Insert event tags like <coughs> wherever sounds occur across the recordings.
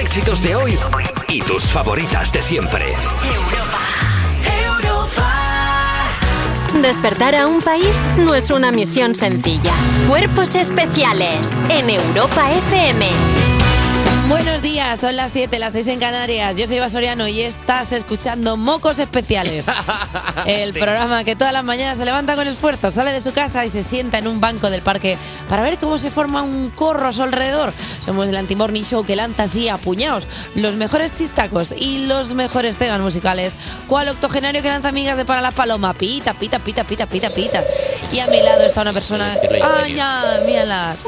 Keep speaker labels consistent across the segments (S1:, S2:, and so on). S1: éxitos de hoy y tus favoritas de siempre.
S2: Despertar a un país no es una misión sencilla. Cuerpos especiales en Europa FM.
S3: Buenos días, son las 7, las 6 en Canarias. Yo soy Eva Soriano y estás escuchando Mocos Especiales. El programa que todas las mañanas se levanta con esfuerzo, sale de su casa y se sienta en un banco del parque para ver cómo se forma un corro a su alrededor. Somos el Antimorning Show que lanza así a puñados los mejores chistacos y los mejores temas musicales. Cual octogenario que lanza amigas de para la paloma. Pita, pita, pita, pita, pita, pita. Y a mi lado está una persona. ¡Ay, ya! Míralas.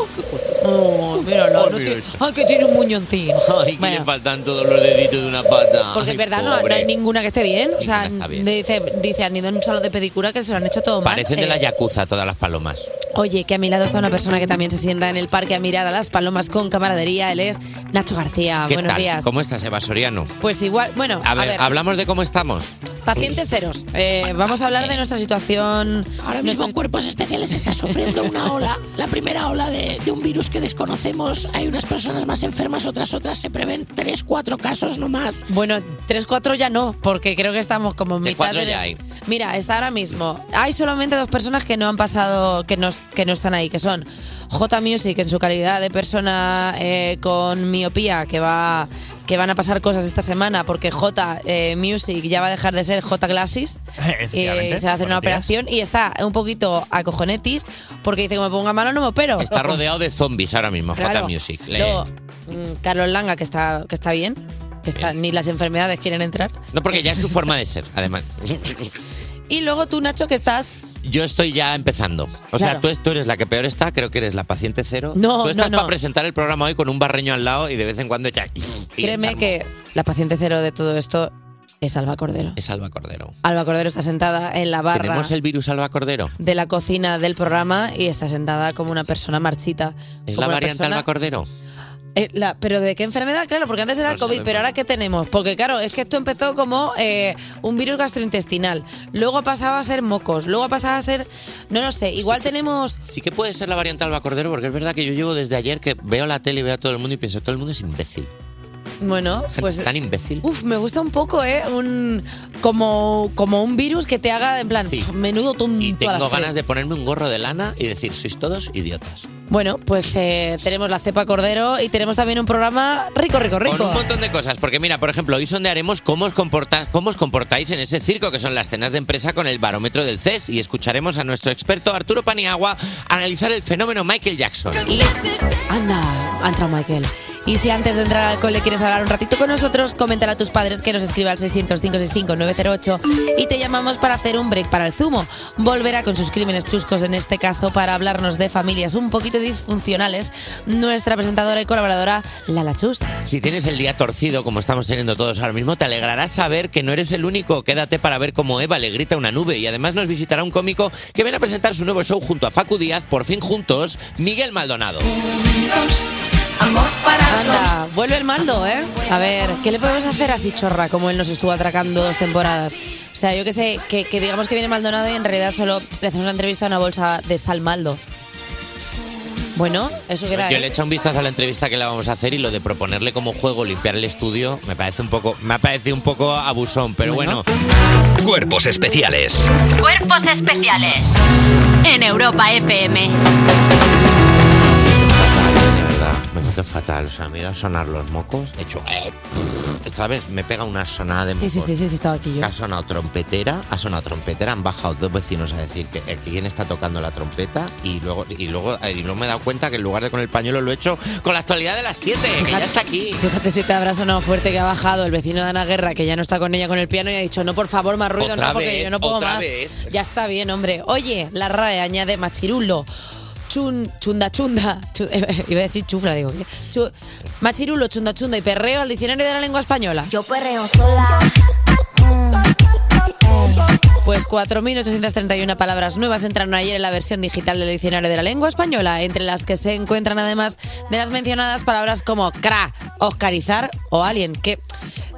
S3: Oh, mírala,
S4: Oh,
S3: no
S4: mira
S3: tiene-
S4: esta.
S3: ¡Ay, que tiene un muñoncín!
S4: <laughs> Ay, que
S3: Bueno.
S4: le faltan todos los deditos de una pata.
S3: Porque
S4: Ay,
S3: es verdad, no, no
S4: pobre.
S3: hay ninguna que esté bien. O sea,
S4: Ninguna está bien.
S3: Dice, dice, han ido en un salón de pedicura que se lo han hecho todo mal.
S4: Parecen de
S3: Eh,
S4: la yakuza todas las palomas.
S3: Oye, que a mi lado está una persona que también se sienta en el parque a mirar a las palomas con camaradería. Él es Nacho García.
S4: ¿Qué
S3: Ah, Buenos
S4: tal?
S3: días.
S4: ¿Cómo estás, Eva Soriano?
S3: Pues igual, bueno,
S4: A ver, hablamos de cómo estamos.
S3: pacientes ceros. Eh, vamos a hablar de nuestra situación. Ahora mismo
S5: Cuerpos Especiales está sufriendo una ola, la primera ola de, de un virus que desconocemos. Hay unas personas más enfermas, otras otras. Se prevén 3, 4 casos nomás.
S3: Bueno, 3, 4 ya no, porque creo que estamos como en
S5: Tres,
S3: mitad
S5: cuatro
S3: del-
S5: ya hay.
S3: Mira, está ahora mismo. Hay solamente dos personas que no han pasado, que no, que no están ahí, que son J Music en su calidad de persona eh, con miopía, que va que van a pasar cosas esta semana, porque J eh, Music ya va a dejar de ser J Glasses.
S6: Efectivamente.
S3: y se va a hacer una
S4: Buenos días.
S3: operación y está un poquito a cojonetis, porque dice que me ponga malo no me opero.
S4: Está rodeado de zombies ahora mismo,
S3: Claro.
S4: J Music. Le-
S3: Luego, mm, Carlos Langa, que está, que está bien, que está, ni las enfermedades quieren entrar.
S4: No, porque ya es
S3: <laughs>
S4: su forma de ser, además.
S3: Y luego tú, Nacho, que estás.
S4: Yo estoy ya empezando. O sea,
S3: Claro.
S4: tú, es- tú eres la que peor está, creo que eres la paciente cero.
S3: No,
S4: tú estás
S3: no, no.
S4: para presentar el programa hoy con un barreño al lado y de vez en cuando ya...
S3: Créeme que la paciente cero de todo esto es Alba Cordero.
S4: Es Alba Cordero.
S3: Alba Cordero está sentada en la barra
S4: Tenemos el virus Alba Cordero.
S3: de la cocina del programa y está sentada como una persona marchita.
S4: ¿Es
S3: como
S4: la
S3: una
S4: variante
S3: persona-
S4: Alba Cordero?
S3: Eh, la- ¿Pero de qué enfermedad? Claro, porque antes era
S4: No
S3: el COVID,
S4: sabemos.
S3: pero ahora ¿qué tenemos? Porque claro, es que esto empezó como eh, un virus gastrointestinal, luego pasaba a ser mocos, luego pasaba a ser, no lo sé, igual tenemos...
S4: Sí que puede ser la variante Alba Cordero, porque es verdad que yo llevo desde ayer que veo la tele y veo a todo el mundo y pienso, todo el mundo es imbécil.
S3: Bueno,
S4: Gente
S3: pues...
S4: tan imbécil.
S3: Uf, me gusta un poco, ¿eh? Un, como, como un virus que te haga en plan,
S4: Sí.
S3: "Pf, menudo tonto.
S4: Y
S3: a
S4: tengo
S3: las
S4: ganas
S3: tres".
S4: de ponerme un gorro de lana y decir, sois todos idiotas.
S3: Bueno, pues eh, tenemos la cepa cordero y tenemos también un programa rico, rico, rico.
S4: Con un montón de cosas, porque mira, por ejemplo, hoy sondearemos cómo os, comporta- cómo os comportáis en ese circo que son las cenas de empresa con el barómetro del CES y escucharemos a nuestro experto Arturo Paniagua analizar el fenómeno Michael Jackson.
S3: Y- Anda, ha entrado Michael. Y si antes de entrar al cole quieres hablar un ratito con nosotros, coméntale a tus padres que nos escriba al 600-565-908 y te llamamos para hacer un break para el zumo. Volverá con sus crímenes chuscos, en este caso, para hablarnos de familias un poquito disfuncionales, nuestra presentadora y colaboradora, Lala Chus.
S4: Si tienes el día torcido, como estamos teniendo todos ahora mismo, te alegrará saber que no eres el único. Quédate para ver cómo Eva le grita a una nube. Y además nos visitará un cómico que viene a presentar su nuevo show junto a Facu Díaz, por fin juntos, Miguel Maldonado.
S3: Anda, vuelve el maldo, ¿eh? A ver, ¿qué le podemos hacer así chorra como él nos estuvo atracando dos temporadas? O sea, yo que sé, que, que digamos que viene Maldonado y en realidad solo le hacemos una entrevista a una bolsa de sal maldo. Bueno, eso que era.
S4: Pues Yo
S3: ¿eh?
S4: le he echado un vistazo a la entrevista que le vamos a hacer y lo de proponerle como juego limpiar el estudio me parece un poco, me ha parecido un poco abusón, pero bueno.
S1: Cuerpos especiales.
S2: Cuerpos especiales en Europa FM.
S4: De verdad, me siento fatal. O sea, me iba a sonar los mocos. He hecho. eh, ¿Sabes? Me pega una sonada de
S3: Sí,
S4: mocos.
S3: sí, sí, sí, sí, estaba aquí yo.
S4: Ha sonado trompetera, ha sonado trompetera, han bajado dos vecinos a decir que eh, quién está tocando la trompeta y luego y luego eh, y luego me he dado cuenta que en lugar de con el pañuelo lo he hecho con la actualidad de las 7, que ya está aquí.
S3: Fíjate si te habrá sonado fuerte que ha bajado el vecino de Ana Guerra, que ya no está con ella con el piano y ha dicho, no, por favor, más ruido,
S4: Otra
S3: no, porque
S4: vez,
S3: yo no puedo
S4: otra
S3: más.
S4: vez.
S3: Ya está bien, hombre. Oye, la RAE añade machirulo. Chun, chunda chunda, chu- <laughs> iba a decir chufla, digo. ¿qué? Chu- machirulo, chunda chunda y perreo al diccionario de la lengua española. Yo perreo sola. Pues 4.831 palabras nuevas entraron ayer en la versión digital del diccionario de la lengua española, entre las que se encuentran además de las mencionadas palabras como cra, oscarizar o alien, que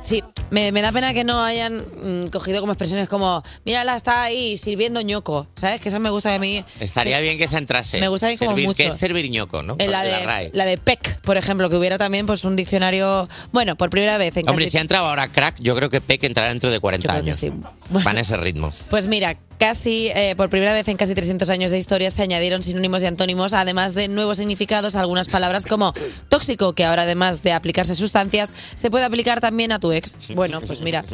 S3: sí, me, me da pena que no hayan mm, cogido como expresiones como, mírala, está ahí sirviendo ñoco, ¿sabes? Que eso me gusta de mí.
S4: Estaría bien que se entrase.
S3: Me gusta bien como
S4: servir,
S3: mucho.
S4: Que es servir ñoco, ¿no?
S3: En la,
S4: Por
S3: de,
S4: RAE.
S3: la de PEC, por ejemplo, que hubiera también pues un diccionario, bueno, por primera vez en
S4: Hombre,
S3: casi-
S4: si ha entrado ahora crack, yo creo que Peck entrará dentro de 40 años. Van a ese ritmo.
S3: Pues mira, casi eh, por primera vez en casi 300 años de historia se añadieron sinónimos y antónimos, además de nuevos significados a algunas palabras como tóxico, que ahora además de aplicarse sustancias, se puede aplicar también a tu ex. Bueno, pues mira,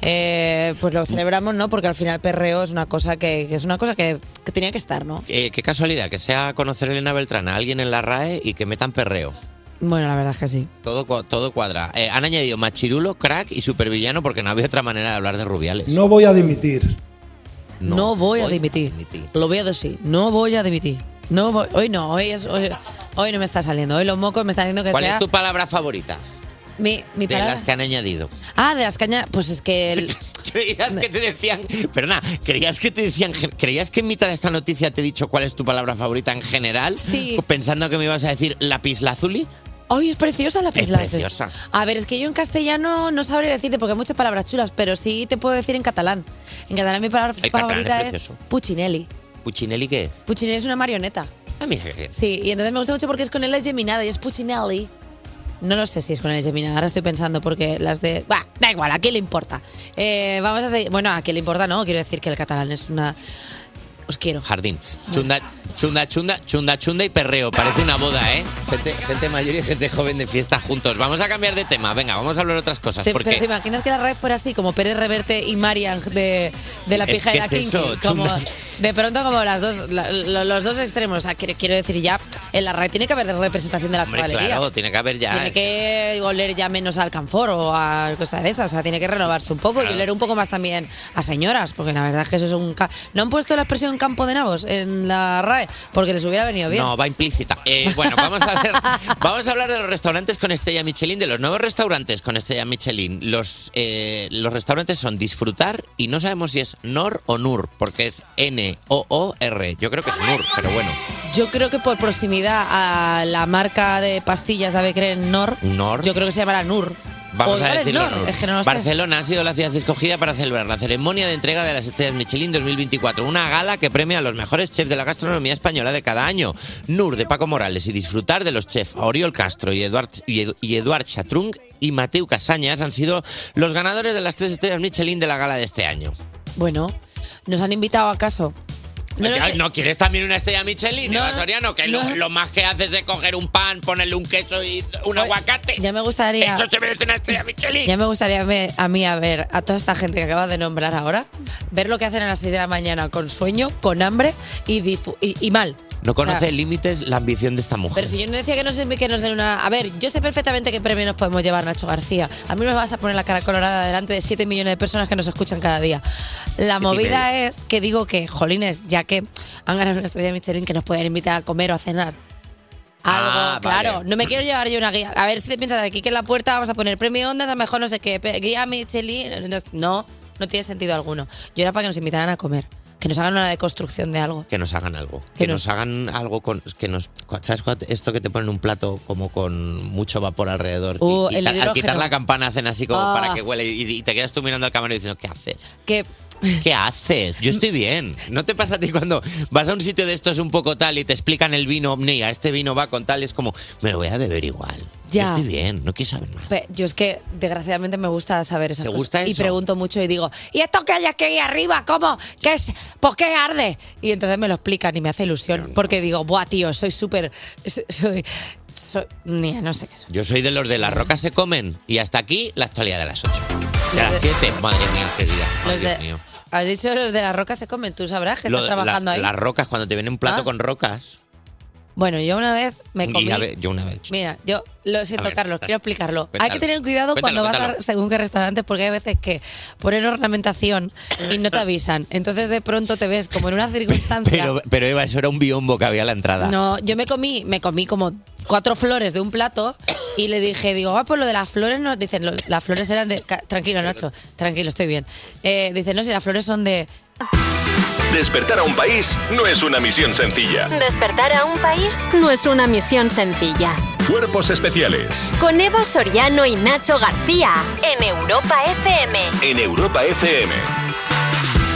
S3: eh, pues lo celebramos, ¿no? Porque al final perreo es una cosa que, que es una cosa que, que tenía que estar, ¿no?
S4: Eh, qué casualidad que sea conocer a Elena Beltrán a alguien en la RAE y que metan perreo.
S3: Bueno, la verdad es que sí.
S4: Todo, cua- todo cuadra. Eh, han añadido machirulo, crack y supervillano porque no había otra manera de hablar de Rubiales.
S6: No voy a dimitir.
S3: No, voy, a dimitir. Lo voy a decir. No voy a dimitir. No voy- hoy no, hoy, es, hoy, hoy no me está saliendo. Hoy los mocos me están haciendo que
S4: ¿Cuál
S3: sea
S4: es tu palabra favorita
S3: mi, mi
S4: de
S3: palabra.
S4: las que han añadido?
S3: Ah, de las cañas. Pues es
S4: <coughs>
S3: que. el-
S4: Creías que te decían, perdona, creías que te decían, gen- creías que en mitad de esta noticia te he dicho cuál es tu palabra favorita en general,
S3: Sí.
S4: pensando que me ibas a decir lapislázuli.
S3: Ay, es preciosa la
S4: Es
S3: pisla.
S4: preciosa.
S3: A ver, es que yo en castellano no sabré decirte porque hay muchas palabras chulas, pero sí te puedo decir en catalán. En catalán mi palabra
S4: El catalán es
S3: favorita es
S4: precioso.
S3: Puccinelli.
S4: ¿Puccinelli qué es?
S3: Puccinelli es una marioneta.
S4: Ah, mira qué bien.
S3: Sí, y entonces me gusta mucho porque es con L geminada y es Puccinelli. No lo sé si es con L geminada, ahora estoy pensando porque las de... Bah, da igual, ¿a quién le importa? Eh, vamos a seguir... Bueno, ¿a quién le importa? No, quiero decir que el catalán es una... Os quiero.
S4: Jardín. Chunda, chunda, chunda, chunda, chunda y perreo. Parece una boda, ¿eh? Gente, gente mayor y gente joven de fiesta juntos. Vamos a cambiar de tema. Venga, vamos a hablar de otras cosas.
S3: Te-
S4: porque
S3: pero te imaginas que la red fuera así, como Pérez Reverte y Marian de, de la
S4: Es
S3: pija
S4: que
S3: y la
S4: es
S3: Kinky.
S4: eso,
S3: como,
S4: chunda.
S3: de pronto como las dos, la- lo- los dos extremos. O sea, quiero, quiero decir ya, en la red tiene que haber representación de la
S4: Hombre,
S3: chavalería.
S4: claro, tiene que haber ya.
S3: Tiene que oler ya menos al canfor o a cosas de esas. O sea, tiene que renovarse un poco
S4: Claro.
S3: y oler un poco más también a señoras, porque la verdad es que eso es un... ca- ¿No han puesto la expresión campo de nabos en la RAE? Porque les hubiera venido bien.
S4: No, va implícita. Eh, bueno, vamos a,
S3: <laughs>
S4: ver, vamos a hablar de los restaurantes con estrella Michelin, de los nuevos restaurantes con estrella Michelin. Los, eh, los restaurantes son disfrutar y no sabemos si es NOR o NUR, porque es N-O-O-R. Yo creo que es NUR, pero bueno.
S3: Yo creo que por proximidad a la marca de pastillas de Avecren Nor,
S4: NOR.
S3: yo creo que se llamará Nur. O
S4: Vamos
S3: igual
S4: a
S3: es
S4: decirlo.
S3: Nor,
S4: Nur.
S3: es que no lo sé.
S4: Barcelona ha sido la ciudad escogida para celebrar la ceremonia de entrega de las estrellas Michelin 2024, una gala que premia a los mejores chefs de la gastronomía española de cada año. Nur de Paco Morales y disfrutar de los chefs Oriol Castro y Eduard, y Edu- y Eduard Chatrung y Mateu Casañas han sido los ganadores de las tres estrellas Michelin de la gala de este año.
S3: Bueno, ¿nos han invitado acaso?
S4: Ay, ¿No, quieres también una estrella Michelin,
S3: No,
S4: Eva Soriano? Que lo,
S3: no.
S4: lo más que haces es coger un pan, ponerle un queso y un aguacate.
S3: Ya me gustaría...
S4: Eso se merece una estrella Michelin.
S3: Ya me gustaría ver, a mí a ver a toda esta gente que acabas de nombrar ahora, ver lo que hacen a las 6 de la mañana con sueño, con hambre y, difu- y, y mal.
S4: No conoce
S3: O sea,
S4: límites la ambición de esta mujer.
S3: Pero si yo no decía que, no sé, que nos den una... A ver, yo sé perfectamente qué premio nos podemos llevar, Nacho García. A mí no me vas a poner la cara colorada delante de 7 millones de personas que nos escuchan cada día. La
S7: Siete y
S3: movida
S7: medio.
S3: es que digo que, jolines, ya que han ganado una estrella Michelin, que nos pueden invitar a comer o a cenar. Algo,
S7: Ah, vale.
S3: claro. No me quiero llevar yo una guía. A ver si te piensas aquí que en la puerta vamos a poner premio Ondas, a lo mejor no sé qué, pe- guía Michelin. No, no tiene sentido alguno. Yo era para que nos invitaran a comer, que nos hagan una deconstrucción de algo.
S4: Que nos hagan algo. Que nos hagan algo con. Que nos, cua- ¿Sabes cuando- esto que te ponen un plato como con mucho vapor alrededor? Y-
S3: Uh,
S4: y,
S3: el
S4: ta- al
S3: hidrógeno.
S4: quitar la campana hacen así como
S3: Ah.
S4: para que huele y, y te quedas tú mirando al cámara y diciendo, ¿qué
S3: <laughs>
S4: haces?
S3: Que
S4: ¿Qué haces? Yo estoy bien. ¿No te pasa a ti cuando vas a un sitio de estos un poco tal y te explican el vino, mira, este vino va con tal, y es como, me lo voy a beber igual. Yo
S3: Ya.
S4: estoy bien, no quiero saber más.
S3: Pe- Yo es que desgraciadamente me gusta saber esas
S4: ¿Te
S3: cosas.
S4: gusta
S3: Y
S4: eso?
S3: pregunto mucho y digo, ¿y esto que hay aquí arriba? ¿Cómo? ¿Qué es? ¿Por qué arde? Y entonces me lo explican y me hace ilusión. Porque digo, buah, tío, soy súper. Soy, soy- ni- no sé qué soy.
S4: Yo soy de los de las rocas se comen. Y hasta aquí la actualidad de las 8. De las 7. Madre mía, qué día. Ay,
S3: Los de-
S4: Dios mío.
S3: Has dicho los de las rocas se comen, tú sabrás que
S4: Lo-
S3: estás
S4: la-
S3: trabajando ahí.
S4: Las rocas, cuando te viene un plato
S3: Ah.
S4: con rocas.
S3: Bueno, yo una vez me
S4: Y
S3: comí.
S4: a ver, yo una vez.
S3: Mira, yo lo siento,
S4: A ver,
S3: Carlos, quiero explicarlo. Hay
S4: cuéntalo.
S3: que tener cuidado
S4: Cuéntalo,
S3: cuando vas
S4: cuéntalo.
S3: a según qué restaurantes, porque hay veces que ponen ornamentación y no te avisan. Entonces de pronto te ves como en una circunstancia.
S4: Pero, pero Eva, eso era un biombo que había a la entrada.
S3: No, yo me comí, me comí como cuatro flores de un plato y le dije, digo, ah, pues lo de las flores no, dicen, lo- las flores eran de, ca- tranquilo Nacho, tranquilo, estoy bien. Eh, dice, no, si las flores son de,
S8: Despertar a un país no es una misión sencilla.
S2: Despertar a un país no es una misión sencilla.
S8: Cuerpos especiales
S2: Con Eva Soriano y Nacho García en Europa FM.
S8: en Europa FM.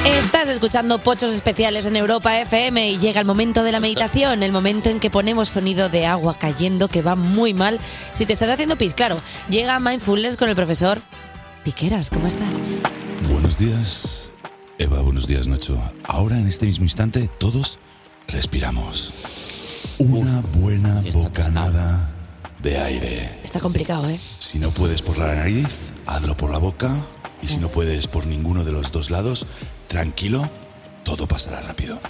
S3: Estás escuchando Pochos Especiales en Europa FM y llega el momento de la meditación, el momento en que ponemos sonido de agua cayendo que va muy mal. Si te estás haciendo pis, claro, llega Mindfulness con el profesor Piqueras. ¿Cómo estás?
S6: Buenos días, Eva, buenos días, Nacho. Ahora, en este mismo instante, todos respiramos. Una buena bocanada de aire.
S3: Está complicado, ¿eh?
S6: Si no puedes por la nariz, hazlo por la boca. Y si no puedes por ninguno de los dos lados, tranquilo, todo pasará rápido.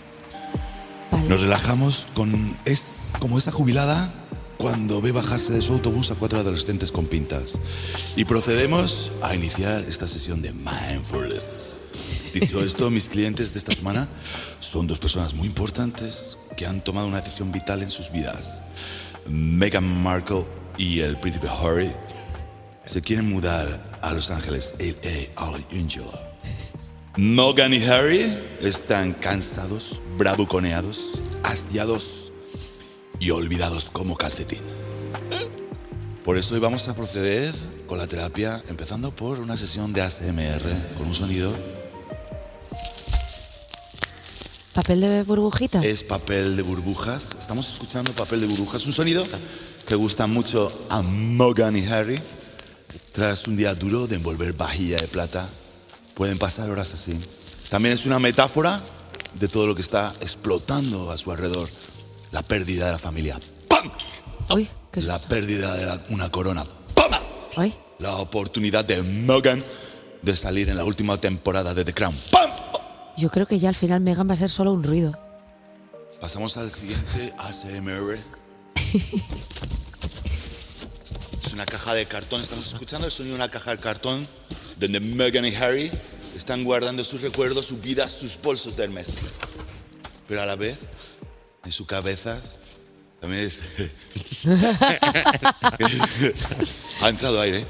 S6: Nos relajamos con. Es como esa jubilada cuando ve bajarse de su autobús a cuatro adolescentes con pintas. Y procedemos a iniciar esta sesión de Mindfulness. Dicho esto, mis clientes de esta semana son dos personas muy importantes que han tomado una decisión vital en sus vidas. Meghan Markle y el príncipe Harry se quieren mudar a Los Ángeles, eh, LA, Los Ángeles. Meghan y Harry están cansados, bravuconeados, hastiados y olvidados como calcetín. Por eso hoy vamos a proceder con la terapia, empezando por una sesión de ASMR con un sonido.
S3: ¿Papel de burbujita?
S6: Es papel de burbujas. Estamos escuchando papel de burbujas, un sonido que gusta mucho a Meghan y Harry. Tras un día duro de envolver vajilla de plata, pueden pasar horas así. También es una metáfora de todo lo que está explotando a su alrededor. La pérdida de la familia. ¡Pam!
S3: Uy, qué
S6: La pérdida de la- una corona. ¡Pam!
S3: Ay.
S6: La oportunidad de Meghan de salir en la última temporada de The Crown. ¡Pam!
S3: Yo creo que ya al final Megan va a ser solo un ruido.
S6: Pasamos al siguiente ASMR. Es una caja de cartón. Estamos escuchando el sonido de una caja de cartón donde Meghan y Harry están guardando sus recuerdos, sus vidas, sus bolsos de Hermes. Pero a la vez, en su cabeza también es... Ah. <laughs> ha entrado aire.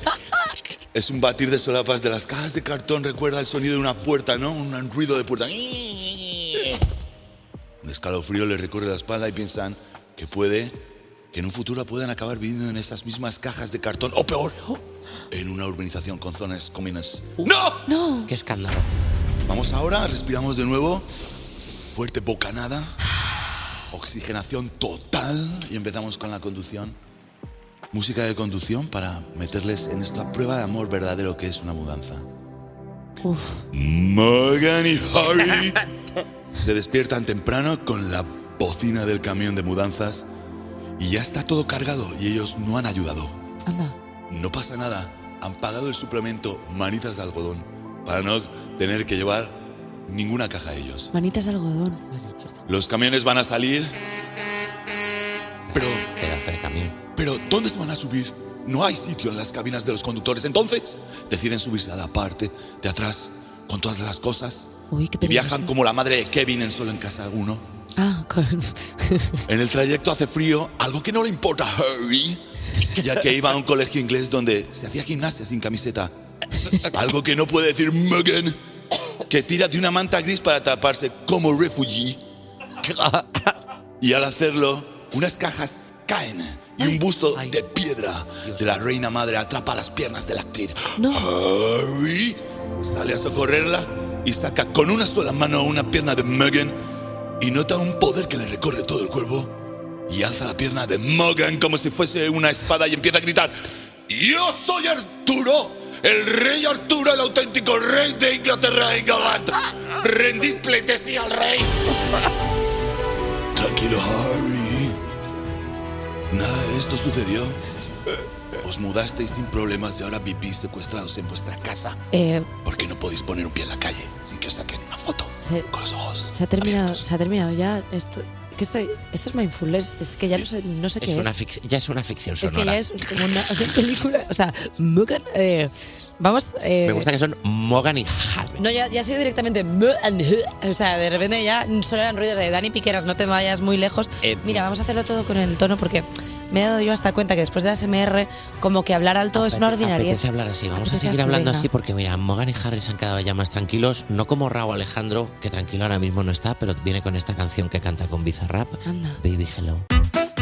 S6: Es un batir de solapas de las cajas de cartón. Recuerda el sonido de una puerta, ¿no? Un ruido de puerta. Un escalofrío le recorre la espalda y piensan que puede que en un futuro puedan acabar viviendo en estas mismas cajas de cartón o peor, en una urbanización con zonas comunes. ¡No!
S3: No.
S4: Qué escándalo.
S6: Vamos ahora, respiramos de nuevo. Fuerte bocanada. Oxigenación total y empezamos con la conducción. Música de conducción para meterles en esta prueba de amor verdadero que es una mudanza.
S3: Uf.
S6: Morgan y Harry se despiertan temprano con la bocina del camión de mudanzas y ya está todo cargado y ellos no han ayudado.
S3: Anda.
S6: No pasa nada, han pagado el suplemento manitas de algodón para no tener que llevar ninguna caja a ellos.
S3: Manitas de algodón.
S6: Los camiones van a salir, pero,
S4: Pedazo de camión.
S6: pero ¿dónde se van a subir? No hay sitio en las cabinas de los conductores, entonces deciden subirse a la parte de atrás con todas las cosas
S3: Uy, qué
S6: y
S3: peligroso.
S6: viajan como la madre de Kevin en solo en casa uno.
S3: Ah, con... <laughs>
S6: En el trayecto hace frío, algo que no le importa a Harry, ya que iba a un colegio inglés donde se hacía <laughs> gimnasia sin camiseta. Algo que no puede decir Megan, que tira de una manta gris para taparse como refugee. <laughs> Y al hacerlo, unas cajas caen y un busto de piedra de la reina madre atrapa las piernas de la actriz.
S3: No.
S6: Harry sale a socorrerla y saca con una sola mano una pierna de Megan y nota un poder que le recorre todo el cuerpo y alza la pierna de Megan como si fuese una espada y empieza a gritar ¡Yo soy Arturo! ¡El rey Arturo, el auténtico rey de Inglaterra e Inglaterra! ¡Rendid pleitesía al rey! Tranquilo, Harry. Nada de esto sucedió. Os mudasteis sin problemas y ahora vivís secuestrados en vuestra casa.
S3: Eh,
S6: Porque no podéis poner un pie en la calle sin que os saquen una foto.
S3: Se-
S6: con los ojos.
S3: se ha terminado,
S6: abiertos.
S3: se ha terminado ya esto. Que esto, esto es mindfulness. Es que ya no sé, no sé
S4: Es
S3: qué
S4: una
S3: es.
S4: fic- ya es una ficción
S3: Es
S4: sonora.
S3: que ya es como una <laughs> película. O sea, Mugan. eh, vamos. eh,
S4: Me gusta que son Mogan y Harvey.
S3: No, ya, ya ha sido directamente. Mugan, O sea, de repente ya solo eran ruidos de Dani Piqueras, no te vayas muy lejos.
S4: Eh,
S3: Mira, vamos a hacerlo todo con el tono porque me he dado yo hasta cuenta que después de la SMR, como que hablar alto es una
S4: Apete-
S3: ordinariedad.
S4: Ah, Apetece hablar así. Vamos a
S3: Apetece
S4: seguir
S3: hasta-
S4: hablando
S3: venga.
S4: así porque, mira, Mogan y Harry se han quedado ya más tranquilos. No como Raúl Alejandro, que tranquilo ahora mismo no está, pero viene con esta canción que canta con Bizarrap.
S3: Anda.
S4: Baby Hello.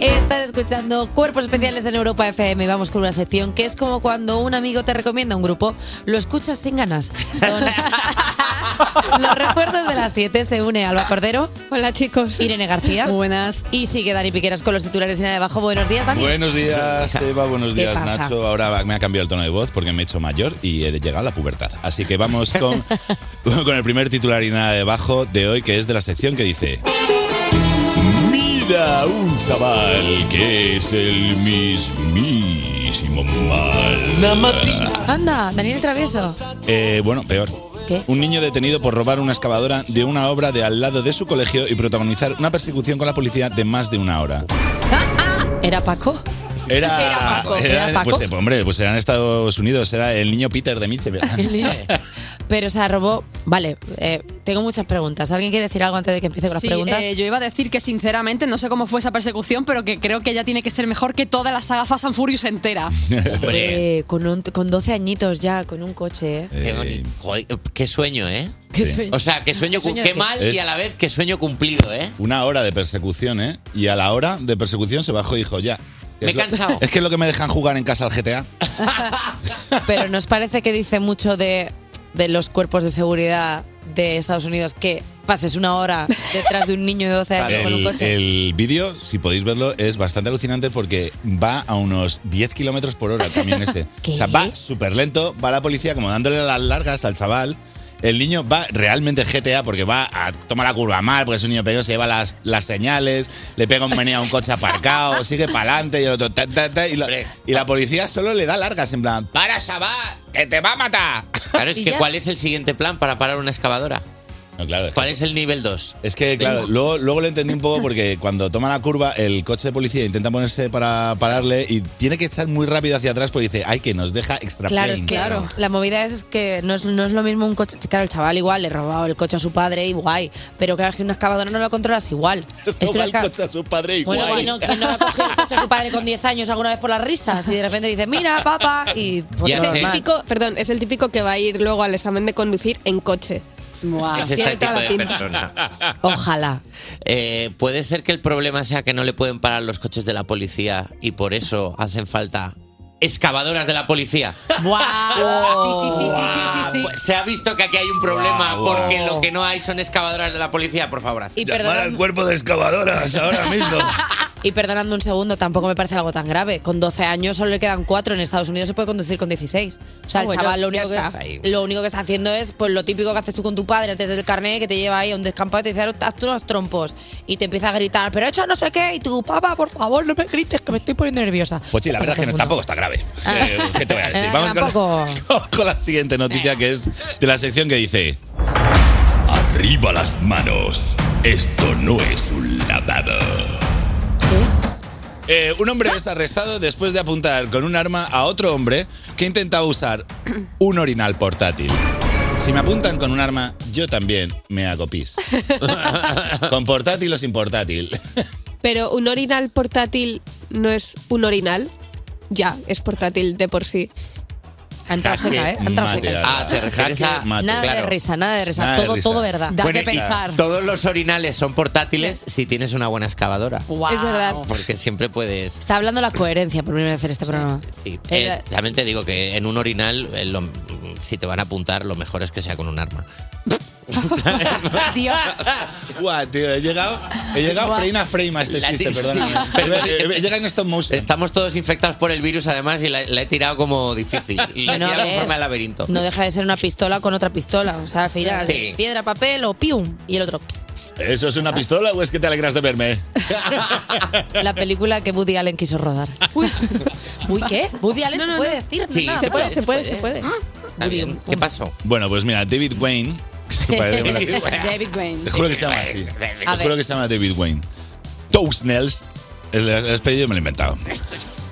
S3: Estás escuchando Cuerpos Especiales en Europa FM y vamos con una sección que es como cuando un amigo te recomienda un grupo, lo escuchas sin ganas. Son- Los recuerdos de las 7 se une Alba Cordero.
S9: Hola chicos.
S3: Irene García. Buenas. Y sigue Dani Piqueras con los titulares en abajo. Buenos días, Dani.
S10: Buenos días, Eva. Buenos
S3: ¿Qué
S10: días,
S3: pasa?
S10: Nacho. Ahora me ha cambiado el tono de voz porque me he hecho mayor y he llegado a la pubertad. Así que vamos
S3: <laughs>
S10: con, con el primer titular y nada debajo de hoy, que es de la sección que dice... Mira un chaval que es el mismísimo mal.
S3: Anda, Daniel Travieso.
S10: Eh, bueno, peor.
S3: ¿Qué?
S10: Un niño detenido por robar una excavadora de una obra de al lado de su colegio y protagonizar una persecución con la policía de más de una hora.
S3: Era
S10: <laughs>
S3: Paco.
S10: Era,
S3: Era Paco, era Paco.
S10: Pues, eh, hombre, pues era en Estados Unidos, era el niño Peter de Mitchell.
S4: <laughs>
S3: Pero, o sea, robó. Vale, eh, tengo muchas preguntas. ¿Alguien quiere decir algo antes de que empiece con las
S9: Sí,
S3: preguntas?
S9: eh, yo iba a decir que sinceramente no sé cómo fue esa persecución, pero que creo que ya tiene que ser mejor que toda la saga Fast and Furious entera.
S3: Hombre, con, un- con 12 añitos ya, con un coche, ¿eh?
S4: Qué, bonito. Joder, qué sueño, ¿eh?
S3: Qué sueño.
S4: O sea, qué sueño, cu-
S3: Sueño
S4: qué
S3: que-
S4: mal
S10: Es-
S4: y a la vez qué sueño cumplido, ¿eh?
S10: Una hora de persecución, ¿eh? Y a la hora de persecución se bajó y dijo, ya.
S4: Me he
S10: Es lo-
S4: cansado.
S10: <laughs> Es que es lo que me dejan jugar en casa al GTA.
S3: <laughs> Pero nos parece que dice mucho de, de los cuerpos de seguridad de Estados Unidos que pases una hora detrás de un niño de 12 años con un
S10: El,
S3: coche.
S10: el vídeo, si podéis verlo, es bastante alucinante porque va a unos 10 kilómetros por hora también ese.
S3: <laughs> ¿Qué?
S10: O sea, va súper lento, va la policía como dándole las largas al chaval. El niño va realmente GTA porque va a tomar la curva mal, porque es un niño pequeño, se lleva las, las señales, le pega un meneo a un coche aparcado, sigue para adelante y el otro... ta, ta, ta, y, la- y la policía solo le da largas en plan, ¡para, chaval! ¡Que te va a matar!
S4: Claro, es
S3: Y
S4: que
S3: ya.
S4: ¿cuál es el siguiente plan para parar una excavadora?
S10: No, claro, es que-
S4: ¿Cuál es el nivel 2?
S10: Es que, claro, luego, luego lo entendí un poco porque cuando toma la curva, el coche de policía intenta ponerse para pararle y tiene que echar muy rápido hacia atrás porque dice, ay, que nos deja extra
S3: Claro, es
S10: plane".
S3: que la movida es, es que no es, no es lo mismo un coche. Claro, el chaval igual le he robado el coche a su padre y guay. Pero claro, es que una <laughs> excavadora no la controlas igual. Es que
S10: Toma
S3: una
S10: el
S3: ca-
S10: coche a su padre y
S3: Bueno,
S10: guay.
S3: que no, que no la cogió el coche a su padre con 10 años alguna vez por las risas y de repente dice, mira, papá, y pues,
S4: Ya
S3: todo
S4: sé.
S3: normal.
S11: Típico- perdón, es el típico que va a ir luego al examen de conducir en coche.
S3: Ah,
S4: es
S11: tiene
S4: este
S11: toda
S4: tipo
S11: la
S4: de
S11: pinta.
S4: persona.
S3: Ojalá.
S4: Eh, puede ser que el problema sea que no le pueden parar los coches de la policía y por eso hacen falta excavadoras de la policía.
S9: ¡Guau! Sí, sí, sí, sí, sí, sí, sí.
S4: Pues se ha visto que aquí hay un problema
S10: Guau, guau.
S4: Ah, porque lo que no hay son excavadoras de la policía, por favor. haz.
S3: Y
S10: Llamar al
S3: perdonando,
S10: cuerpo de excavadoras ahora mismo.
S3: y perdonando un segundo, tampoco me parece algo tan grave. Con 12 años solo le quedan 4. En Estados Unidos se puede conducir con 16. O sea,
S11: Ah,
S3: el
S11: bueno,
S3: chaval lo
S11: ya
S3: único,
S11: está.
S3: que, lo único que está haciendo es pues lo típico que haces tú con tu padre antes del carnet, que te lleva ahí a un descampado y te dice, "Ahora haz tú unos trompos. Y te empieza a gritar, pero hecho no sé qué. Y tú, papá, por favor, no me grites, que me estoy poniendo nerviosa.
S10: Pues sí, la verdad es que no- tampoco está grave. Eh, ¿Qué te voy a decir?
S3: Eh,
S10: Con, <laughs>
S3: tampoco.
S10: con la siguiente noticia que es de la sección que dice... Arriba las manos. Esto no es un lavado. Eh, un hombre es arrestado después de apuntar con un arma a otro hombre que intentaba usar un orinal portátil. Si me apuntan con un arma, yo también me hago pis. con portátil o sin portátil.
S11: Pero un orinal portátil no es un orinal. Ya, es portátil de por sí.
S3: Ha entrado seca, ¿eh? Ha entrado
S10: mate,
S3: seca.
S10: Alba.
S4: Ah, te refieres
S10: Jaque
S4: a-
S10: mate.
S3: Nada de
S4: claro.
S3: risa, nada de risa.
S10: Nada de
S3: todo,
S10: risa.
S3: todo verdad.
S9: Da
S4: Bueno,
S9: que
S4: y-
S9: pensar.
S4: Todos los orinales son portátiles si tienes una buena excavadora.
S11: Es verdad.
S4: Porque siempre puedes.
S3: Está hablando la coherencia por primera vez en este programa.
S4: Sí,
S3: Eh,
S4: eh, también te digo que en un orinal, eh, lo- si te van a apuntar, lo mejor es que sea con un arma.
S10: <laughs>
S9: Dios.
S10: Guau, Ah, tío, he llegado, he llegado frame a frame a este
S4: La
S10: chiste,
S4: ti- <laughs>
S10: perdóname.
S4: sí.
S10: Pero, eh, He llegado en stop motion.
S4: Estamos todos infectados por el virus, además, y la, la he tirado como
S3: <laughs>
S4: difícil. Y la he
S3: Bueno, a
S4: tirado en
S3: ver,
S4: forma de laberinto.
S3: No deja de ser una pistola con otra pistola. O sea, al final,
S4: Sí.
S3: piedra, papel o pium. Y el otro.
S10: ¿Eso es una pistola o es que te alegras de verme?
S3: La película que Woody Allen quiso rodar. Uy, ¿qué? Woody Allen se puede decir.
S4: Sí.
S3: nada Pues,
S11: Se puede,
S3: malo.
S11: se puede, se puede.
S9: Ah.
S4: Está bien. ¿Qué pasó?
S10: Bueno, pues mira, David Wayne.
S9: <laughs> David Wayne.
S10: Te juro que se llama así. Te
S3: A ver.
S10: juro que se llama David Wayne. Toastnels. El, el apellido me lo he inventado.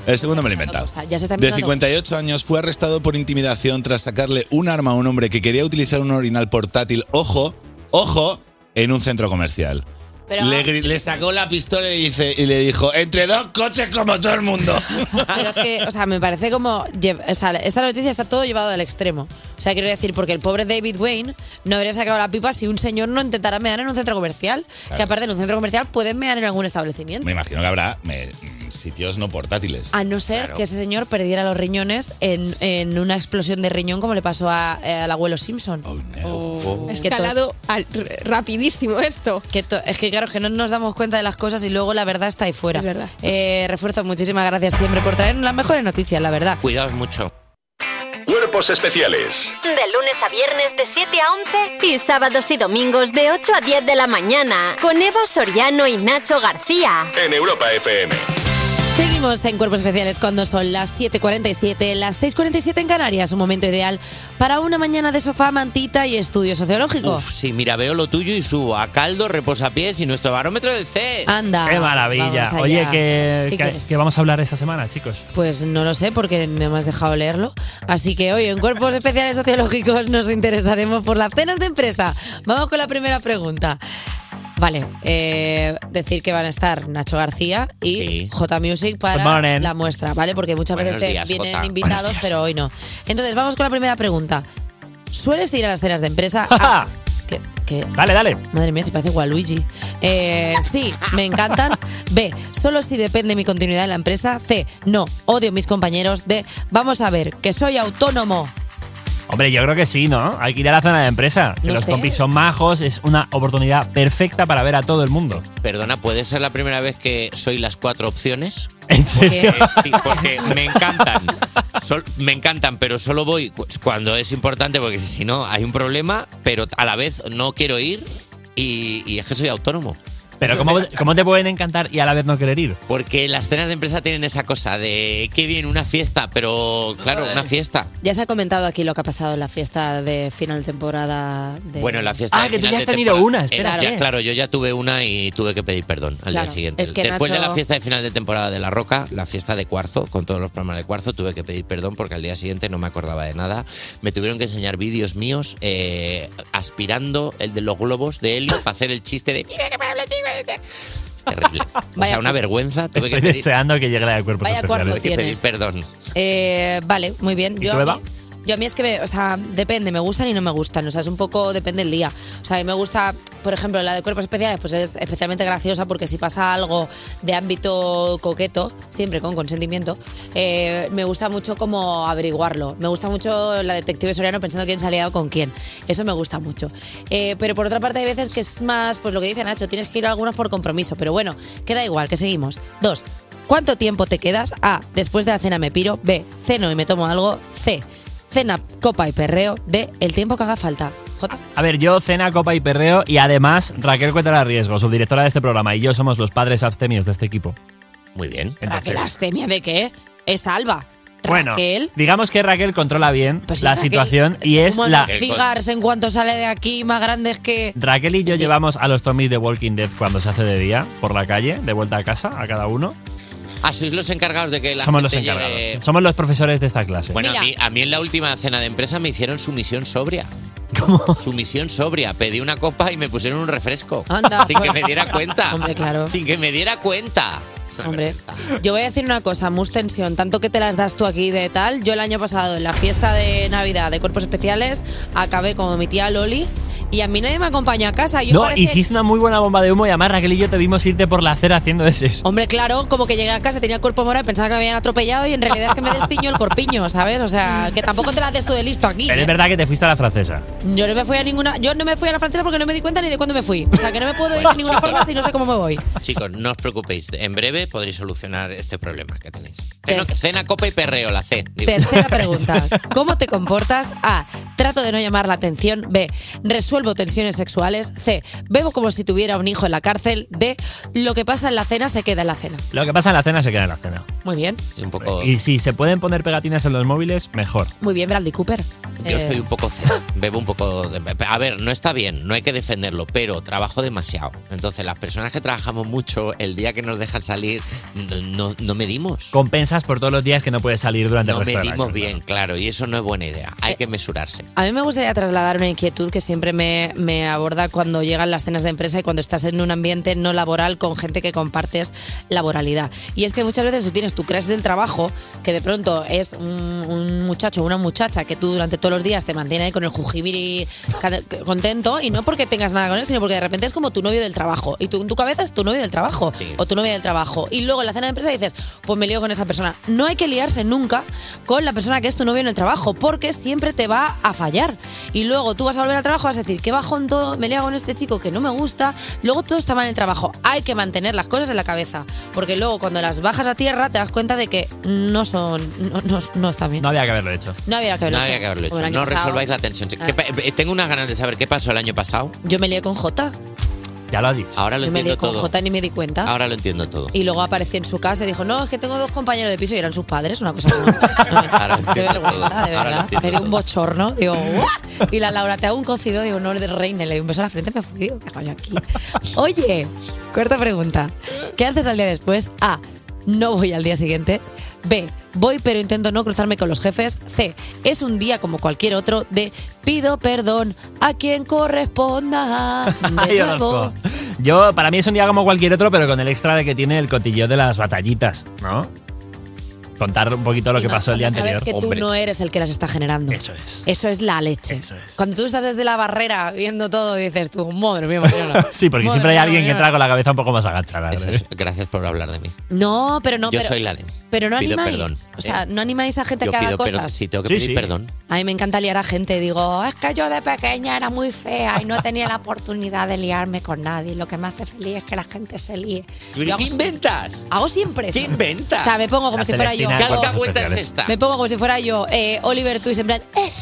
S10: El segundo me lo he inventado.
S3: Una cosa, ya se está
S10: De
S3: inventando.
S10: 58 años fue arrestado por intimidación tras sacarle un arma a un hombre que quería utilizar un orinal portátil, ojo, ojo, en un centro comercial.
S3: Pero
S10: le, gri- le sacó la pistola y, dice, y le dijo, entre dos coches como todo el mundo.
S3: Pero es que, o sea, me parece como. lle- O sea, esta noticia está todo llevado al extremo. O sea, quiero decir, porque el pobre David Wayne no habría sacado la pipa si un señor no intentara mear en un centro comercial.
S10: Claro.
S3: Que aparte en un centro comercial puedes mear en algún establecimiento.
S10: Me imagino que habrá me- mm, sitios no portátiles.
S3: A no ser
S10: Claro.
S3: que ese señor perdiera los riñones en, en una explosión de riñón como le pasó a- eh, al abuelo Simpson.
S10: Oh.
S3: Es
S12: Escalado
S3: rapidísimo esto. es que claro, es que no nos damos cuenta de las cosas y luego la verdad está ahí fuera. Eh, refuerzo, muchísimas gracias siempre por traernos las mejores noticias, la verdad.
S4: Cuidaos mucho.
S8: Cuerpos especiales
S2: De lunes a viernes de 7 a 11 y sábados y domingos de 8 a 10 de la mañana con Eva Soriano y Nacho García.
S8: en Europa FM.
S3: Seguimos en Cuerpos Especiales cuando son las 7.47, las 6.47 en Canarias, un momento ideal para una mañana de sofá, mantita y estudio sociológico.
S4: Uf, sí, mira, veo lo tuyo y subo a caldo, reposapiés y nuestro barómetro de C.
S3: Anda.
S13: Qué maravilla.
S3: vamos
S13: Oye,
S3: allá.
S13: que,
S3: ¿Qué
S13: Eh, que-
S3: quieres?
S13: que vamos a hablar esta semana, chicos.
S3: Pues no lo sé porque no me has dejado leerlo. Así que hoy en Cuerpos Especiales Sociológicos nos interesaremos por las cenas de empresa. Vamos con la primera pregunta. Vale, eh, decir que van a estar Nacho García y J Music
S13: Good
S3: para
S13: morning.
S3: la muestra, ¿vale? Porque muchas
S13: Buenos
S3: veces te
S13: días,
S3: vienen
S13: Jota.
S3: invitados,
S13: Buenos días.
S3: pero hoy no. Entonces, vamos con la primera pregunta. ¿Sueles ir a las cenas de empresa? Ah, que- que-
S13: Dale, dale.
S3: Madre mía, se parece Waluigi. Eh, sí, me encantan. B, solo si depende mi continuidad en la empresa. C, no, odio mis compañeros. D, vamos a ver, que soy autónomo.
S13: Hombre, yo creo que sí, ¿no? Hay que ir a la zona de empresa. Que
S3: No
S13: los
S3: sé.
S13: compis son majos, es una oportunidad perfecta para ver a todo el mundo.
S4: Perdona, ¿puede ser la primera vez que soy las cuatro opciones?
S13: ¿En serio?
S4: Sí, porque me encantan. Sol- me encantan, pero solo voy cu- cuando es importante, porque si no hay un problema, pero a la vez no quiero ir y, y es que soy autónomo.
S13: Pero
S3: <laughs>
S13: ¿cómo, cómo te pueden encantar y a la vez no querer ir?
S4: Porque las cenas de empresa tienen esa cosa de qué bien una fiesta, pero claro, una fiesta.
S3: Ya se ha comentado aquí lo que ha pasado en la fiesta de final de temporada. De...
S4: Bueno, en la fiesta.
S3: Ah,
S4: de
S3: que tú
S4: final
S3: ya has
S4: de
S3: tenido
S4: temporada.
S3: una, espera,
S4: Eh,
S3: ¿qué?
S4: ya, claro, yo ya tuve una y tuve que pedir perdón al
S3: Claro,
S4: día siguiente.
S3: es que
S4: Después de
S3: Nacho-
S4: la fiesta de final de temporada de La Roca, la fiesta de Cuarzo, con todos los programas de Cuarzo, tuve que pedir perdón porque al día siguiente no me acordaba de nada. Me tuvieron que enseñar vídeos míos eh, aspirando el de los globos de helio para hacer el chiste de. "Mira que me hable, tío, eh, eh". Es
S3: <laughs>
S4: terrible. o sea, una vergüenza. Tuve
S13: Estoy
S4: que pedir,
S13: deseando que llegue la de cuerpos
S3: Vaya
S13: especiales.
S3: cuerpo
S4: tuve que pedir
S3: tienes.
S4: perdón.
S3: Eh, vale, muy bien.
S13: tú,
S3: a
S13: Eva?
S3: mí, yo a mí es que, me, o sea, depende, me gustan y no me gustan. O sea, es un poco, depende el día. O sea, a mí me gusta, por ejemplo, la de cuerpos especiales, pues es especialmente graciosa porque si pasa algo de ámbito coqueto, siempre con consentimiento, eh, me gusta mucho como averiguarlo. Me gusta mucho la detective Soriano pensando quién se ha liado con quién. Eso me gusta mucho. Eh, pero por otra parte, hay veces que es más, pues lo que dice Nacho, tienes que ir a algunas por compromiso. Pero bueno, queda igual, que seguimos. Dos. ¿Cuánto tiempo te quedas? A. Después de la cena me piro. B. Ceno y me tomo algo. C. Cena, copa y perreo. D. El tiempo que haga falta. J.
S13: A ver, yo cena, copa y perreo y además Raquel Cuétara Riesgo, subdirectora de este programa, y yo somos los padres abstemios de este equipo.
S4: Muy bien.
S13: Ah,
S3: ¿Raquel abstemia de qué? Es Alba.
S13: Bueno,
S3: Raquel. Pues
S13: digamos que Raquel controla bien la
S3: Raquel,
S13: situación y es
S3: Como
S13: la...
S3: los cigars en cuanto sale de aquí, más grandes que.
S13: Raquel y yo llevamos a los zombies de Walking Dead cuando se hace de día por la calle, de vuelta a casa, a cada uno.
S4: Ah, sois los encargados de que la
S13: Somos los
S4: gente
S13: encargados.
S4: llegue-
S13: Somos los profesores de esta clase.
S4: Bueno, a mí, a mí en la última cena de empresa me hicieron sumisión sobria.
S13: ¿Cómo?
S4: Sumisión sobria. Pedí una copa y me pusieron un refresco.
S3: Anda,
S4: sin que me
S3: pues.
S4: diera cuenta.
S3: Hombre, claro.
S4: Sin que me diera cuenta.
S3: Hombre, yo voy a decir una cosa, mus tensión, tanto que te las das tú aquí de tal. Yo el año pasado en la fiesta de Navidad de cuerpos especiales acabé como mi tía Loli y a mí nadie me acompañó a casa. Yo
S13: no,
S3: parece-
S13: hiciste una muy buena bomba de humo y además Raquel y yo te vimos irte por la acera haciendo ese.
S3: Hombre, claro, como que llegué a casa, tenía el cuerpo morado, pensaba que me habían atropellado y en realidad es que me <laughs> destiño el corpiño, ¿sabes? O sea, que tampoco te la des tú de listo aquí.
S13: Pero
S3: ¿eh?
S13: es verdad que te fuiste a la francesa.
S3: Yo no me fui a ninguna, yo no me fui a la francesa porque no me di cuenta ni de cuándo me fui. O sea, que no me puedo ir de ninguna forma si no sé cómo me voy.
S4: Chicos, no os preocupéis. En breve podréis solucionar este problema que tenéis. Cena, cena, copa y perreo, la C. <laughs> digo. <laughs>
S3: Tercera pregunta. ¿Cómo te comportas? A. Trato de no llamar la atención. B. Resuelvo tensiones sexuales. C. Bebo como si tuviera un hijo en la cárcel. D. Lo que pasa en la cena se queda en la cena.
S13: Lo que pasa en la cena se queda en la cena.
S3: Muy bien.
S4: Un poco,
S13: Y si se pueden poner pegatinas en los móviles, mejor.
S3: Muy bien, Bradley Cooper.
S4: yo
S3: Eh,
S4: soy un poco cero, bebo un poco... de- a ver, no está bien, no hay que defenderlo, pero trabajo demasiado. Entonces, las personas que trabajamos mucho, el día que nos dejan salir, no, no- no medimos.
S13: Compensas por todos los días que no puedes salir durante
S4: No
S13: el resto del
S4: medimos
S13: año. Eh,
S4: bien, claro, y eso no es buena idea. Hay que mesurarse.
S3: A mí me gustaría trasladar una inquietud que siempre me, me aborda cuando llegan las cenas de empresa y cuando estás en un ambiente no laboral con gente que compartes laboralidad. Y es que muchas veces tú tienes tu crush del trabajo, que de pronto es un, un muchacho o una muchacha que tú durante todos los días te mantiene ahí con el jujibiri cada- contento, y no porque tengas nada con él, sino porque de repente es como tu novio del trabajo. Y tú en tu cabeza es tu novio del trabajo o tu novia del trabajo. Y luego en la cena de empresa dices, pues me lío con esa persona. No hay que liarse nunca con la persona que es tu novio en el trabajo, porque siempre te va a fallar. Y luego tú vas a volver al trabajo, vas a decir, qué bajón todo, me lío con este chico que no me gusta. Luego todo está mal en el trabajo. Hay que mantener las cosas en la cabeza, porque luego cuando las bajas a tierra te das cuenta de que no son, no, no- no están bien.
S13: No había que haberlo hecho.
S3: No había que haberlo
S4: No había
S3: hecho.
S4: que haberlo hecho.
S3: Como el año
S4: No
S3: pasado.
S4: resolváis la tensión.
S3: Ah.
S4: ¿Qué pa- eh, Tengo unas ganas de saber qué pasó el año pasado.
S3: Yo me lié con Jota.
S13: Ya lo ha dicho.
S4: Ahora lo
S3: Yo me lié
S4: entiendo
S3: con
S4: todo. Ah.
S3: Jota y ni me di cuenta.
S4: Ahora lo entiendo todo.
S3: Y luego aparecí en su casa y dijo, no, es que tengo dos compañeros de piso y eran sus padres, una cosa
S13: <laughs>
S4: Ahora lo
S3: de
S4: entiendo todo.
S3: vergüenza, de
S4: Ahora lo
S3: verdad.
S4: entiendo
S3: Me dio un bochorno, digo, "What?". Y la Laura, te hago un cocido, digo, no, de reina. Le di un beso a la frente, me fui, digo, ¿qué hago yo aquí? Oye, corta pregunta. ¿Qué haces al día después? A, no voy al día siguiente. B, voy pero intento no cruzarme con los jefes. C, es un día como cualquier otro. D, pido perdón a
S13: <laughs>
S3: quien corresponda. De
S13: Ay,
S3: nuevo.
S13: Orozco. Yo, para mí es un día como cualquier otro, pero con el extra de que tiene el cotilleo de las batallitas, ¿no? Contar un poquito lo
S3: Y
S13: que
S3: más
S13: pasó el día
S3: cuando
S13: anterior.
S3: Sabes que tú no eres el que las está generando. Eso
S13: es.
S3: Eso es la leche. Cuando tú estás desde la barrera viendo todo, dices tú, madre mía, Mariana.
S13: <laughs> sí, porque
S3: Madre
S13: siempre hay
S3: mía,
S13: alguien que
S3: Mariana.
S13: trae con la cabeza un poco más agachada. ¿eh?
S4: Gracias por hablar de mí.
S3: No, pero no.
S4: Yo
S3: pero,
S4: soy la de.
S3: pero no
S4: pido
S3: animáis.
S4: perdón,
S3: O sea,
S4: ¿eh?
S3: no animáis a gente
S4: Yo
S3: que haga
S4: pido
S3: cosas.
S4: perdón. Sí, tengo que
S13: Sí,
S4: pedir
S13: sí.
S4: perdón.
S3: A mí me encanta liar a gente. Digo, es que yo de pequeña era muy fea y no tenía la oportunidad de liarme con nadie. Lo que me hace feliz es que la gente se líe.
S4: ¿Qué
S3: Yo hago-
S4: inventas?
S3: Hago siempre eso.
S4: ¿Qué inventas?
S3: O sea, me pongo como
S4: La
S3: si fuera yo.
S4: Celestina en cuerpos ¿Qué alcahueta es especiales. esta?
S3: Me pongo como si fuera yo, eh, Oliver Twist, en plan. "Eh,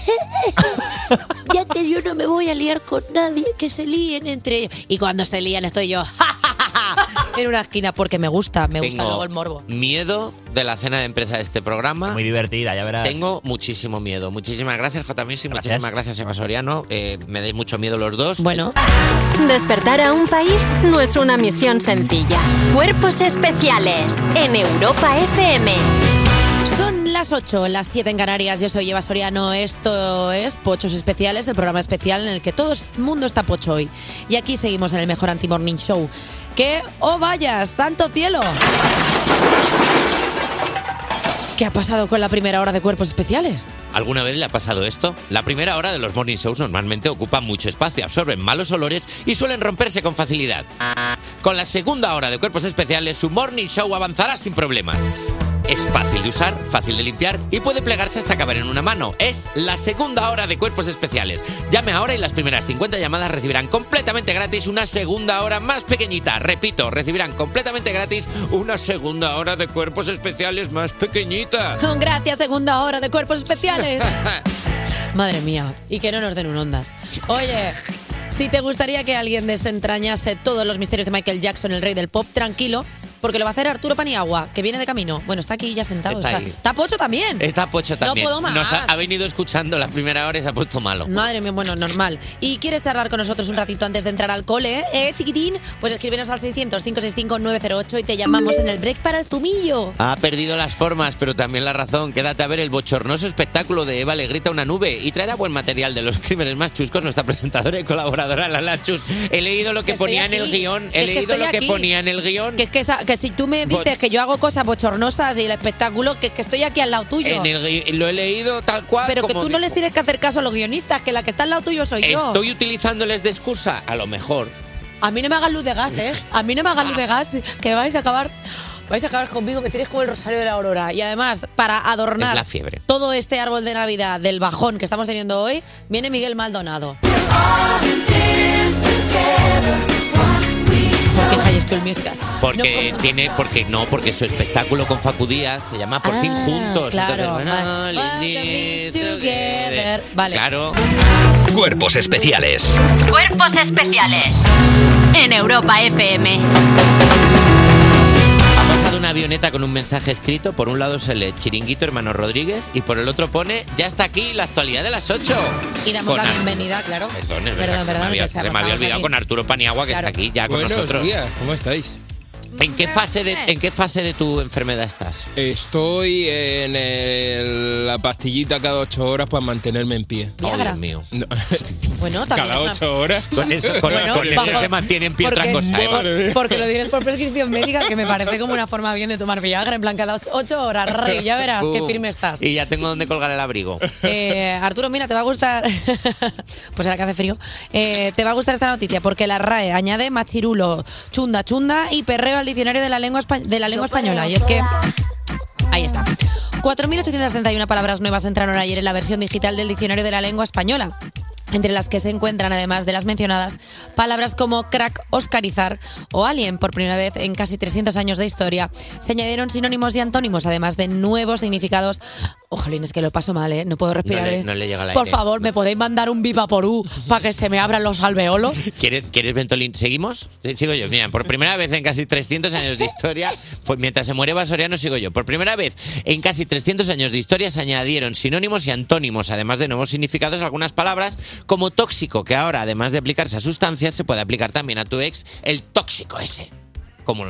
S3: <laughs> ya que yo no me voy a liar con nadie, que se líen entre ellos. Y cuando se lían, estoy yo. <laughs> en una esquina, porque me gusta, me gusta
S4: Tengo
S3: luego el morbo.
S4: Miedo de la cena de empresa de este programa. Muy
S13: divertida, ya verás.
S4: Tengo muchísimo miedo. Muchísimas gracias, J. Music. Muchísimas gracias, Eva Soriano. Eh, me dais mucho miedo los dos.
S3: Bueno.
S2: Despertar a un país no es una misión sencilla. Cuerpos especiales en Europa FM.
S3: Son las 8, las 7 en Canarias. Yo soy Eva Soriano. Esto es Pochos Especiales, el programa especial en el que todo el mundo está pocho hoy. Y aquí seguimos en el mejor anti-morning show. ¡Que, oh vayas, santo cielo! ¿Qué ha pasado con la primera hora de Cuerpos Especiales?
S4: ¿Alguna vez le ha pasado esto? La primera hora de los morning shows normalmente ocupa mucho espacio, absorben malos olores y suelen romperse con facilidad. Con la segunda hora de cuerpos especiales, su morning show avanzará sin problemas. Es fácil de usar, fácil de limpiar y puede plegarse hasta caber en una mano. Es la segunda hora de cuerpos especiales. Llame ahora y las primeras 50 llamadas recibirán completamente gratis una segunda hora más pequeñita. Repito, recibirán completamente gratis una segunda hora de cuerpos especiales más
S3: <laughs>
S4: pequeñita.
S3: Gracias, segunda hora de Cuerpos Especiales. Madre mía, y que no nos den un ondas. Oye, si te gustaría que alguien desentrañase todos los misterios de Michael Jackson, el rey del pop, tranquilo, porque lo va a hacer Arturo Paniagua, que viene de camino. Bueno, está aquí ya sentado.
S4: Está
S3: Está,
S4: ahí.
S3: está pocho también.
S4: Está Pocho
S3: No
S4: también.
S3: puedo más.
S4: Nos ha, ha venido escuchando la primera hora y se ha puesto malo.
S3: Madre mía, bueno, normal. ¿Y quieres charlar con nosotros un ratito antes de entrar al cole, eh, ¿Eh, chiquitín? Pues escríbenos al 600-565-908 y te llamamos en el break para el zumillo.
S4: Ha perdido las formas, pero también la razón. Quédate a ver el bochornoso espectáculo de Eva le grita una nube y traerá buen material de los <laughs> crímenes más chuscos nuestra presentadora y colaboradora Lala Chus. He leído lo que,
S3: estoy
S4: ponía en el
S3: aquí.
S4: guión.
S3: Que
S4: He
S3: es que
S4: leído
S3: estoy
S4: lo que
S3: aquí.
S4: ponía en el guión.
S3: Que es que, esa- que si tú me dices
S4: Bo-
S3: que yo hago cosas bochornosas y el espectáculo, que es que estoy aquí al lado tuyo.
S4: En el gui- lo he leído tal cual.
S3: Pero que
S4: como
S3: tú no
S4: di-
S3: les tienes que hacer caso a los guionistas, que la que está al lado tuyo soy yo.
S4: Estoy utilizándoles de excusa, a lo mejor.
S3: A mí no me hagas luz de gas, ¿eh? A mí no me hagas luz de gas, que vais a acabar... Vais a acabar conmigo, me tienes como el rosario de la aurora. Y además, para adornar
S4: Es la fiebre.
S3: todo este árbol de Navidad del bajón que estamos teniendo hoy, viene Miguel Maldonado. Porque es High School Musical.
S4: Porque tiene, porque no, porque su espectáculo con Facu Díaz se llama Por fin
S3: Ah,
S4: juntos.
S3: claro,
S4: Entonces, bueno,
S3: vale.
S4: Lindy,
S3: Together. Vale.
S4: Claro.
S1: Cuerpos especiales.
S2: Cuerpos especiales en Europa FM.
S4: Ha pasado una una avioneta con un mensaje escrito. Por un lado se lee Chiringuito Hermano Rodríguez y por el otro pone Ya está aquí la actualidad de las 8.
S3: Y damos la
S4: Con Ar-
S3: bienvenida, claro.
S4: Perdón, es verdad que
S3: Perdón, perdón,
S4: se me había,
S3: que se ha
S4: se me había
S3: pasado
S4: olvidado
S3: aquí.
S4: con Arturo Paniagua que
S3: Claro.
S4: está aquí ya con
S14: Buenos
S4: nosotros.
S14: días, ¿cómo estáis?
S4: ¿En qué fase de en qué fase de tu enfermedad estás?
S14: Estoy en el- la pastillita cada ocho horas para mantenerme en pie.
S4: Oh, Dios mío.
S14: No, <laughs>
S3: Bueno, también
S14: cada
S3: es una-
S14: ocho horas.
S4: Con eso, con- Bueno, con eso vamos. se mantiene en pie otra Porque- cosa, ¿eh?
S14: Madre
S3: Porque
S14: mía.
S3: lo dices por prescripción médica, que me parece como una forma bien de tomar Viagra. En plan, cada ocho- ocho horas, rey, ya verás qué
S14: Uh.
S4: Boom.
S3: firme estás.
S4: Uh, Y ya tengo donde colgar el abrigo.
S3: Eh, Arturo, mira, te va a gustar. pues ahora que hace frío. eh, te va a gustar esta noticia porque la RAE añade machirulo, chunda, chunda y perreo al diccionario de la lengua, espa- de la lengua española. Y es que. Ahí está. 4.831 palabras nuevas entraron ayer en la versión digital del diccionario de la lengua española. Entre las que se encuentran, además de las mencionadas, palabras como crack, oscarizar o alien, por primera vez en casi 300 años de historia, se añadieron sinónimos y antónimos, además de nuevos significados. Ojalín, es que lo paso mal, ¿eh? No puedo respirar,
S4: No le-
S3: ¿eh?
S4: no le llega el
S3: Por
S4: aire.
S3: favor, ¿me podéis mandar un viva por U para que se me abran los alveolos?
S4: ¿Quieres, ¿Quieres Ventolin? ¿Seguimos? Sí, Sigo yo. Mira, por primera vez en casi 300 años de historia, pues mientras se muere Vasoriano, sigo yo. Por primera vez en casi 300 años de historia se añadieron sinónimos y antónimos, además de nuevos significados, a algunas palabras como tóxico, que ahora, además de aplicarse a sustancias, se puede aplicar también a tu ex, el tóxico ese. Como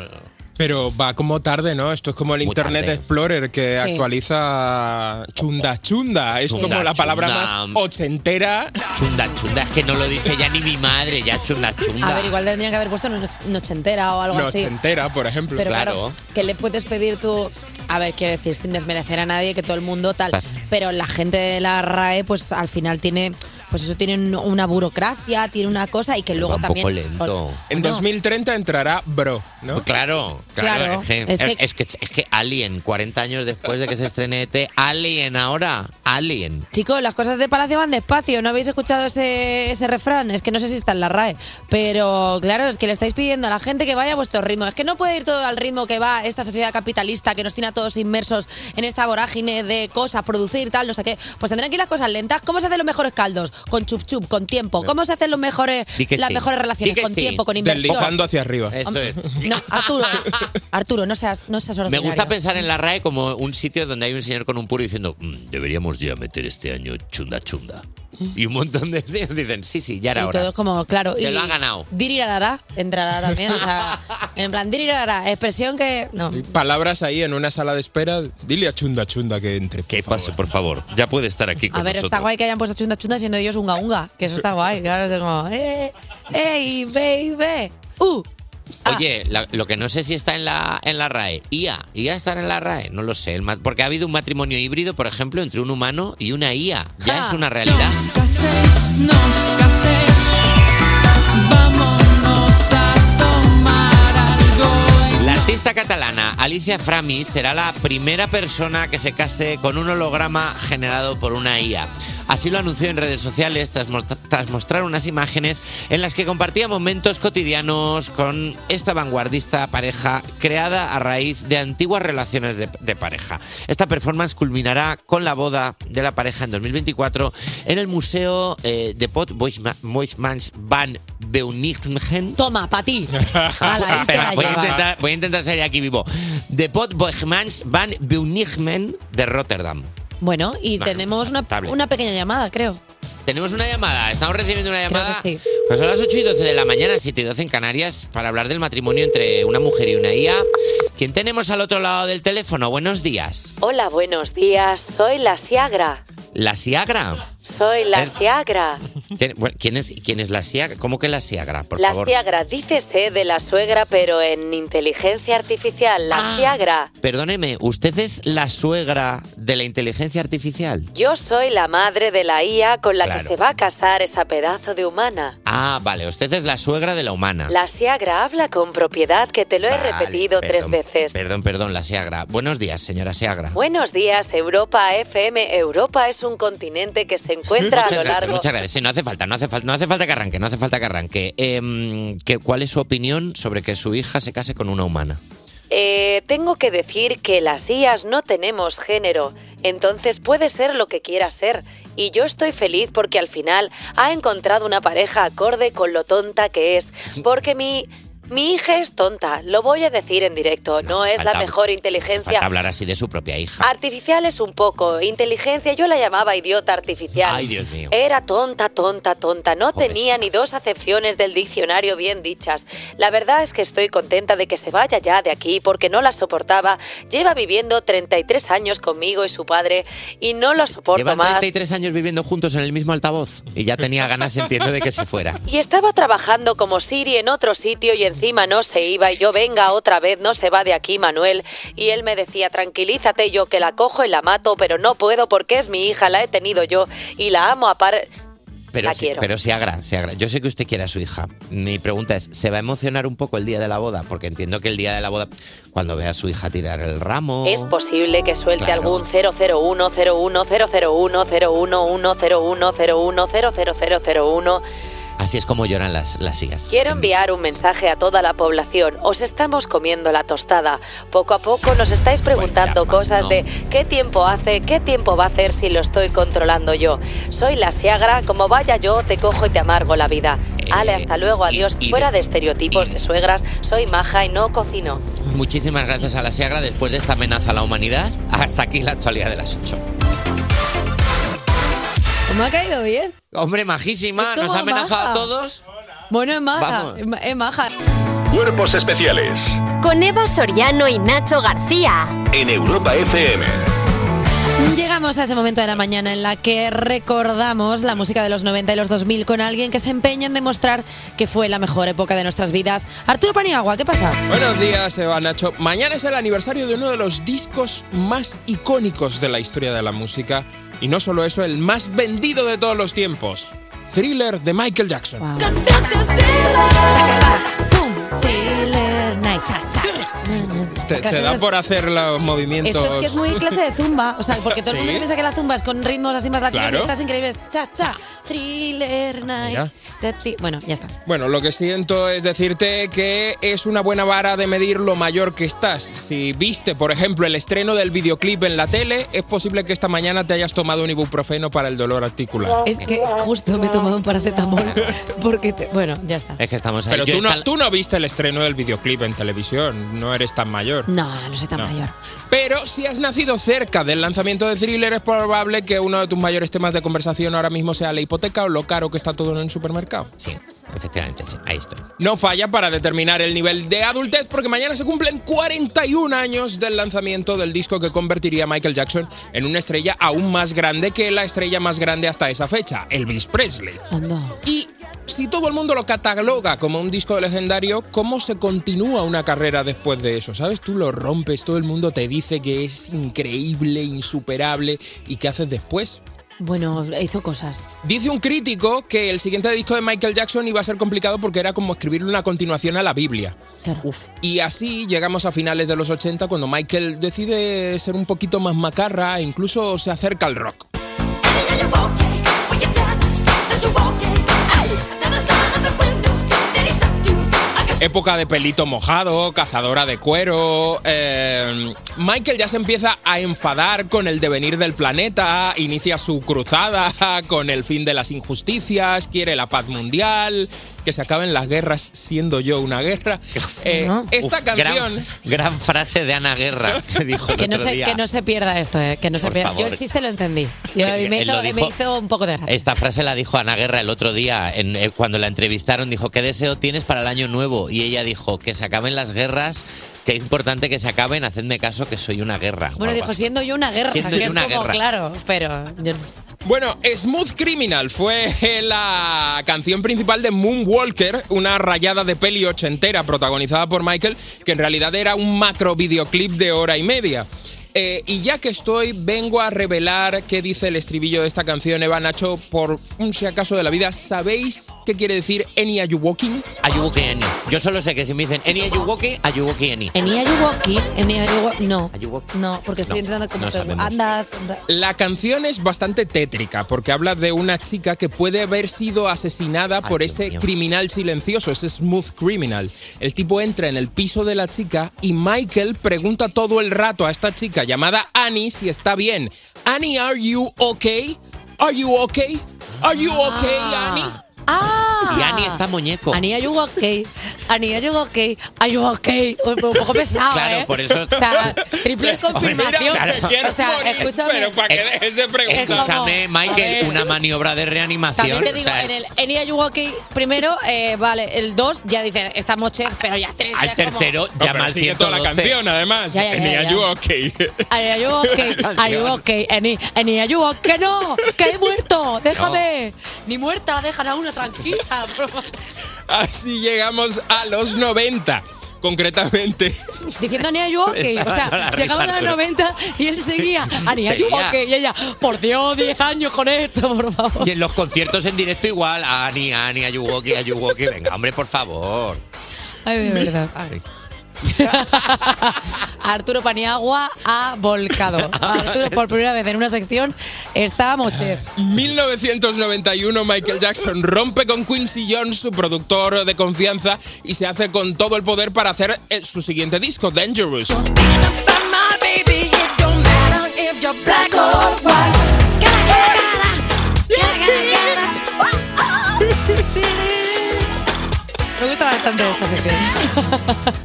S14: Pero va como tarde, ¿no? Esto es como el Internet
S4: tarde.
S14: Explorer que
S4: Sí.
S14: actualiza chunda chunda. Es como la palabra más ochentera.
S4: Chunda, chunda, es que no lo dice ya ni mi madre, ya chunda, chunda.
S3: A ver, igual tendrían que haber puesto noch- nochentera o algo así.
S14: ochentera, por ejemplo.
S3: Pero claro, que le puedes pedir tú. A ver, quiero decir, sin desmerecer a nadie, que todo el mundo tal.
S4: Estás-
S3: Pero la gente de la RAE, pues al final tiene. Pues eso tiene un- una burocracia, tiene una cosa y que luego también.
S14: En
S3: No.
S14: 2030 entrará bro, <laughs> ¿no?
S4: Claro,
S3: Claro,
S4: claro. Es, que, es, que, es que Alien, 40 años después de que se estrene ET, Alien ahora,
S14: <laughs>
S4: Alien.
S3: Chicos, las cosas de Palacio van despacio. ¿No habéis escuchado ese, ese refrán? Es que no sé si está en la RAE. Pero claro, es que le estáis pidiendo a la gente que vaya a vuestro ritmo. Es que no puede ir todo al ritmo que va esta sociedad capitalista que nos tiene a todos inmersos en esta vorágine de cosas, producir, tal, no sé qué. Pues tendrán que ir las cosas lentas. ¿Cómo se hacen los mejores caldos? Con chup chup, con tiempo. ¿Cómo se hacen los mejores,
S14: Di que
S3: las
S14: sí.
S3: mejores
S14: Di
S3: relaciones?
S14: que
S3: Con
S14: sí.
S3: tiempo, con inversión.
S14: Deslizando hacia arriba.
S4: Eso es.
S3: No, Arturo, Arturo, no seas, no seas
S4: Me
S3: ordinario.
S4: gusta pensar en la RAE como un sitio donde hay un señor con un puro diciendo "Mm, deberíamos ya meter este año chunda chunda. Y un montón de <laughs> tíos dicen, sí, sí, ya era
S3: Mm. Y todo
S4: hora.
S3: es como, claro.
S4: Se
S3: y
S4: lo ha ganado.
S3: Dirirarara entrará también.
S4: <laughs>
S3: O sea, en plan, dirirarara, expresión que. No.
S14: Y Palabras ahí en una sala de espera. Dile a chunda chunda que entre. Que
S4: pase, por favor. Ya puede estar aquí
S3: A ver, está guay que hayan puesto chunda chunda siendo ellos unga unga. Que eso está guay. Claro, es como. ¡Eh! ¡Ey, baby! ¡Uh!
S4: Oye, la- lo que no sé si está en la, en la RAE, IA, IA estará en la RAE, no lo sé, el ma- porque ha habido un matrimonio híbrido, por ejemplo, entre un humano y una IA, ya
S15: Ja.
S4: es una realidad.
S15: caséis, nos caséis. Vámonos a tomar algo.
S4: La artista catalana Alicia Frami será la primera persona que se case con un holograma generado por una IA. Así lo anunció en redes sociales tras, mos- tras mostrar unas imágenes en las que compartía momentos cotidianos con esta vanguardista pareja creada a raíz de antiguas relaciones de, de pareja. Esta performance culminará con la boda de la pareja en 2024 en el Museo eh, de Pot Boismans van Beunigen.
S3: Toma, para
S4: <laughs>
S3: ti. Ala, ahí te
S4: Espera,
S3: la
S4: voy, a
S3: llevas.
S4: intentar, voy a intentar salir aquí vivo. De Pot Boegmans van Beunigmen de Rotterdam.
S3: Bueno, y
S4: Vale,
S3: tenemos una,
S4: aceptable.
S3: una pequeña llamada, creo.
S4: Tenemos una llamada, estamos recibiendo una
S3: Creo
S4: llamada.
S3: que sí.
S4: Pues son las 8 y 12 de la mañana, 7 y 12 en Canarias, para hablar del matrimonio entre una mujer y una IA. ¿Quién tenemos al otro lado del teléfono? Buenos días.
S3: Hola, buenos días. Soy la Siagra.
S4: ¿La Siagra?
S3: Soy
S4: la Es-
S3: Siagra.
S4: ¿Quién, bueno, ¿quién es, ¿Quién es la Siagra? ¿Cómo que la Siagra? Por
S3: la
S4: favor.
S3: Siagra, dícese de la suegra, pero en inteligencia artificial. La Siagra.
S4: Perdóneme, ¿usted es la suegra de la inteligencia artificial?
S3: Yo soy la madre de la IA con la que
S4: Claro.
S3: se va a casar esa pedazo de humana.
S4: Ah, vale, usted es la suegra de la humana.
S3: La Siagra habla con propiedad, que te lo he
S4: Ah. Vale,
S3: repetido tres
S4: perdón,
S3: veces.
S4: Perdón, perdón, la Seagra. Buenos días, señora Seagra.
S3: Buenos días, Europa FM. Europa es un continente
S4: <laughs>
S3: que se encuentra a
S4: Muchas
S3: lo
S4: gracias,
S3: largo.
S4: muchas gracias. Sí, no hace falta, no hace falta, no hace falta que arranque, no hace falta que arranque. Em, que- ¿Cuál es su opinión sobre que su hija se case con una humana?
S3: Eh, tengo que decir que las IAS no tenemos género, entonces puede ser lo que quiera ser. Y yo estoy feliz porque al final ha encontrado una pareja acorde con lo tonta que es, porque mi Mi hija es tonta, lo voy a decir en directo. No, es la
S4: falta-
S3: mejor inteligencia.
S4: Falta hablar así de su propia
S3: Ah,
S4: hija.
S3: Artificial es un poco, inteligencia yo la llamaba idiota artificial.
S4: Ay, Dios mío.
S3: Era tonta, tonta, tonta, no
S4: Joder.
S3: tenía ni dos acepciones del diccionario bien dichas. La verdad es que estoy contenta de que se vaya ya de aquí porque no la soportaba. Lleva viviendo 33 años conmigo y su padre y no lo soporto
S4: Llevan
S3: más.
S4: 33 años viviendo juntos en el mismo altavoz y ya tenía ganas, entiendo, de que se
S3: <laughs>
S4: fuera.
S3: Y estaba trabajando como Siri en otro sitio y encima no se iba y yo venga otra vez, no se va de aquí Manuel. Y él me decía, tranquilízate yo que la cojo y la mato, pero no puedo porque es mi hija, la he tenido yo y la amo a par...
S4: Pero
S3: La
S4: sí-
S3: quiero.
S4: Pero se agra, se agra. Yo sé que usted quiere a su hija. Mi pregunta es, ¿se va a emocionar un poco el día de la boda? Porque entiendo que el día de la boda, cuando vea a su hija tirar el ramo...
S3: Es posible que suelte
S4: Claro.
S3: algún 001 01 001 001 01 01 00001.
S4: Así es como lloran las, las sillas.
S3: Quiero enviar un mensaje a toda la población. Os estamos comiendo la tostada. Poco a poco nos estáis preguntando cosas de qué tiempo hace, qué tiempo va a hacer si lo estoy controlando yo. Soy la Siagra, como vaya yo, te cojo y te amargo la vida. Ale, hasta luego, adiós. Fuera de estereotipos de suegras, soy maja y no cocino.
S4: Muchísimas gracias a la Siagra después de esta amenaza a la humanidad. Hasta aquí la actualidad de las 8.
S3: Me ha caído bien.
S4: Hombre, majísima, nos ha amenazado a todos.
S3: Bueno, es
S4: maja,
S3: es maja.
S8: Cuerpos especiales
S2: Con Eva Soriano y Nacho García.
S8: en Europa FM.
S3: Llegamos a ese momento de la mañana en la que recordamos la música de los 90 y los 2000 con alguien que se empeña en demostrar que fue la mejor época de nuestras vidas. Arturo Paniagua, ¿qué pasa?
S14: Buenos días, Eva Nacho. Mañana es el aniversario de uno de los discos más icónicos de la historia de la música. Y no solo eso, el más vendido de todos los tiempos. Thriller de Michael Jackson.
S3: Thriller Night. cha, cha.
S14: Te, te da por hacer los movimientos.
S3: Esto es que es muy clase de zumba, o sea, porque todo el mundo
S14: Sí.
S3: se piensa que la zumba es con ritmos así más latinos
S14: Claro.
S3: y estas increíbles. Cha, cha, thriller night.
S14: Mira.
S3: de ti- Bueno, ya está.
S14: Bueno, lo que siento es decirte que es una buena vara de medir lo mayor que estás. Si viste, por ejemplo, el estreno del videoclip en la tele, es posible que esta mañana te hayas tomado un ibuprofeno para el dolor articular.
S3: Es que justo me he tomado un paracetamol porque, te- bueno, ya está.
S4: Es que estamos ahí.
S14: Pero
S4: Yo
S14: tú no,
S4: esta-
S14: tú no viste el estreno del videoclip en televisión, no eres tan mayor.
S3: No, no soy tan
S14: No.
S3: mayor.
S14: Pero si has nacido cerca del lanzamiento de Thriller, es probable que uno de tus mayores temas de conversación ahora mismo sea la hipoteca o lo caro que está todo en el supermercado.
S4: Sí, efectivamente, sí, ahí estoy.
S14: No falla para determinar el nivel de adultez porque mañana se cumplen 41 años del lanzamiento del disco que convertiría a Michael Jackson en una estrella aún más grande que la estrella más grande hasta esa fecha, Elvis Presley. Y si todo el mundo lo cataloga como un disco legendario, ¿cómo se continúa una carrera después de eso? ¿Sabes? Tú lo rompes, todo el mundo te dice que es increíble, insuperable y ¿qué haces después?
S3: Bueno, hizo cosas.
S14: Dice un crítico que el siguiente disco de Michael Jackson iba a ser complicado porque era como escribirle una continuación a la Biblia. Y así llegamos a finales de los 80 cuando Michael decide ser un poquito más macarra e incluso se acerca al rock. Época de pelito mojado, cazadora de cuero. eh, Michael ya se empieza a enfadar con el devenir del planeta, inicia su cruzada <laughs> con el fin de las injusticias, quiere la paz mundial, que se acaben las guerras siendo yo una guerra. Eh, Esta
S4: Uf, gran-
S14: canción...
S4: Gran, frase de Ana Guerra <laughs> que dijo el
S3: Que no,
S4: otro
S3: se,
S4: día.
S3: que no se pierda esto, eh, que no se
S4: Por
S3: pierda. Yo
S4: favor.
S3: el chiste lo entendí. Yo-
S4: Él-
S3: me,
S4: él lo
S3: hizo, me
S4: dijo.
S3: hizo un poco de gracia.
S4: Esta frase la dijo Ana Guerra el otro día en- eh, cuando la entrevistaron. Dijo, ¿qué deseo tienes para el año nuevo? Y ella dijo, que se acaben las guerras, que es importante que se acaben, hacedme caso que soy una guerra. O
S3: Bueno,
S4: algo
S3: dijo,
S4: así.
S3: siendo yo una guerra,
S4: Siendo
S3: que
S4: yo
S3: es
S4: una
S3: como,
S4: guerra.
S3: claro, pero yo no.
S14: Bueno, Smooth Criminal fue <laughs> la canción principal de Moonwalker, una rayada de peli ochentera protagonizada por Michael, que en realidad era un macro videoclip de hora y media. Eh, y ya que estoy, vengo a revelar qué dice el estribillo de esta canción, Eva Nacho, por un si acaso de la vida. ¿Sabéis qué quiere decir Any Are You Walking?
S4: Are you walking any? Yo solo sé que si me dicen, ¿any are you walking? Are you walking any?
S3: En Ia Yugo aquí, en Ia Yugo- No,
S4: Are you walking?
S3: no, porque estoy
S4: No,
S3: intentando como
S4: no
S3: te-
S4: sabemos.
S3: andas.
S14: La canción es bastante tétrica porque habla de una chica que puede haber sido asesinada por ese criminal silencioso, ese smooth criminal. El tipo entra en el piso de la chica y Michael pregunta todo el rato a esta chica llamada Annie si está bien. Annie, are you okay? Are you okay? Are you okay, Annie?
S3: Ah.
S4: Y Annie está muñeco.
S3: Annie, are you okay? Annie, are you okay? Are you okay? Un un poco pesado,
S4: Claro,
S3: ¿eh?
S4: por eso-
S3: O sea,
S4: <laughs>
S3: triple confirmación.
S4: Mira, me quiero
S3: o sea,
S4: morir,
S3: escúchame.
S4: Escúchame,
S3: Es como- a ver.
S4: Michael, una maniobra de reanimación.
S3: También te digo,
S4: o sea,
S3: en el Any Are You Okay primero, eh, vale, el 2 ya dice, estamos chef, pero ya tres. ya
S4: al
S3: es como-
S4: tercero
S14: No,
S4: llama
S14: pero
S4: al
S14: sigue toda la
S4: 112.
S14: canción, además.
S3: Ya, ya,
S14: And
S3: ya,
S14: are
S3: ya.
S14: you okay?
S3: Are you
S4: <laughs>
S3: okay? Are you okay? Any, any are you okay? No, que he muerto. Déjame. Ni muerta, déjala una tranquila. <laughs> broma.
S14: <laughs> Así llegamos a los <laughs> 90, concretamente.
S3: Diciendo Any are you okay. O
S14: Estaba dando
S3: sea,
S14: la
S3: llegaba a
S14: risa,
S3: los
S14: Arturo.
S3: 90 y él
S4: <laughs>
S3: seguía. Any are you
S4: Seguía.
S3: okay? Y ella, por Dios, 10 años con esto, por favor.
S4: Y en los conciertos en directo igual, Ani, Ani, Ayuwoki, Ayuwoki, venga, hombre, por favor.
S3: Ay, de
S4: <laughs>
S3: verdad.
S4: Ay.
S3: Arturo Paniagua ha
S4: <laughs>
S3: volcado. Arturo, por primera vez en una sección, está moche.
S14: 1991, Michael Jackson rompe con Quincy Jones, su productor de confianza, y se hace con todo el poder para hacer eh, su siguiente disco, Dangerous.
S3: Me gusta bastante esta sección.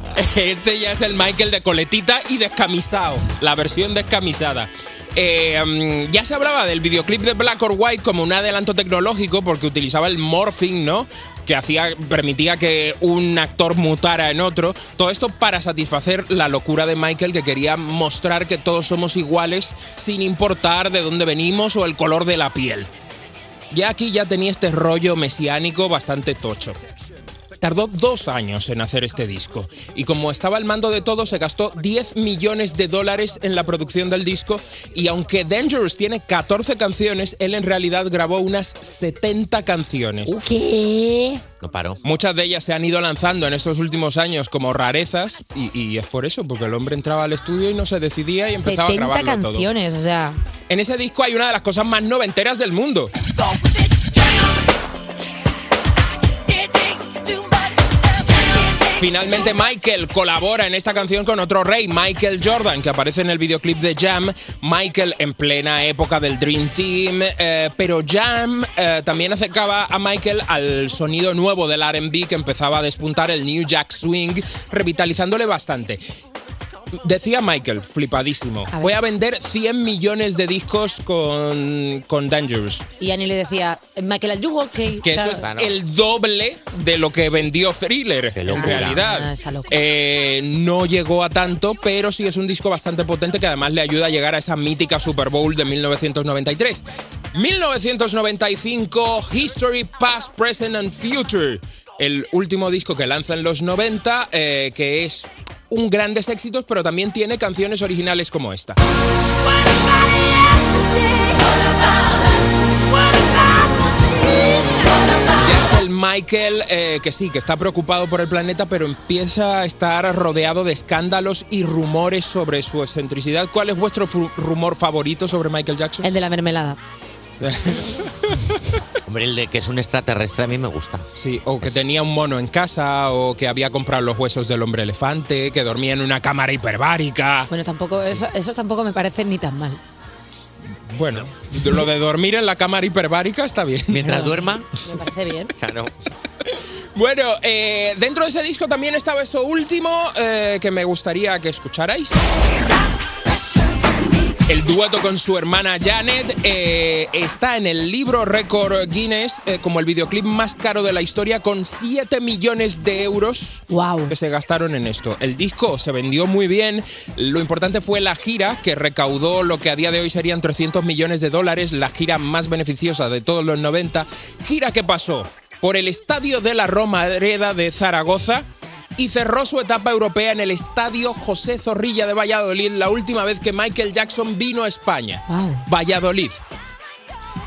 S14: <laughs> Este ya es el Michael de coletita y descamisado, la versión descamisada. Eh, mm, ya se hablaba del videoclip de Black or White como un adelanto tecnológico porque utilizaba el morphing, ¿no? Que hacía, permitía que un actor mutara en otro. Todo esto para satisfacer la locura de Michael que quería mostrar que todos somos iguales sin importar de dónde venimos o el color de la piel. Ya aquí ya tenía este rollo mesiánico bastante tocho. Tardó dos años en hacer este disco y como estaba al mando de todo se gastó 10 millones de dólares en la producción del disco y aunque Dangerous tiene 14 canciones, él en realidad grabó unas 70 canciones.
S3: ¿Qué?
S4: No paró.
S14: Muchas de ellas se han ido lanzando en estos últimos años como rarezas y, y es por eso, porque el hombre entraba al estudio y no se decidía y empezaba a
S3: 70
S14: grabarlo todo.
S3: canciones, o sea.
S14: En ese disco hay una de las cosas más noventeras del mundo. Finalmente Michael colabora en esta canción con otro rey, Michael Jordan, que aparece en el videoclip de Jam. Michael en plena época del Dream Team, eh, pero Jam eh, también acercaba a Michael al sonido nuevo del RB que empezaba a despuntar el New Jack Swing, revitalizándole bastante. Decía Michael, flipadísimo, voy a vender 100 millones de discos con, con Dangerous.
S3: Y Annie le decía, Michael, ¿are you okay?
S14: Que eso
S3: Claro.
S14: es el doble de lo que vendió Thriller, en
S3: locura.
S14: realidad.
S3: Ah, está loco.
S14: Eh, no llegó a tanto, pero sí es un disco bastante potente que además le ayuda a llegar a esa mítica Super Bowl de 1993. 1995, History, Past, Present and Future. El último disco que lanza en los 90, eh, que es un grandes éxitos, pero también tiene canciones originales como esta. El Michael, eh, que sí, que está preocupado por el planeta, pero empieza a estar rodeado de escándalos y rumores sobre su excentricidad. ¿Cuál es vuestro fu- rumor favorito sobre Michael Jackson?
S3: El de la mermelada.
S4: Hombre, el de que es un extraterrestre a mí me gusta.
S14: Sí, o que tenía un mono en casa, o que había comprado los huesos del hombre elefante, que dormía en una cámara hiperbárica.
S3: Bueno, tampoco, eso, eso tampoco me parece ni tan mal.
S14: Bueno, lo de dormir en la cámara hiperbárica está bien. <laughs>
S4: Mientras duerma.
S3: Me parece bien.
S4: Claro.
S14: Bueno, eh, dentro de ese disco también estaba esto último eh, que me gustaría que escucharais. El dueto con su hermana Janet eh, está en el libro récord Guinness eh, como el videoclip más caro de la historia con 7 millones de euros
S3: wow.
S14: que se gastaron en esto. El disco se vendió muy bien, lo importante fue la gira que recaudó lo que a día de hoy serían 300 millones de dólares, la gira más beneficiosa de todos los 90. Gira que pasó por el Estadio de la Roma Hereda de Zaragoza. Y cerró su etapa europea en el Estadio José Zorrilla de Valladolid la última vez que Michael Jackson vino a España. Valladolid.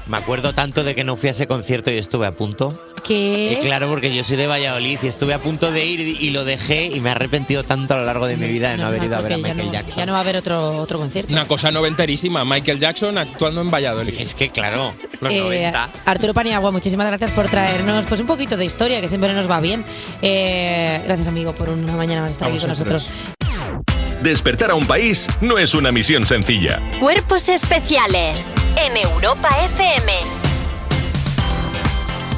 S4: Me acuerdo tanto de que no fui a ese concierto y estuve a punto.
S3: ¿Qué?
S4: Y
S14: Eh,
S4: claro, porque yo soy de Valladolid y estuve a punto de ir y lo dejé y me he arrepentido tanto a lo largo de mi vida de no haber ido a ver a
S3: Porque ya
S4: Michael
S3: no-
S4: Jackson.
S3: Ya no va a haber otro, otro concierto.
S14: Una cosa noventerísima, Michael Jackson actuando en Valladolid.
S4: Es que claro,
S3: Eh, Arturo Paniagua, muchísimas gracias por traernos pues un poquito de historia, que siempre nos va bien. Eh, gracias, amigo, por una mañana más estar
S8: A
S3: aquí con
S8: vosotros.
S3: nosotros.
S8: Despertar a un país no es una misión sencilla.
S2: Cuerpos especiales en Europa FM.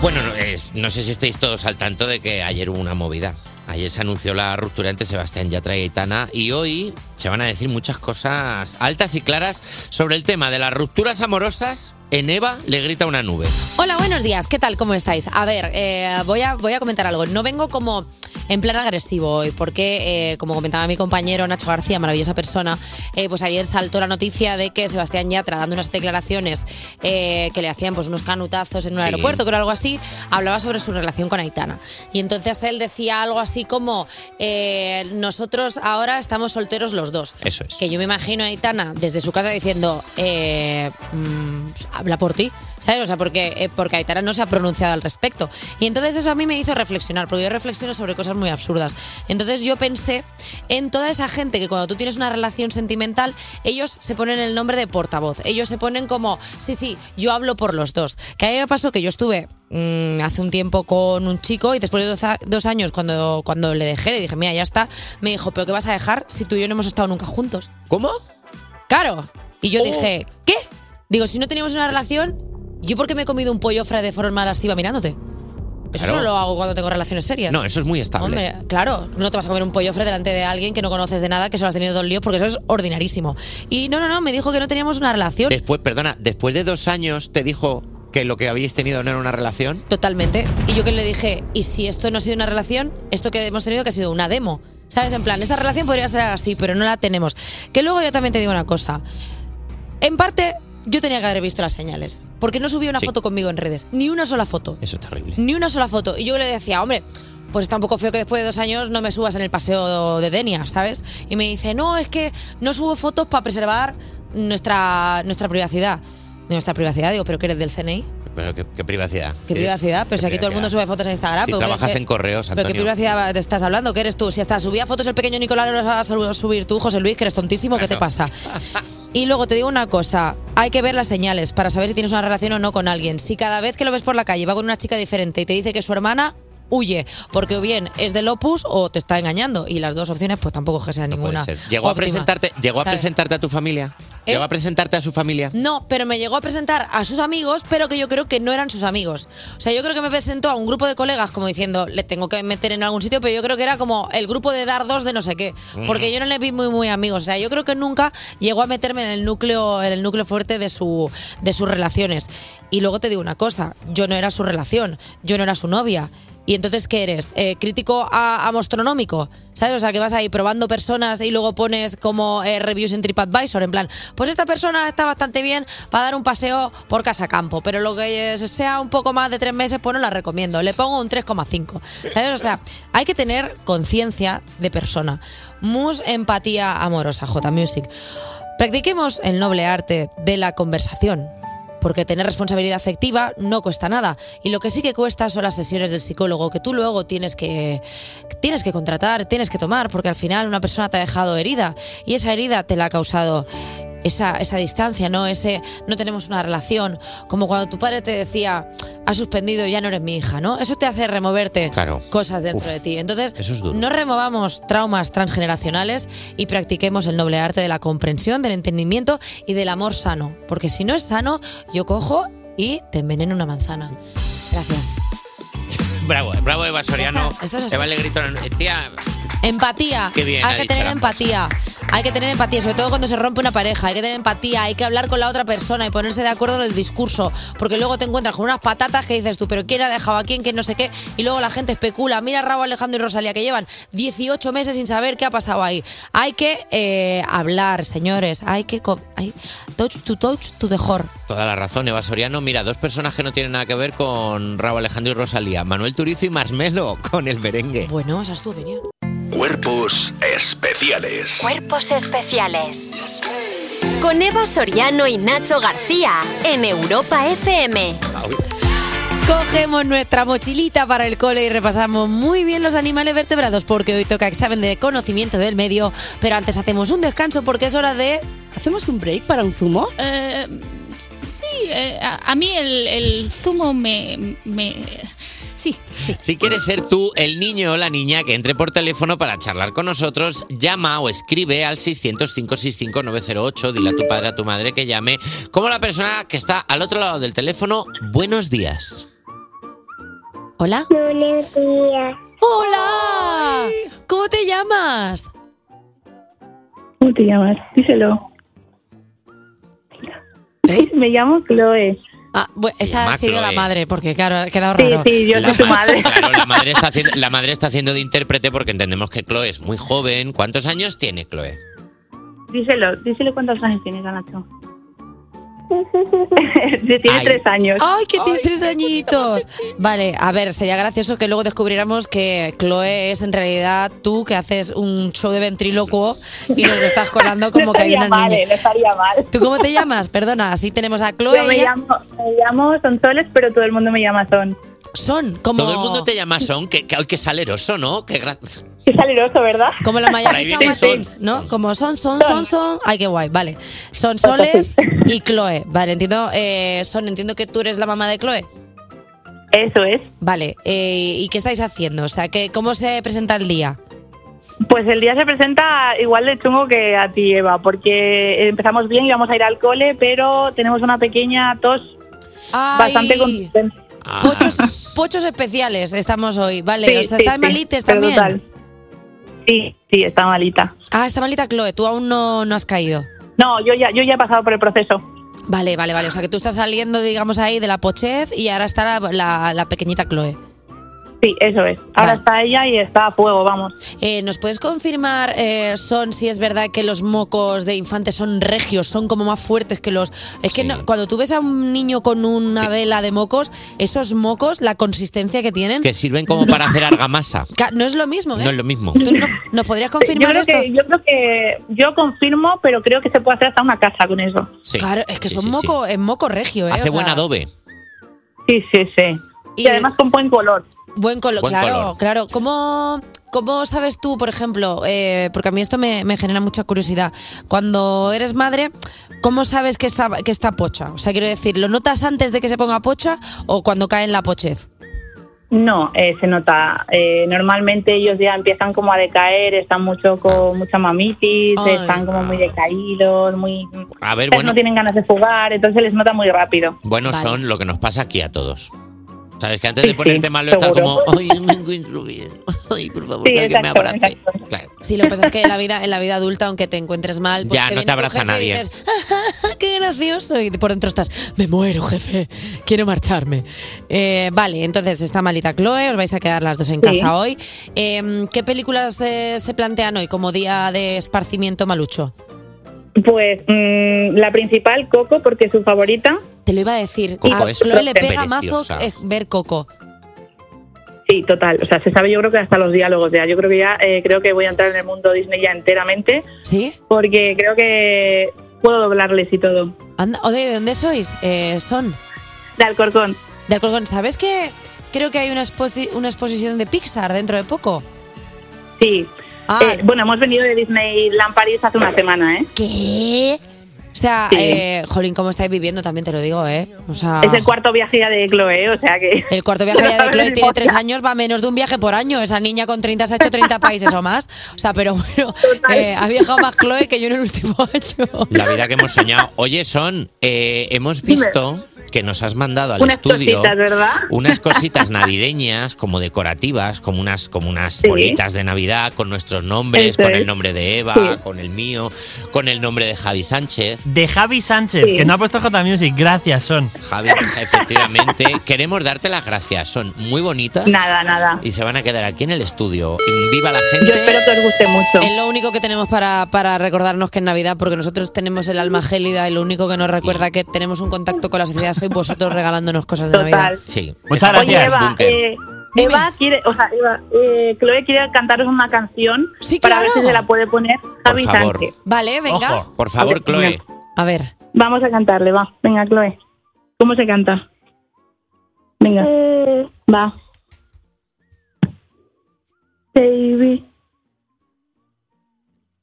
S4: Bueno, no, eh, no sé si estáis todos al tanto de que ayer hubo una movida. Ayer se anunció la ruptura entre Sebastián Yatra y Aitana y hoy se van a decir muchas cosas altas y claras sobre el tema de las rupturas amorosas. En Eva le grita una nube.
S3: Hola, buenos días. ¿Qué tal? ¿Cómo estáis? A ver, eh, voy, a, voy a comentar algo. No vengo como en plan agresivo hoy, porque, eh, como comentaba mi compañero Nacho García, maravillosa persona, eh, pues ayer saltó la noticia de que Sebastián Yatra, dando unas declaraciones eh, que le hacían pues unos canutazos en un
S9: Sí.
S3: aeropuerto, creo algo así, hablaba sobre su relación con Aitana. Y entonces él decía algo así como, eh, nosotros ahora estamos solteros los dos.
S4: Eso es.
S3: Que yo me imagino a Aitana desde su casa diciendo, eh, mm, habla por ti, ¿sabes? O sea, porque, eh, porque Aitana no se ha pronunciado al respecto. Y entonces eso a mí me hizo reflexionar, porque yo reflexiono sobre cosas muy absurdas. Entonces yo pensé en toda esa gente que cuando tú tienes una relación sentimental, ellos se ponen el nombre de portavoz. Ellos se ponen como, sí, sí, yo hablo por los dos. Que a mí me pasó que yo estuve mm, hace un tiempo con un chico y después de dos, a- dos años cuando, cuando le dejé, le dije, mira, ya está, me dijo, pero ¿qué vas a dejar si tú y yo no hemos estado nunca juntos?
S4: ¿Cómo? Oh.
S3: Claro. Y yo dije, ¿qué? Digo, si no teníamos una relación, ¿yo por qué me he comido un pollo fra de forma lastiva mirándote? Eso
S4: Claro.
S3: no lo hago cuando tengo relaciones serias.
S4: No, eso es muy estable.
S3: Hombre, claro, no te vas a comer un pollofre delante de alguien que no conoces de nada, que solo has tenido dos líos, porque eso es ordinarísimo. Y no, no, no, me dijo que no teníamos una relación.
S4: Después, perdona, después de dos años te dijo que lo que habíais tenido no era una relación.
S3: Totalmente. Y yo que le dije, ¿y si esto no ha sido una relación? Esto que hemos tenido que ha sido una demo. ¿Sabes? En plan, esta relación podría ser así, pero no la tenemos. Que luego yo también te digo una cosa. En parte, yo tenía que haber visto las señales. Porque no subí una
S4: Sí.
S3: foto conmigo en redes. Ni una sola foto.
S4: Eso es terrible.
S3: Ni una sola foto. Y yo le decía, hombre, pues está un poco feo que después de dos años no me subas en el paseo de Denia, ¿sabes? Y me dice, no, es que no subo fotos para preservar nuestra, nuestra privacidad. Nuestra privacidad, digo, pero que eres del CNI.
S4: Pero qué, qué privacidad.
S3: ¿Qué privacidad? Pero si aquí todo el mundo sube fotos en Instagram.
S4: Si
S3: pero
S4: trabajas
S3: ¿qué-
S4: en correos,
S3: ¿Pero qué
S4: Antonio.
S3: privacidad te estás hablando? ¿Qué eres tú? Si hasta subía fotos el pequeño Nicolás, ahora las vas a subir tú, José Luis, que eres tontísimo, ¿qué te pasa? Y luego te digo una cosa, hay que ver las señales para saber si tienes una relación o no con alguien. Si cada vez que lo ves por la calle va con una chica diferente y te dice que es su hermana, huye, porque o bien es del opus o te está engañando. Y las dos opciones, pues tampoco es que sea ninguna.
S4: Puede ser. Llegó a
S3: óptima.
S4: presentarte, llegó a
S3: ¿Sabes?
S4: presentarte a tu familia.
S3: ¿Eh?
S4: Llegó a presentarte a su familia.
S3: No, pero me llegó a presentar a sus amigos, pero que yo creo que no eran sus amigos. O sea, yo creo que me presentó a un grupo de colegas como diciendo, le tengo que meter en algún sitio, pero yo creo que era como el grupo de dardos de no sé qué, porque
S9: Mm.
S3: yo no le vi muy muy amigos. O sea, yo creo que nunca llegó a meterme en el núcleo en el núcleo fuerte de su de sus relaciones. Y luego te digo una cosa, yo no era su relación, yo no era su novia. Y entonces, ¿qué eres? Eh, ¿Crítico a, a mostronómico? ¿Sabes? O sea, que vas ahí probando personas y luego pones como eh, reviews en TripAdvisor, en plan, pues esta persona está bastante bien para dar un paseo por casa campo, pero lo que eh, sea un poco más de tres meses, pues no la recomiendo. Le pongo un 3,5. ¿Sabes? O sea, hay que tener conciencia de persona. Mus empatía amorosa, J Music. Practiquemos el noble arte de la conversación. Porque tener responsabilidad afectiva no cuesta nada. Y lo que sí que cuesta son las sesiones del psicólogo que tú luego tienes que, tienes que contratar, tienes que tomar, porque al final una persona te ha dejado herida y esa herida te la ha causado esa, esa distancia, ¿no? Ese no tenemos una relación. Como cuando tu padre te decía, ha suspendido, ya no eres mi hija, ¿no? Eso te hace removerte
S4: Claro.
S3: cosas dentro
S4: Uf,
S3: de ti. Entonces,
S4: eso es duro.
S3: no removamos traumas transgeneracionales y practiquemos el noble arte de la comprensión, del entendimiento y del amor sano. Porque si no es sano, yo cojo y te enveneno una manzana. Gracias.
S4: Bravo, eh, bravo Eva Soriano.
S3: Ya está, esto es así.
S4: Eva le gritó una- eh, Tía,
S3: Empatía.
S4: Qué bien,
S3: hay
S4: ha
S3: que
S4: dicho
S3: tener
S4: la
S3: empatía. Hay que tener empatía, sobre todo cuando se rompe una pareja. Hay que tener empatía, hay que hablar con la otra persona y ponerse de acuerdo en el discurso. Porque luego te encuentras con unas patatas que dices tú, pero ¿quién ha dejado a quién? ¿Quién no sé qué? Y luego la gente especula. Mira a Rabo Alejandro y Rosalía que llevan 18 meses sin saber qué ha pasado ahí. Hay que eh, hablar, señores. Hay que. co- hay- touch to touch to the whore.
S4: toda la razón, Eva Soriano. Mira, dos personas que no tienen nada que ver con Raúl Alejandro y Rosalía. Manuel Turizo y Marshmello con el merengue.
S3: Bueno, esa es tu opinión.
S8: Cuerpos especiales.
S2: Cuerpos especiales. Con Eva Soriano y Nacho García en Europa FM.
S3: Cogemos nuestra mochilita para el cole y repasamos muy bien los animales vertebrados porque hoy toca examen de conocimiento del medio, pero antes hacemos un descanso porque es hora de... ¿Hacemos un break para un zumo?
S16: Eh, sí, eh, a, a mí el, el zumo me, me... Sí, sí.
S4: Si quieres ser tú el niño o la niña que entre por teléfono para charlar con nosotros, llama o escribe al 600-565-908. Dile a tu padre, a tu madre que llame. Como la persona que está al otro lado del teléfono, buenos días.
S3: Hola.
S9: Buenos días.
S3: Hola. ¿Cómo te llamas?
S11: ¿Cómo te llamas? Díselo.
S3: ¿Eh?
S11: <laughs> Me llamo Chloe.
S3: Ah, bueno, esa
S4: llama
S3: ha sido la
S4: Chloe.
S3: madre, porque claro, ha quedado
S11: eh. Sí,
S3: raro.
S11: sí, yo
S4: La ma- Claro, la madre, está haciendo, la madre está haciendo de intérprete porque entendemos que Chloe es muy joven. ¿Cuántos años tiene Chloe?
S11: Díselo, díselo cuántos años tienes, <laughs> Nacho. tiene tres años.
S3: ¡Ay, que tiene tres añitos! Vale, a ver, sería gracioso que luego descubriéramos que Chloe es en realidad tú que haces un show de ventrílocuo y nos lo estás colando
S11: <laughs>
S3: como
S11: No
S3: que hay
S11: estaría
S3: una
S11: mal,
S3: niña.
S11: eh, no estaría mal.
S3: ¿Tú cómo te llamas? Perdona, así tenemos a Chloe.
S11: Yo me
S3: ella-
S11: llamo, me llamo Sonsoles, pero todo el mundo me llama Son.
S3: Son, como.
S4: Todo el mundo te llama Son, que, que, que saleroso, ¿no? Qué gra-
S11: Qué saleroso, ¿verdad?
S3: Como la
S4: Por ahí
S3: Miami
S4: viene
S3: Sound, ¿no? Como son, son, son, son. Ay, qué guay, vale. Son
S11: Pues
S3: Soles y Chloe. Vale, entiendo, eh, Son, entiendo que tú eres la mamá de Chloe.
S11: Eso es.
S3: Vale, eh, ¿y qué estáis haciendo? O sea, que, ¿cómo se presenta el día?
S11: Pues el día se presenta igual de chungo que a ti, Eva, porque empezamos bien y vamos a ir al cole, pero tenemos una pequeña tos
S3: Ay.
S11: bastante contundente.
S3: Pochos, pochos especiales estamos hoy, vale.
S11: Sí,
S3: o sea,
S11: sí,
S3: ¿estáis
S11: sí,
S3: malites
S11: pero
S3: también?
S11: total. Sí, sí, está malita.
S3: Ah, está malita Chloe, tú aún no, no has caído.
S11: No, yo ya, yo ya he pasado por el proceso.
S3: Vale, vale, vale. O sea, que tú estás saliendo, digamos, ahí de la pochez y ahora está la, la- la pequeñita Chloe.
S11: Sí, eso es. Ahora está ella y está a fuego, vamos.
S3: Eh, ¿Nos puedes confirmar, eh, Son, si es verdad que los mocos de infantes son regios, son como más fuertes que los... Es que no- cuando tú ves a un niño con una vela de mocos, esos mocos, la consistencia que tienen,
S4: que sirven como para hacer argamasa.
S3: Em- ca- no es lo mismo, ¿eh?
S4: No es lo mismo.
S3: ¿Tú no- ¿Nos podrías confirmar
S11: yo creo
S3: esto?
S11: Que, yo creo que yo confirmo, pero creo que se puede hacer hasta una casa con eso.
S4: Sí.
S3: Claro, es que
S4: Sí,
S3: son
S4: sí, sí.
S3: moco, es moco regio, ¿eh?
S4: Hace
S3: O
S4: buen
S3: sea,
S4: adobe.
S11: Sí, sí, sí. Y, además con buen color.
S3: Buen color,
S4: Buen
S3: claro,
S4: color.
S3: claro. ¿Cómo, ¿Cómo sabes tú, por ejemplo, eh, porque a mí esto me, me genera mucha curiosidad, cuando eres madre, ¿cómo sabes que está, que está pocha? O sea, quiero decir, ¿lo notas antes de que se ponga pocha o cuando cae en la pochez?
S11: No, eh, se nota. Eh, normalmente ellos ya empiezan como a decaer, están mucho
S4: Ah.
S11: con mucha mamitis,
S3: Ay.
S11: están como muy decaídos, muy
S4: A ver,
S11: no
S4: bueno,
S11: tienen ganas de jugar, entonces les nota muy rápido.
S4: buenos
S11: Vale.
S4: son lo que nos pasa aquí a todos. Sabes que antes
S11: Sí,
S4: de ponerte
S11: sí,
S4: malo estás
S11: seguro.
S4: como, ay, me encuentro bien. Ay, por favor,
S11: Sí,
S4: que alguien me
S11: exacto,
S4: abrace. Claro.
S3: Sí, lo que pasa es que en la vida, en la vida adulta, aunque te encuentres mal, pues
S4: Ya,
S3: te
S4: no
S3: viene
S4: te
S3: tu
S4: abraza
S3: jefe y
S4: nadie.
S3: dices, "Ah, ¡Qué gracioso! Y por dentro estás, me muero, jefe, quiero marcharme. Eh, vale, entonces está malita Chloe, os vais a quedar las dos en
S11: Sí.
S3: casa hoy. Eh, ¿Qué películas eh, se plantean hoy como día de esparcimiento malucho?
S11: Pues mm, la principal, Coco, porque es su favorita.
S3: Te lo iba a decir.
S11: Coco
S3: a
S11: es
S3: Chloe le pega mazo
S11: preciosa.
S3: eh, ver Coco.
S11: Sí, total. O sea, se sabe yo creo que hasta los diálogos ya. Yo creo que ya eh, creo que voy a entrar en el mundo Disney ya enteramente.
S3: ¿Sí?
S11: Porque creo que puedo doblarles y todo.
S3: Anda, oye, ¿de dónde sois? Eh, son.
S11: De Alcorcón.
S3: De Alcorcón. ¿Sabes que creo que hay una, exposi- una exposición de Pixar dentro de poco?
S11: Sí.
S3: Ah.
S11: Eh, bueno, hemos venido de Disneyland París hace una semana, ¿eh?
S3: ¿Qué? O sea,
S11: Sí.
S3: eh, Jolín, ¿cómo estáis viviendo? También te lo digo, ¿eh? O sea,
S11: Es el cuarto viaje ya de Chloe, o sea que...
S3: El
S11: <laughs>
S3: cuarto viaje ya de Chloe tiene tres años, va menos de un viaje por año. Esa niña con 30 se ha
S11: <laughs>
S3: hecho 30 países o más. O sea, pero bueno, eh, ha viajado más Chloe que yo en el último <laughs> año.
S4: La vida que hemos soñado. Oye, Son, eh, hemos
S3: Dime.
S4: visto que nos has mandado al
S3: Unas
S4: estudio
S3: cositas, ¿verdad?
S4: unas cositas
S11: <laughs>
S4: navideñas, como decorativas, como unas, como unas bolitas de Navidad con nuestros nombres,
S13: Eso
S4: con
S13: es.
S4: el nombre de Eva,
S13: Sí.
S4: con el mío, con el nombre de Javi Sánchez.
S13: De Javi Sánchez,
S4: Sí.
S13: que no ha puesto J Music. Gracias, Son.
S4: Javi, <laughs> efectivamente, queremos darte las gracias. Son muy bonitas.
S11: Nada, nada.
S4: Y se van a quedar aquí en el estudio. Viva la gente.
S11: que os guste mucho.
S3: Eh, Es lo único que tenemos para, para recordarnos que es Navidad, porque nosotros tenemos el alma gélida y lo único que nos recuerda que tenemos un contacto con la sociedad sois vosotros regalándonos cosas de
S11: Total.
S3: Navidad.
S4: Sí.
S13: Muchas
S11: Oye,
S13: gracias.
S11: Eva, eh, Eva quiere, o sea, Eva, eh, Chloe quiere cantaros una canción para ver si se la puede poner Javi
S4: favor.
S11: Sánchez.
S3: Vale, venga.
S4: Ojo, por favor, Chloe.
S3: A ver.
S11: Vamos a cantarle, va. Venga, Chloe. ¿Cómo se canta? Venga. Eh. Va. Baby.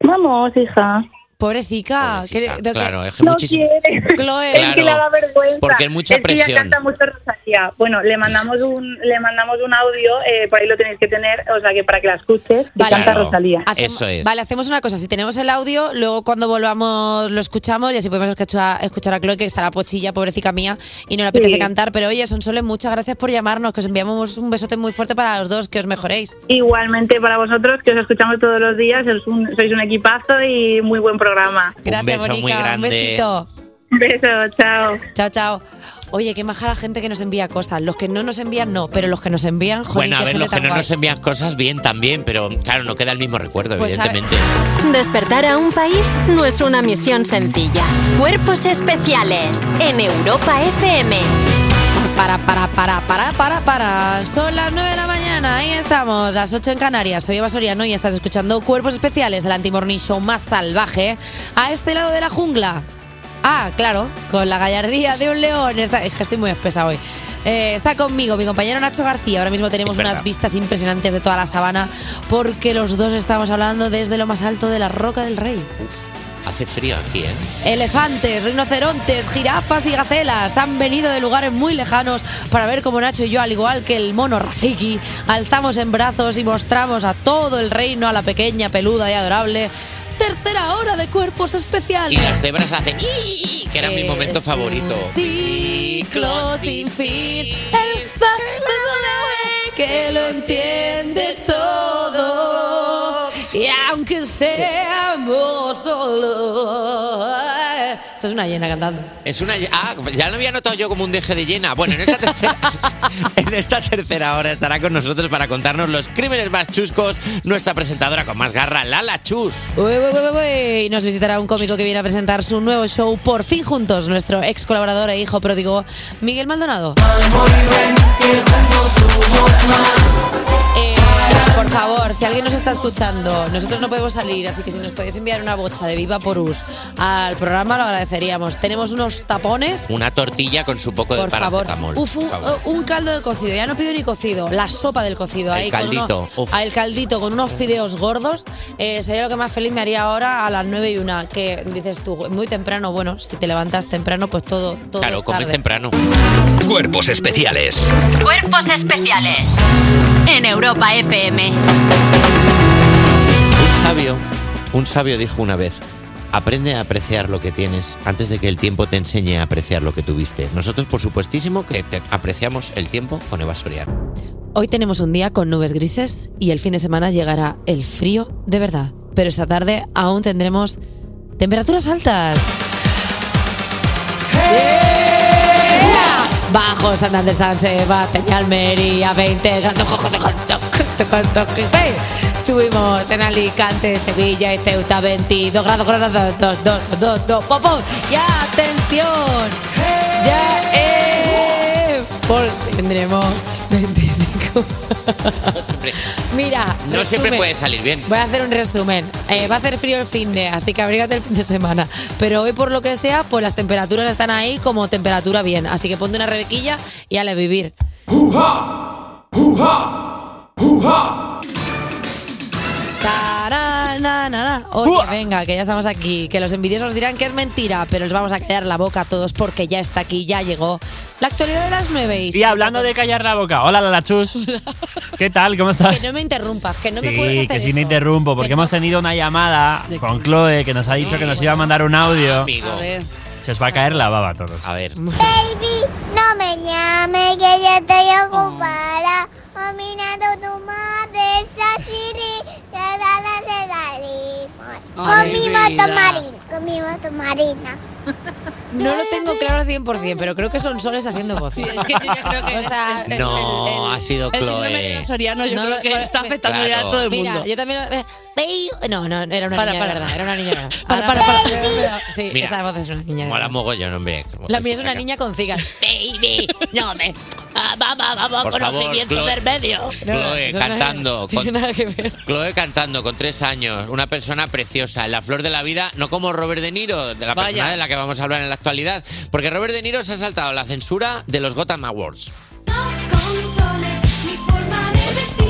S11: Vamos, hija.
S3: Pobrecita. que- de- que-
S4: Claro, es que muchísimo-
S3: <laughs>
S11: quiere.
S3: Chloe.
S11: Es que le da vergüenza.
S4: Porque es mucha
S11: que ella
S4: presión.
S11: canta mucho Rosalía. gracia. Bueno, le mandamos un, le mandamos un audio, eh, por ahí lo tenéis que tener, o sea que para que la escuches, que
S3: Vale.
S11: canta
S3: Claro,
S11: Rosalía.
S3: hacemos- Vale, hacemos una cosa. Si tenemos el audio, luego cuando volvamos lo escuchamos y así podemos escuchar, escuchar a Chloe, que está la pochilla, pobrecita mía, y no le apetece
S11: Sí.
S3: cantar. Pero oye, Sonsoles, muchas gracias por llamarnos, que os enviamos un besote muy fuerte para los dos, que os mejoréis.
S11: Igualmente para vosotros, que os escuchamos todos los días, sois un, sois un equipazo y muy buen programa.
S3: Gracias,
S4: beso muy
S3: Bonica.
S4: grande.
S3: Un besito.
S11: beso, chao.
S3: Chao, chao. Oye, qué maja la gente que nos envía cosas. Los que no nos envían, no, pero los que nos envían, joder,
S4: Bueno, a
S3: qué
S4: ver,
S3: gente
S4: los que
S3: tan
S4: no
S3: guay.
S4: nos envían cosas bien también, pero claro, no queda el mismo recuerdo,
S3: Pues, a ver.
S4: evidentemente.
S2: Despertar a un país no es una misión sencilla. Cuerpos especiales en Europa FM.
S3: Para, para, para, para, para, para. Son las 9 de la mañana, ahí estamos, las 8 en Canarias. Soy Eva Soriano y estás escuchando Cuerpos Especiales, el antimorning show más salvaje, a este lado de la jungla. Ah, claro, con la gallardía de un león. Está, es que estoy muy espesa hoy. Eh, está conmigo mi compañero Nacho García. Ahora mismo tenemos
S9: Es verdad.
S3: unas vistas impresionantes de toda la sabana porque los dos estamos hablando desde lo más alto de la Roca del Rey.
S4: Hace frío aquí, ¿eh?
S3: Elefantes, rinocerontes, jirafas y gacelas han venido de lugares muy lejanos para ver cómo Nacho y yo, al igual que el mono Rafiki, alzamos en brazos y mostramos a todo el reino a la pequeña, peluda y adorable tercera hora de cuerpos
S4: Y
S3: especiales.
S4: las cebras hacen "Ii", que era
S3: Eh,
S4: mi momento favorito.
S3: Ciclo sin fin, el barco que lo entiende todo. Y aunque estemos solos. Esto es una llena cantando.
S4: Es una ah, ya lo había notado yo como un deje de llena. Bueno, en esta, tercera, <laughs> en esta tercera hora estará con nosotros para contarnos los crímenes más chuscos nuestra presentadora con más garra, Lala Chus.
S3: Uy, uy, uy, uy, uy. Y nos visitará un cómico que viene a presentar su nuevo show Por fin juntos, nuestro ex colaborador e hijo pródigo Miguel Maldonado. Eh, por favor, si alguien nos está escuchando, nosotros no podemos salir, así que si nos podéis enviar una bocha de Viva Porus al programa lo agradeceríamos. Tenemos unos tapones
S4: Una tortilla con su poco de
S3: por favor.
S4: Pues paracetamol.
S3: Uf, un, oh.
S4: por favor.
S3: un caldo de cocido, ya no pido ni cocido, la sopa del cocido.
S4: El
S3: ahí con
S4: caldito,
S3: unos-
S4: uf.
S3: ah, el caldito con unos fideos gordos eh, sería lo que más feliz me haría ahora a las 9 y una, que dices tú, muy temprano, bueno, si te levantas temprano, pues todo, todo
S1: Claro,
S3: es
S1: comes
S3: tarde.
S4: temprano.
S1: Cuerpos especiales.
S2: Cuerpos especiales en Europa FM.
S4: Un sabio, un sabio dijo una vez, aprende a apreciar lo que tienes antes de que el tiempo te enseñe a apreciar lo que tuviste. Nosotros, por supuestísimo, que te- apreciamos el tiempo con Eva Soriano.
S3: Hoy tenemos un día con nubes grises y el fin de semana llegará el frío de verdad. Pero esta tarde aún tendremos temperaturas altas. Bajo Santander, San Sebastián, y Almería, 20 grados. jo, jo, jo, jo, jo, jo, jo, hey. Estuvimos en Alicante, Sevilla y Ceuta, 22 grados, grados, dos, dos, dos, dos, dos, pop, pop. Ya, atención, ya eh, por- tendremos
S4: <laughs>
S3: 25. Mira,
S4: No siempre
S3: resumen.
S4: puede salir bien.
S3: Voy a hacer un resumen. Eh, va a hacer frío el fin de, así que abrígate el fin de semana. Pero hoy, por lo que sea, pues las temperaturas están ahí como temperatura bien. Así que ponte una rebequilla y ale vivir. Tará, na, na, na. Oye, venga, que ya estamos aquí. Que los envidiosos dirán que es mentira, pero os vamos a callar la boca a todos porque ya está aquí, ya llegó. La actualidad de las nueve.
S13: Y hablando de callar la boca. Hola, Lalachus.
S3: <laughs>
S13: ¿Qué tal? ¿Cómo estás?
S3: Que no me interrumpas, que no
S13: sí,
S3: me puedes hacer
S13: que sí
S3: eso.
S13: me interrumpo, porque hemos tenido una llamada con Chloe que nos ha dicho que nos iba a mandar un
S3: Ah,
S13: audio.
S4: Amigo.
S3: A ver.
S13: Se os va a caer la baba a todos. <laughs>
S4: A ver.
S17: Baby, no me llame que ya estoy
S3: Ah.
S17: ocupada Caminando tu madre, esa Siri, que nada se salimos Con
S3: Ay,
S17: mi
S3: vida.
S17: moto marina, con mi moto marina
S3: No lo tengo claro al 100%, pero creo que son soles haciendo voz.
S9: es que yo ya creo
S3: <laughs>
S9: que-
S3: O sea,
S4: No, ha sido
S3: el síndrome
S9: de
S4: Chloe.
S3: Soriano,
S9: yo creo que está afectando ya a todo el mundo.
S3: Mira, yo también. eh, baby- No, no, era una
S9: Para,
S3: niña,
S9: para.
S3: de verdad, era una niña. de verdad.
S9: Para,
S3: Ahora-
S9: para,
S3: Sí,
S4: Mira.
S3: esa voz es una niña. de
S4: Mola
S3: verdad.
S4: mogollón, hombre.
S3: La
S4: pues
S3: mía es una niña con cigas. Baby, no me. Ah, Vamos, vamos,
S4: Por favor,
S3: conocimiento
S4: Chloe.
S3: del medio.
S4: Chloe
S3: eso no es-
S4: cantando.
S3: tiene
S4: con-
S3: nada que ver.
S4: Chloe cantando con tres años, una persona preciosa, en la flor de la vida, no como Robert De Niro, de la
S3: Vaya.
S4: persona de la que vamos a hablar en la actualidad, porque Robert De Niro se ha saltado la censura de los Gotham Awards.
S15: Controles mi forma de vestir.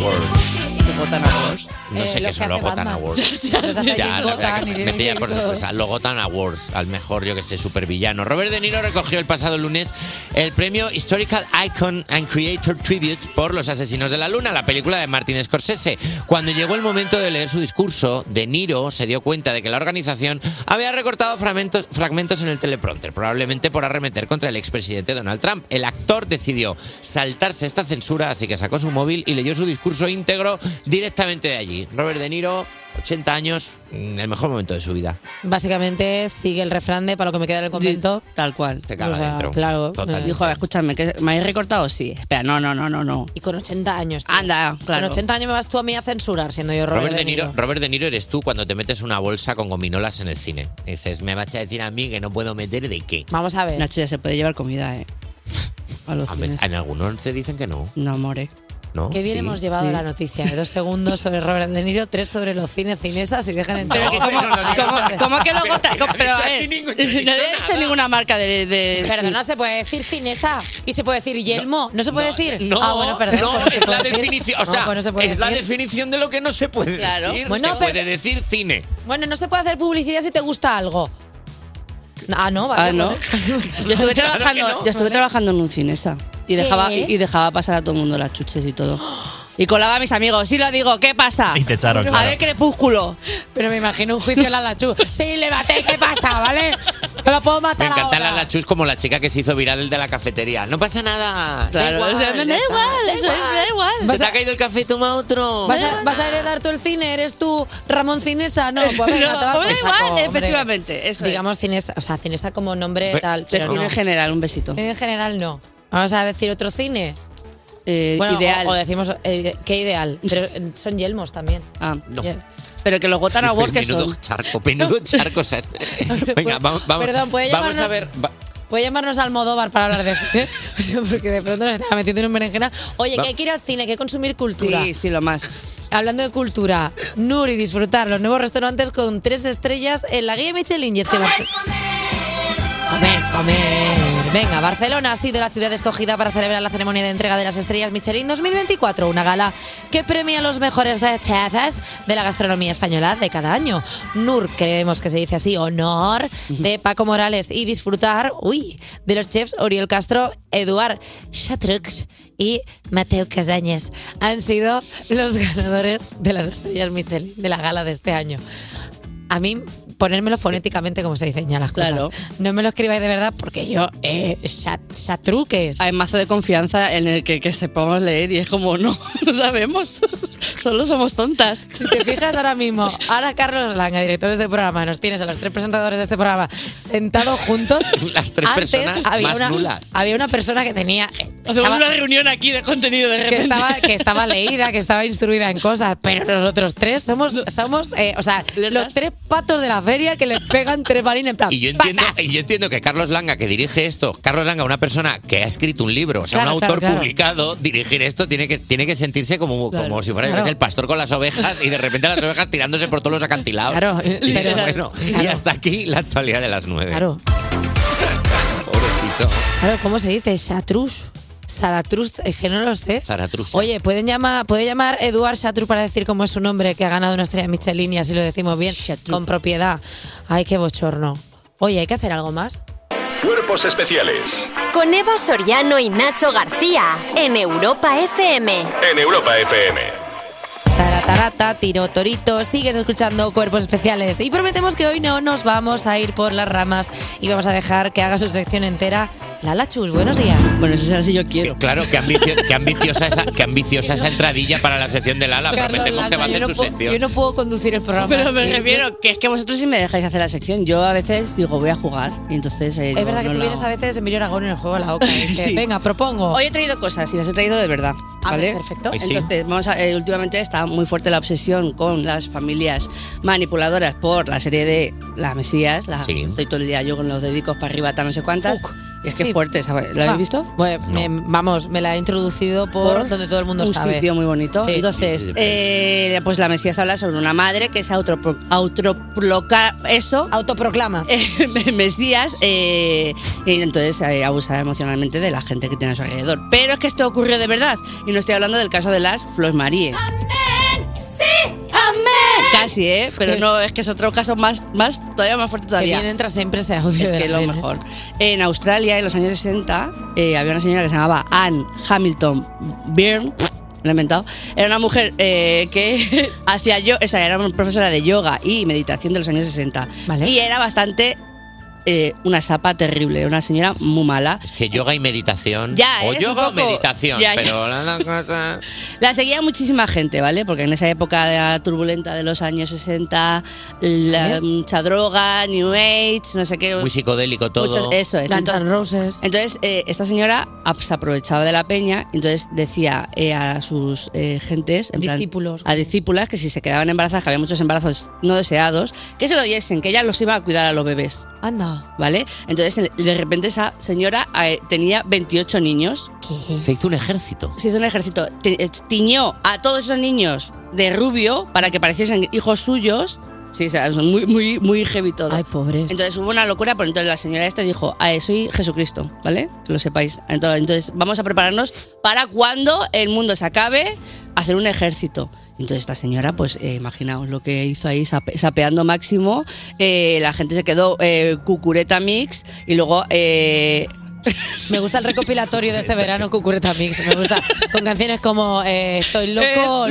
S15: porque
S4: Gotham Awards. No
S3: Eh,
S4: sé
S3: lo
S4: qué
S3: que
S4: son los
S3: hace
S4: Gotham
S3: Batman.
S4: Awards.
S3: Los hace Jane
S4: la verdad
S3: Gotham
S4: que
S3: y
S4: me- me
S3: Jane
S4: pilla por
S3: Gotham.
S4: sorpresa. Los Gotham Awards, al mejor, yo que sé, supervillano. Robert De Niro recogió el pasado lunes el premio Historical Icon and Creator Tribute por Los Asesinos de la Luna, la película de Martin Scorsese. Cuando llegó el momento de leer su discurso, De Niro se dio cuenta de que la organización había recortado fragmentos, fragmentos en el teleprompter, probablemente por arremeter contra el expresidente Donald Trump. El actor decidió saltarse esta censura, así que sacó su móvil y leyó su discurso íntegro directamente de allí. Robert De Niro, 80 años, en el mejor momento de su vida.
S3: Básicamente sigue el refrán de para lo que me queda del convento.
S9: Tal cual.
S4: Se caga dentro.
S9: Claro.
S4: Total.
S9: Dijo, escúchame, ¿que ¿me habéis recortado? Sí. Espera, no, no, no, no, no.
S3: Y con 80 años.
S9: Anda, claro.
S3: Con 80 años me vas tú a mí a censurar, siendo yo Robert,
S4: Robert De Niro, Robert De Niro eres tú cuando te metes una bolsa con gominolas en el cine. Y dices, me vas a decir a mí que no puedo meter de qué.
S3: Vamos a ver.
S9: Nacho ya se puede llevar comida, ¿eh? A los
S4: A ver,
S9: cines.
S4: en algunos te dicen que no,
S9: No, more.
S4: ¿no?
S3: Qué bien
S4: Sí.
S3: hemos llevado
S9: sí.
S3: la noticia. de Dos segundos sobre Robert De Niro, tres sobre los cines, cinesas y dejan
S15: <laughs>
S3: entrar.
S9: Pero que como, como, como que lo gusta. Pero, a
S15: eh,
S9: ver, no debe ser ninguna marca de. de
S3: Perdona, se puede decir finesa y se puede decir yelmo. No, se puede decir.
S9: no,
S3: ah, bueno, perdón.
S9: no,
S3: pues no se
S9: es la
S3: puede decir.
S4: definición, o
S3: No,
S4: sea,
S3: pues no se puede
S4: es la
S3: decir.
S4: definición de lo que no se puede
S3: Claro.
S4: decir.
S3: Bueno,
S4: se
S3: pero-
S4: puede decir cine.
S3: Bueno, no se puede hacer publicidad si te gusta algo. Ah, no, vale.
S9: Ah, no.
S3: bueno.
S9: Yo estuve,
S3: Claro que
S9: trabajando,
S3: no.
S9: yo estuve trabajando en un cinesa y dejaba,
S3: ¿Qué?
S9: y dejaba pasar a todo el mundo las chuches y todo. Y colaba a
S3: <gasps>
S9: mis amigos, sí lo digo, ¿qué pasa?
S13: Y te echaron,
S9: A
S13: claro.
S9: ver, crepúsculo.
S3: Pero me imagino un juicio a la
S9: <laughs>
S3: Lachu. Sí, levate, ¿qué pasa, vale? Me lo puedo
S4: Me
S3: matar
S4: encanta
S3: ahora.
S4: la Lachus como la chica que se hizo viral el de la cafetería. No pasa nada.
S3: Claro,
S4: da igual,
S3: o sea, me da
S4: ya está,
S3: igual, eso es, me da igual.
S4: Se
S3: Vas
S4: te
S3: a-
S4: ha caído el café, toma otro.
S3: ¿Vas a, vas a heredar tú el cine? ¿Eres tú Ramón Cinesa? No, pues venga,
S9: No,
S3: te vas por
S9: pues da
S3: saco,
S9: igual,
S3: hombre.
S9: efectivamente, eso es.
S3: Digamos Cinesa, o sea, Cinesa como nombre
S9: Ve-
S3: tal,
S9: te
S3: pero no.
S9: escribo en general, un besito.
S3: En general no. Vamos a decir otro cine.
S9: Eh,
S3: Bueno,
S9: ideal.
S3: O, o decimos, eh, qué ideal. Pero eh, son yelmos también.
S9: Ah,
S4: No.
S3: Yel-
S9: Pero que los Gotham Awards que
S4: menudo
S9: son.
S4: charco,
S3: <laughs>
S4: menudo charco. o sea, Venga, vamos, vamos,
S3: Perdón, ¿puede
S4: vamos
S3: llamarnos-
S4: a ver. va-
S3: Puede llamarnos Almodóvar para hablar de <laughs> cine. O sea, porque de pronto nos estaba metiendo en un berenjena. Oye,
S9: Va-
S3: que hay que ir al cine, que hay que consumir cultura.
S9: Sí, sí, lo más.
S3: Hablando de cultura, Nuri disfrutar los nuevos restaurantes con tres estrellas en la guía Michelin. Y es que Comer, comer. Venga, Barcelona ha sido la ciudad escogida para celebrar la ceremonia de entrega de las estrellas Michelin 2024, una gala que premia a los mejores chefs de la gastronomía española de cada año. Nur, creemos que se dice así, honor de Paco Morales y disfrutar, uy, de los chefs Oriol Castro, Eduard Chatrux y Mateo Casañas. Han sido los ganadores de las estrellas Michelin de la gala de este año. A mí, ponérmelo fonéticamente como se diseñan las cosas.
S9: Claro.
S3: No me lo escribáis de verdad porque yo, eh, ya, ya truques.
S9: Hay mazo de confianza en el que, que sepamos leer y es como, no, <laughs> no sabemos. <laughs> Solo somos tontas.
S3: Si te fijas ahora mismo, ahora Carlos Langa, director de este programa, nos tienes a los tres presentadores de este programa sentados juntos.
S4: <laughs> Las tres
S3: Antes
S4: personas
S3: había,
S4: más
S3: una,
S4: nulas.
S3: había una persona que tenía.
S9: Hacemos una reunión aquí de contenido de
S3: que
S9: repente.
S3: estaba, que estaba leída, que estaba instruida en cosas, pero nosotros tres somos, somos eh, o sea, los tres patos de la feria que les pegan tres balines en plan.
S4: Y yo entiendo, y yo entiendo que Carlos Langa, que dirige esto, Carlos Langa, una persona que ha escrito un libro, o sea,
S3: Claro,
S4: un
S3: claro,
S4: autor
S3: claro.
S4: publicado, dirigir esto tiene que, tiene que sentirse como,
S3: Claro,
S4: como si fuera yo
S3: claro.
S4: qué sé, el pastor con las ovejas y de repente las ovejas tirándose por todos los acantilados.
S3: Claro,
S4: y, dices,
S3: pero-
S4: bueno, y
S3: claro.
S4: hasta aquí la actualidad de las nueve.
S3: Claro.
S4: Pobrecito.
S3: Claro, ¿cómo se dice? Chatrus. Zaratrus, es que no lo sé.
S4: Zaratrus.
S3: Oye, ¿pueden llamar, puede llamar Eduard Chatrus para decir cómo es su nombre, que ha ganado una estrella Michelin y así lo decimos bien, con propiedad. Ay, qué bochorno. Oye, ¿hay que hacer algo más?
S8: Cuerpos especiales
S2: Con Eva Soriano y Nacho García en Europa FM.
S8: en Europa FM.
S3: Taratarata, tiro torito, sigues escuchando cuerpos especiales. Y prometemos que hoy no nos vamos a ir por las ramas y vamos a dejar que haga su sección entera. Lala Chus, buenos días.
S9: Bueno, eso es así yo quiero.
S4: Claro, qué, ambicio- qué ambiciosa esa, qué ambiciosa esa entradilla para la sección de Lala.
S3: Carlos
S4: Prometemos que va
S3: Langa,
S4: a
S3: yo,
S4: hacer
S3: no
S4: su
S3: puedo, yo
S4: sección.
S3: no puedo conducir el programa.
S9: Pero me
S3: Sí, yo-
S9: refiero que es que vosotros sí me dejáis hacer la sección. Yo a veces digo, voy a jugar. Y entonces. eh,
S3: Es
S9: digo,
S3: verdad que
S9: no
S3: tú
S9: lo
S3: vienes
S9: hago.
S3: a veces Emilio Aragón en el juego de la OCA. y dices,
S9: Sí.
S3: Eh, Venga, propongo.
S9: Hoy he traído cosas y las he traído de verdad.
S3: Ah,
S9: ¿Vale?
S3: perfecto. Ay, sí.
S9: Entonces, vamos a- eh, últimamente está muy fuerte la obsesión con las familias manipuladoras por la serie de La Mesías. La,
S4: Sí.
S9: Estoy todo el día yo con los dedicos para arriba, tal, no sé cuántas. Y es que es
S3: Sí.
S9: fuerte, ¿sabes? ¿La
S3: Ah,
S9: habéis visto?
S3: bueno, me- vamos, me la he introducido por, donde todo el mundo
S9: un
S3: sabe.
S9: sitio muy bonito.
S3: Sí.
S9: Entonces,
S3: Sí, sí, sí.
S9: eh, pues la Mesías habla sobre una madre que se autopro, autoproca- eso, <laughs>
S3: autoproclama
S9: Mesías eh, y entonces eh, abusa emocionalmente de la gente que tiene a su alrededor. Pero es que esto ocurrió de verdad y no estoy hablando del caso de las Flos Marie. Casi, ¿eh? Pero no, es que es otro caso más, más todavía más fuerte todavía.
S3: bien entra siempre ese audio
S9: Es
S3: de
S9: que
S3: la
S9: lo
S3: nena.
S9: mejor. En Australia, en los años 60, eh, había una señora que se llamaba Anne Hamilton Byrne. Lo he inventado. Era una mujer eh, que <laughs> hacía yo, o sea, era una profesora de yoga y meditación de los años 60. Y era bastante eh, una sapa terrible, una señora muy mala.
S4: Que yoga y meditación.
S9: Ya,
S4: o
S9: eres un
S4: yoga o
S9: poco-
S4: meditación.
S9: ya, ya.
S4: pero la- la- la- la-
S9: <laughs> La seguía muchísima gente, ¿vale? Porque en esa época turbulenta de los años 60, la-
S4: ¿Eh?
S9: mucha droga, New Age, no sé qué.
S4: muy psicodélico todo.
S9: Muchos- eso es.
S3: Guns
S9: entonces, entonces, eh, esta señora ap- se aprovechaba de la peña, entonces decía eh, a sus eh, gentes, en plan,
S3: Discípulos.
S9: a discípulas, que si se quedaban embarazadas, que había muchos embarazos no deseados, que se lo diesen, que ella los iba a cuidar a los bebés.
S3: Anda.
S9: ¿Vale? Entonces, el- de repente, esa señora eh, tenía 28 niños.
S4: Se hizo un ejército.
S9: Se hizo un ejército. Te- eh, Tiñó a todos esos niños de rubio para que pareciesen hijos suyos. Sí, o sea, es muy, muy, muy heavy todo. Ay,
S3: pobres.
S9: Entonces hubo una locura, pero entonces la señora esta dijo, "Ah, eh, soy Jesucristo, ¿vale? Que lo sepáis. Ento- Entonces vamos a prepararnos para cuando el mundo se acabe, hacer un ejército. Entonces esta señora, pues eh, imaginaos lo que hizo ahí, sape- sapeando máximo. Eh, la gente se quedó eh, cucureta mix y luego... eh,
S3: Me gusta el recopilatorio de este verano Cucureta Mix. Me gusta con canciones como eh, Estoy loco,
S9: Eh,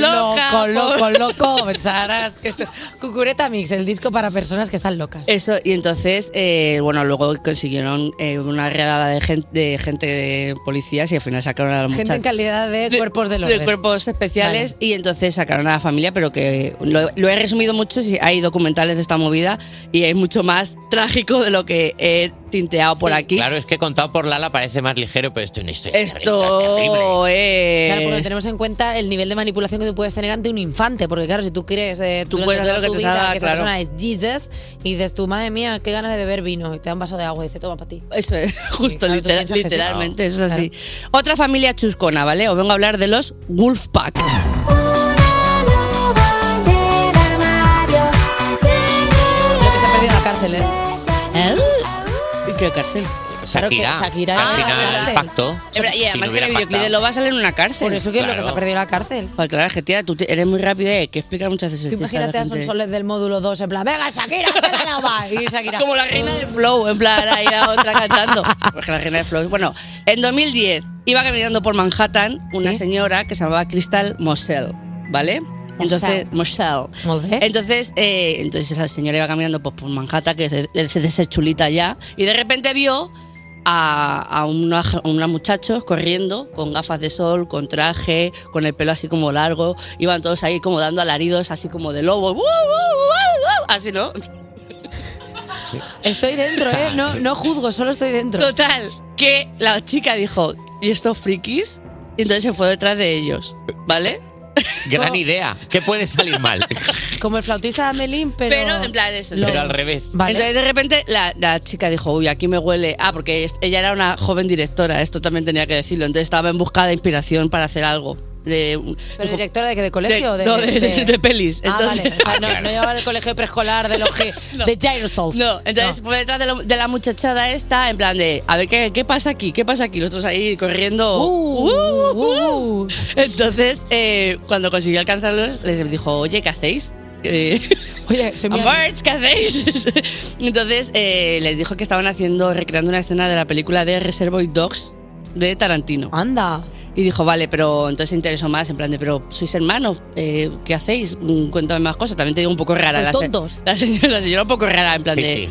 S3: loco,
S9: loca,
S3: loco,
S9: por-
S3: loco. <laughs> Pensarás que esto... Cucureta Mix, el disco para personas que están locas.
S9: Eso, y entonces, eh, bueno, luego consiguieron eh, una redada de gente, de gente de policías y al final sacaron a la
S3: Gente en
S9: muchacha.
S3: calidad de, cuerpos del orden.
S9: De cuerpos especiales y entonces sacaron a la familia, pero que lo, lo he resumido mucho, sí, hay documentales de esta movida y es mucho más trágico de lo que he tinteado por aquí.
S4: Claro, es que contado por Lala parece más ligero, pero esto es una historia.
S9: Esto es...
S3: Claro, porque tenemos en cuenta el nivel de manipulación que tú puedes tener ante un infante, porque claro, si tú crees eh,
S9: Tú
S3: durante
S9: puedes hacer
S3: toda
S9: lo que
S3: tu
S9: te
S3: vida
S9: salga,
S3: que
S9: claro.
S3: esa persona es Jesus y dices tú, madre mía, qué ganas de beber vino y te da un vaso de agua y dice, toma para ti.
S9: Eso es, <laughs> justo,
S3: claro, tú
S9: literal-
S3: piensas que sí.
S9: literalmente, eso es así. Otra familia chuscona, ¿vale? Os vengo a hablar de los Wolfpack.
S3: Creo que se ha perdido la cárcel, ¿eh?
S9: ¿Y qué cárcel?
S3: Claro que
S4: Shakira,
S3: Shakira
S4: que
S3: era
S4: al final
S3: la cárcel.
S4: pactó.
S9: Es verdad, y
S4: Si no
S9: además que en
S4: hubiera
S9: el videoclip de
S4: pactado.
S9: Loba sale en una cárcel.
S3: Por eso que es lo que se ha perdido la cárcel.
S9: Pues claro, es que tía, tú te- eres muy rápida y hay que explicar muchas veces.
S3: Tú
S9: esto a esta
S3: imagínate a
S9: gente.
S3: Sonsoles del módulo 2 en plan, venga, Shakira, que la
S9: <laughs>
S3: lava. Y Shakira.
S9: Como la reina del flow, en plan, ahí la otra cantando. <laughs> Porque la reina del flow. Bueno, en 2010 iba caminando por Manhattan una señora que se llamaba Crystal Moselle, ¿ale? Entonces, Moselle. Entonces, eh, entonces esa señora iba caminando pues, por Manhattan, que se se de ser chulita ya, y de repente vio a, a unos, a unos muchachos corriendo con gafas de sol, con traje, con el pelo así como largo, iban todos ahí como dando alaridos así como de lobo, ¡Uh, uh, uh, uh!
S4: Ah,
S9: así, ¿no?
S3: Estoy dentro, ¿eh? No, no juzgo, solo estoy dentro.
S9: Total, que la chica dijo, ¿y estos frikis? Y entonces se fue detrás de ellos, ¿vale?
S4: Gran idea. ¿Qué puede salir
S9: <laughs>
S4: mal?
S3: Como el flautista de Amelín, pero...
S9: Pero en plan eso.
S4: Pero al revés.
S9: Entonces de repente la, la chica dijo, uy, aquí me huele. Ah, porque es- ella era una joven directora, esto también tenía que decirlo. Entonces estaba en busca de inspiración para hacer algo. De,
S3: ¿Pero directora de qué? ¿De colegio? o
S9: no, de, de- de pelis.
S3: Ah,
S9: Entonces-
S3: vale. O sea, no, no llevaba el colegio preescolar de los
S9: <laughs>
S3: que... De Gyrosols.
S9: No, entonces fue detrás de, lo- de la muchachada esta, en plan de, a ver, ¿qué, qué pasa aquí? ¿Qué pasa aquí? Los otros ahí corriendo. Uh, uh. Entonces, eh, cuando consiguió alcanzarlos, les dijo, oye, ¿qué hacéis? Eh,
S3: Oye, soy muy
S9: Amorts, ¿qué hacéis? entonces, eh, les dijo que estaban haciendo, recreando una escena de la película de Reservoir Dogs de Tarantino.
S3: Anda.
S9: Y dijo, vale, pero entonces se interesó más, en plan de, pero sois hermanos, eh, ¿qué hacéis? Mm, Cuéntame más cosas. También te digo un poco rara.
S3: Sois
S9: la se-
S3: tontos.
S9: La señora, la señora un poco rara, en plan
S3: Sí,
S9: de...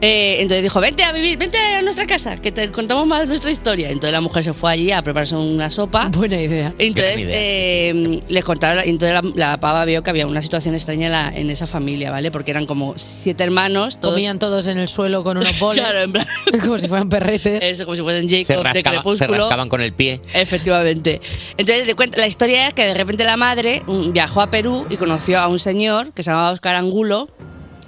S9: Eh, entonces dijo, vente a vivir, vente a nuestra casa, que te contamos más nuestra historia. Entonces la mujer se fue allí a prepararse una sopa.
S3: Buena idea.
S9: Entonces
S3: Gran idea,
S9: eh, les contaron, y entonces la, la pava vio que había una situación extraña en, la- en esa familia, ¿vale? Porque eran como siete hermanos. Todos,
S3: Comían todos en el suelo con unos boles.
S9: <laughs> Claro, en plan...
S3: <laughs> como si fueran perretes.
S9: Eso, como si fuesen
S4: Se,
S9: Jacob de
S4: rascaba- se
S9: Crepúsculo.
S4: rascaban con el pie.
S9: Efectivamente. Entonces, le cuento- la historia es que de repente la madre mm, viajó a Perú y conoció a un señor que se llamaba Oscar Angulo.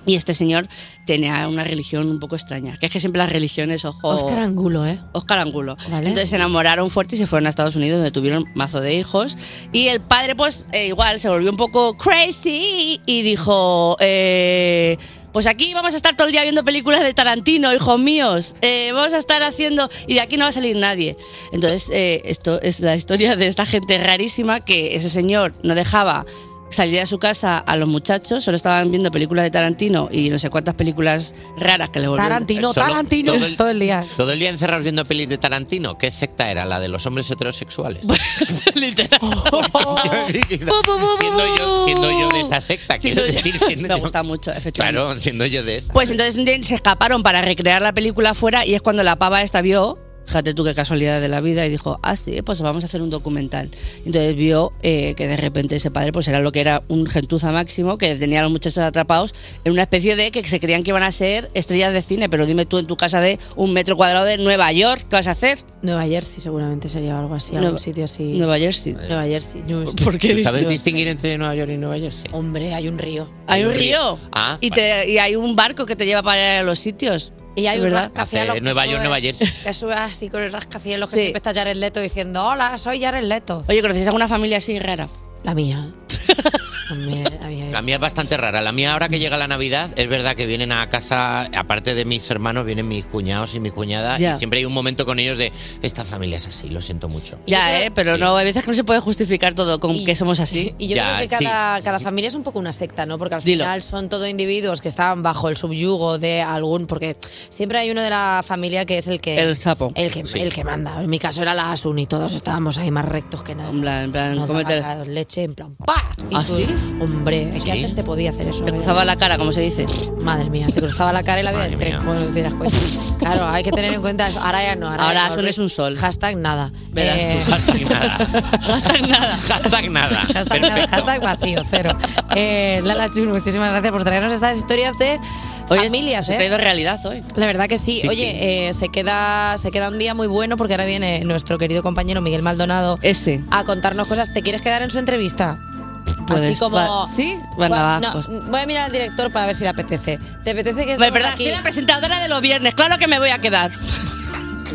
S9: Y este señor tenía una religión un poco extraña. Que es que siempre las religiones, ojo.
S3: Oscar Angulo, ¿eh?
S9: Oscar Angulo. Entonces se enamoraron fuerte y se fueron a Estados Unidos, donde tuvieron mazo de hijos. Y el padre, pues, eh, igual se volvió un poco crazy y dijo: eh, Pues aquí vamos a estar todo el día viendo películas de Tarantino, hijos míos. Eh, vamos a estar haciendo. Y de aquí no va a salir nadie. Entonces, eh, esto es la historia de esta gente rarísima que ese señor no dejaba salía de su casa a los muchachos, solo estaban viendo películas de Tarantino y no sé cuántas películas raras que le volvieron.
S3: Tarantino, Tarantino, todo el, día.
S4: Todo el día encerrados viendo pelis de Tarantino. ¿Qué secta era? La de los hombres
S9: <laughs>
S4: heterosexuales. siendo, yo, siendo yo de esa secta, quiero
S9: <laughs>
S4: decir. siendo-
S9: Me gusta mucho, efectivamente.
S4: Claro, siendo yo de esa.
S9: Pues entonces un día se escaparon para recrear la película afuera y es cuando la pava esta vio, fíjate tú qué casualidad de la vida, y dijo, ah, sí, pues vamos a hacer un documental. Entonces vio eh, que de repente ese padre pues era lo que era un gentuza máximo, que tenía a los muchachos atrapados en una especie de que se creían que iban a ser estrellas de cine, pero dime tú en tu casa de un metro cuadrado de Nueva York, ¿qué vas a hacer?
S3: Nueva Jersey seguramente sería algo así,
S9: Nueva-
S3: algún sitio así.
S9: Nueva Jersey.
S3: Nueva Jersey.
S9: ¿Por qué?
S4: ¿Sabes distinguir entre Nueva York y Nueva Jersey?
S3: Hombre, hay un río.
S9: Hay un río.
S4: Ah,
S9: Y, te- y hay un barco que te lleva para los sitios.
S3: Y hay un
S9: ¿verdad?
S3: rascacielos
S4: Hace Nueva York, Nueva Jersey.
S3: Que sube así con el rascacielos que siempre está Jared Leto diciendo, hola, soy Jared Leto.
S9: Oye, ¿conocéis alguna familia así rara?
S3: La mía.
S4: La mía es bastante rara. La mía ahora que llega la Navidad, es verdad que vienen a casa, aparte de mis hermanos, vienen mis cuñados y mi cuñada,
S9: Ya.
S4: y siempre hay un momento con ellos de, esta familia es así, lo siento mucho.
S9: Ya, ¿eh? Pero no, hay veces que no se puede justificar todo con que somos así.
S3: <laughs> Y yo creo que cada, cada familia es un poco una secta, ¿no? Porque al
S9: Dilo.
S3: final son todo individuos que están bajo el subyugo de algún. Porque siempre hay uno de la familia que es el que.
S9: El sapo.
S3: El que,
S9: Sí.
S3: el que manda. En mi caso era la Asun y todos estábamos ahí más rectos que nada. En
S9: plan, en plan, cómete-
S3: leche, en plan, ¡pa! Y
S9: ¿Ah,
S3: tú-
S9: sí?
S3: Hombre, es
S9: Sí.
S3: que antes te podía hacer eso. eh.
S9: Te cruzaba la cara, como se dice.
S3: Madre mía, te cruzaba la cara y la vida
S9: Madre
S3: del tren,
S9: mía.
S3: como no te dieras cuenta. <laughs> Claro, hay que tener en cuenta eso. Ahora ya no. Ahora,
S9: Ahora
S3: ya
S9: Asun es
S3: un sol. Hashtag nada.
S9: Verás
S3: Eh,
S4: Hashtag nada.
S9: <laughs> Hashtag nada.
S4: Hashtag nada.
S3: Hashtag, nada, hashtag vacío, cero. Eh, Lala Chun, muchísimas gracias por traernos estas historias de familias.
S9: Se
S3: ¿eh?
S9: ha traído realidad hoy.
S3: La verdad que sí.
S9: Sí,
S3: Oye,
S9: sí.
S3: eh, se, queda, se queda un día muy bueno porque ahora viene nuestro querido compañero Miguel Maldonado
S9: Este.
S3: a contarnos cosas. ¿Te quieres quedar en su entrevista?
S9: Puedes,
S3: Así como...
S9: Pues, va- ¿sí? Venga, va,
S3: no,
S9: pues.
S3: voy a mirar al director para ver si le apetece. ¿Te apetece que
S9: Bueno,
S3: estemos
S9: perdón,
S3: aquí?
S9: soy la presentadora de los viernes. Claro que me voy a quedar.
S3: <laughs>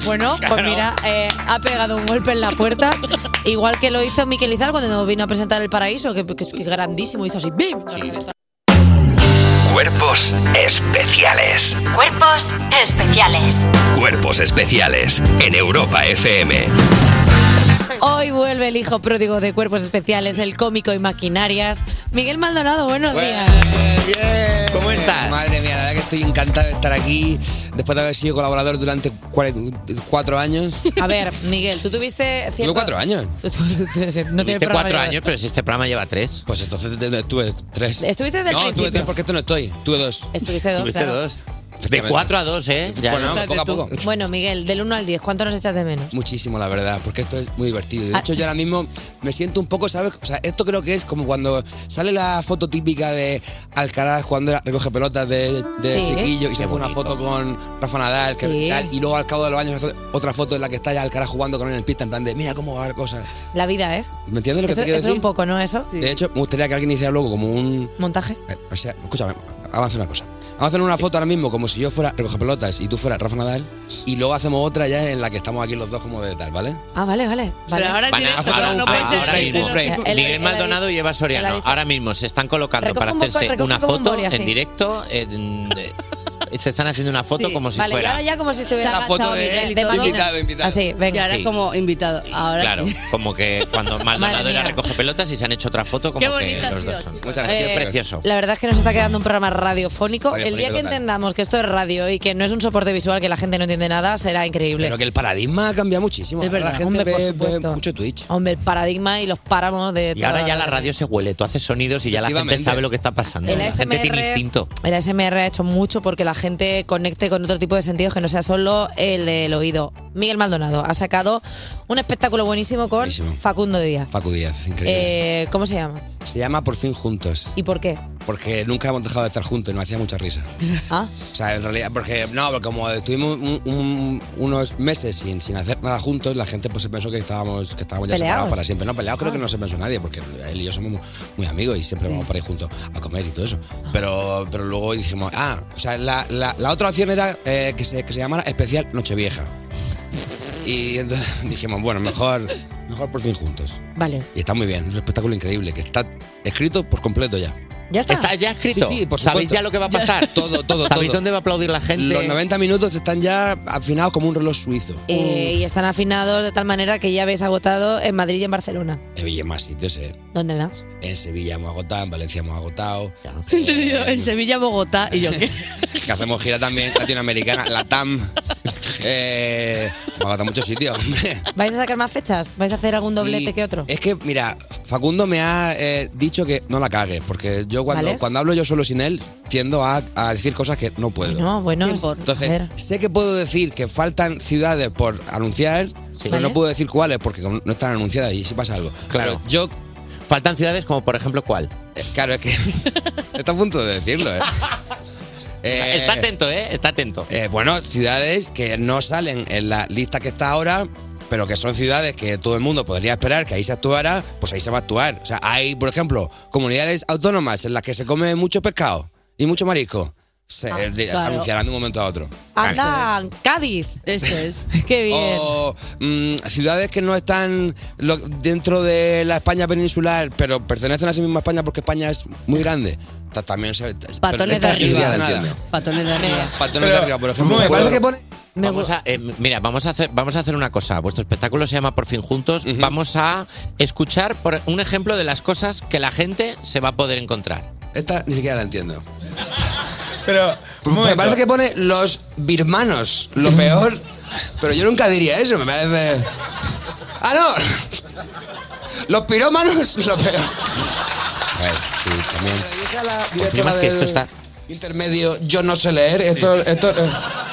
S3: Bueno, pues
S9: Claro.
S3: mira, eh, ha pegado un golpe en la puerta, <laughs> igual que lo hizo Miquel Izal cuando nos vino a presentar El Paraíso, que, que es grandísimo, hizo así ¡bim!
S1: Cuerpos especiales.
S2: Cuerpos especiales.
S1: Cuerpos especiales en Europa FM.
S3: Hoy vuelve el hijo pródigo de Cuerpos Especiales, el cómico y maquinarias, Miguel Maldonado, buenos días.
S18: ¿Cómo estás? Madre mía, la verdad que estoy encantado de estar aquí después de haber sido colaborador durante cuare- cuatro años.
S3: A ver, Miguel, tú tuviste
S18: Tuve
S3: cierto...
S18: cuatro años.
S3: <laughs> Tú- tú- tú- tú- no tiene
S18: Tuviste
S3: programa
S18: cuatro
S3: ya.
S18: años,
S4: pero si este programa lleva tres.
S18: Pues entonces te- te- tuve tres.
S3: Estuviste desde el
S18: no,
S3: principio.
S18: tuve tres porque esto no estoy. Tuve dos.
S3: Estuviste dos,
S18: Tuviste
S3: claro.
S18: dos.
S4: De cuatro a dos, ¿eh? Ya,
S18: bueno,
S4: ¿no?
S18: poco a poco.
S3: Bueno, Miguel, del 1 al 10, ¿cuánto nos echas de menos?
S18: Muchísimo, la verdad, porque esto es muy divertido. De
S3: Ah.
S18: hecho, yo ahora mismo me siento un poco, ¿sabes? O sea, esto creo que es como cuando sale la foto típica de Alcaraz cuando era- recoge pelotas de, de
S3: Sí.
S18: chiquillo y
S3: Qué
S18: se hace una foto con Rafa Nadal, que
S3: Sí.
S18: tal, y luego al cabo de los años hace otra foto en la que está ya Alcaraz jugando con él en pista, en plan de, mira cómo va la cosa.
S3: La vida, ¿eh?
S18: ¿Me entiendes lo que
S3: Eso-
S18: te quiero
S3: eso
S18: decir?
S3: un poco, ¿no? Eso.
S18: De hecho, me gustaría que alguien hiciera luego como un...
S3: Montaje.
S18: eh, O sea, escúchame, vamos a hacer una cosa. Vamos a hacer una foto ahora mismo como si yo fuera recoge pelotas y tú fueras Rafa Nadal, y luego hacemos otra ya en la que estamos aquí los dos como de tal, ¿vale?
S3: Ah, vale, vale.
S4: Van
S3: vale.
S4: a- ahora-
S18: Ah,
S4: ahora- ahora mismo.
S3: Él- él-
S4: Miguel
S3: él ha
S4: Maldonado
S3: dicho-
S4: y Eva
S3: él ha
S4: Soriano
S3: dicho-
S4: ahora mismo se están colocando
S3: Recoge
S4: para
S3: un poco-
S4: hacerse
S3: recoge
S4: una
S3: un poco
S4: foto
S3: memoria, sí.
S4: en directo. en- de- se están haciendo una foto
S9: Sí.
S4: como si
S3: vale, y
S4: fuera.
S3: ahora ya como si estuviera
S9: La foto
S3: agachado
S9: de
S3: Miguel,
S9: él y todo.
S3: máquina.
S9: Invitado, invitado.
S3: Así, venga.
S9: Y ahora
S4: Sí.
S9: es como invitado. Ahora
S4: Claro,
S9: sí.
S4: como que
S3: <laughs>
S4: cuando Maldonado era recoge pelotas y se han hecho otra foto como
S3: Qué
S4: que
S3: bonito ha
S4: los
S3: sido,
S4: dos son.
S3: chicos.
S4: Ha sido
S3: Eh,
S4: precioso.
S3: La verdad es que nos está quedando un programa radiofónico.
S18: Radiofónico
S3: el día que
S18: total.
S3: entendamos que esto es radio y que no es un soporte visual que la gente no entiende nada, será increíble.
S18: Pero que el paradigma ha cambiado muchísimo.
S3: Es
S18: Ahora
S3: verdad,
S18: la gente
S3: hombre, por
S18: ve- pues, ve,
S3: supuesto.
S18: mucho Twitch.
S3: Hombre, el paradigma y los páramos de
S4: Y ahora
S3: toda-
S4: ya la radio se huele, tú haces sonidos y ya la gente
S18: Efectivamente.
S4: sabe lo que está pasando.
S3: El
S4: La gente tiene
S3: ASMR
S4: instinto.
S3: El ASMR ha hecho mucho porque la gente conecte con otro tipo de sentidos que no sea solo el del oído. Miguel Maldonado ha sacado un espectáculo buenísimo con
S18: Buenísimo.
S3: Facundo Díaz.
S18: Facu Díaz, increíble.
S3: Eh, ¿Cómo se llama?
S18: Se llama Por fin juntos.
S3: ¿Y
S18: <laughs>
S3: por qué?
S18: Porque nunca hemos dejado de estar juntos y nos hacía mucha risa.
S3: Ah,
S18: O sea, en realidad, porque no, porque como estuvimos un- un- unos meses sin, sin hacer nada juntos, la gente pues se pensó que estábamos, que estábamos ya
S3: Peleados.
S18: separados para siempre. No, peleados creo
S3: Ah.
S18: que no se pensó nadie, porque él y yo somos muy, muy amigos y siempre vamos para ir juntos a comer y todo eso. Pero, pero luego dijimos, ah, o sea, la, la- la otra opción era eh, que, se, que se llamara especial Nochevieja. Y entonces <laughs> dijimos, bueno, mejor, mejor por fin juntos.
S3: vale.
S18: Y está muy bien, es un espectáculo increíble, que está escrito por completo ya.
S3: Ya está.
S4: ya escrito.
S18: Sí, sí, por
S4: ¿Sabéis
S18: supuesto.
S4: ya lo que va a pasar?
S18: <laughs> Todo, todo,
S4: ¿Sabéis
S18: todo.
S4: dónde va a aplaudir la gente?
S18: Los 90 minutos están ya afinados como un reloj suizo.
S3: Eh, y están afinados de tal manera que ya habéis agotado en Madrid y en Barcelona.
S18: Y en más sitios, eh. <laughs>
S3: ¿Dónde más?
S18: En Sevilla hemos agotado, en Valencia hemos agotado.
S9: <laughs> Entendido, en Sevilla, Bogotá y yo qué.
S18: Que hacemos gira también latinoamericana,
S4: <laughs>
S18: la TAM. Eh, hemos agotado muchos sitios, hombre.
S3: ¿Vais a sacar más fechas? ¿Vais a hacer algún doblete que otro?
S18: Es que, mira, Facundo me ha eh, dicho que no la cague, porque yo cuando,
S3: Vale.
S18: cuando hablo yo solo sin él, tiendo a, a decir cosas que no puedo.
S3: No, bueno, es- a
S18: Entonces,
S3: ver.
S18: sé que puedo decir que faltan ciudades por anunciar, pero
S4: Vale.
S18: no puedo decir cuáles porque como no están anunciadas y si pasa algo. Claro. yo. Eh,
S4: Faltan ciudades como, por ejemplo, ¿cuál?
S18: claro, es que. <laughs> está a punto de
S4: <laughs>
S18: decirlo, ¿eh? Eh,
S4: Está atento, ¿eh? Está atento.
S18: eh, bueno, ciudades que no salen en la lista que está ahora, pero que son ciudades que todo el mundo podría esperar que ahí se actuara, pues ahí se va a actuar. O sea, hay, por ejemplo, comunidades autónomas en las que se come mucho pescado y mucho marisco. Se eh, de-
S3: Ah, claro.
S18: anunciarán de un momento a otro.
S3: ¡Anda! ¡Cádiz! Eso es. <laughs> ¡Qué bien!
S18: O mm, ciudades que no están lo- dentro de la España peninsular, pero pertenecen a sí misma España porque España es muy grande. Ta- También se. pero
S9: Patones de
S18: esta yo
S9: arriba.
S18: no la entiendo.
S9: Patones de arriba.
S18: Patones de
S4: Pues
S18: arriba, por ejemplo.
S4: Vamos a, eh, mira, vamos a, hacer, vamos a hacer una cosa. Vuestro espectáculo se llama Por fin Juntos. Vamos a escuchar por un ejemplo de las cosas que la gente se va a poder encontrar.
S18: Esta ni siquiera la entiendo.
S4: Pero
S18: Me parece que pone los birmanos, lo peor. Pero yo nunca diría eso, me parece. ¡Ah, no! <laughs> Los pirómanos, lo peor.
S4: Confirmas Pues que esto está...
S18: Intermedio, yo no sé leer. Esto, esto, eh,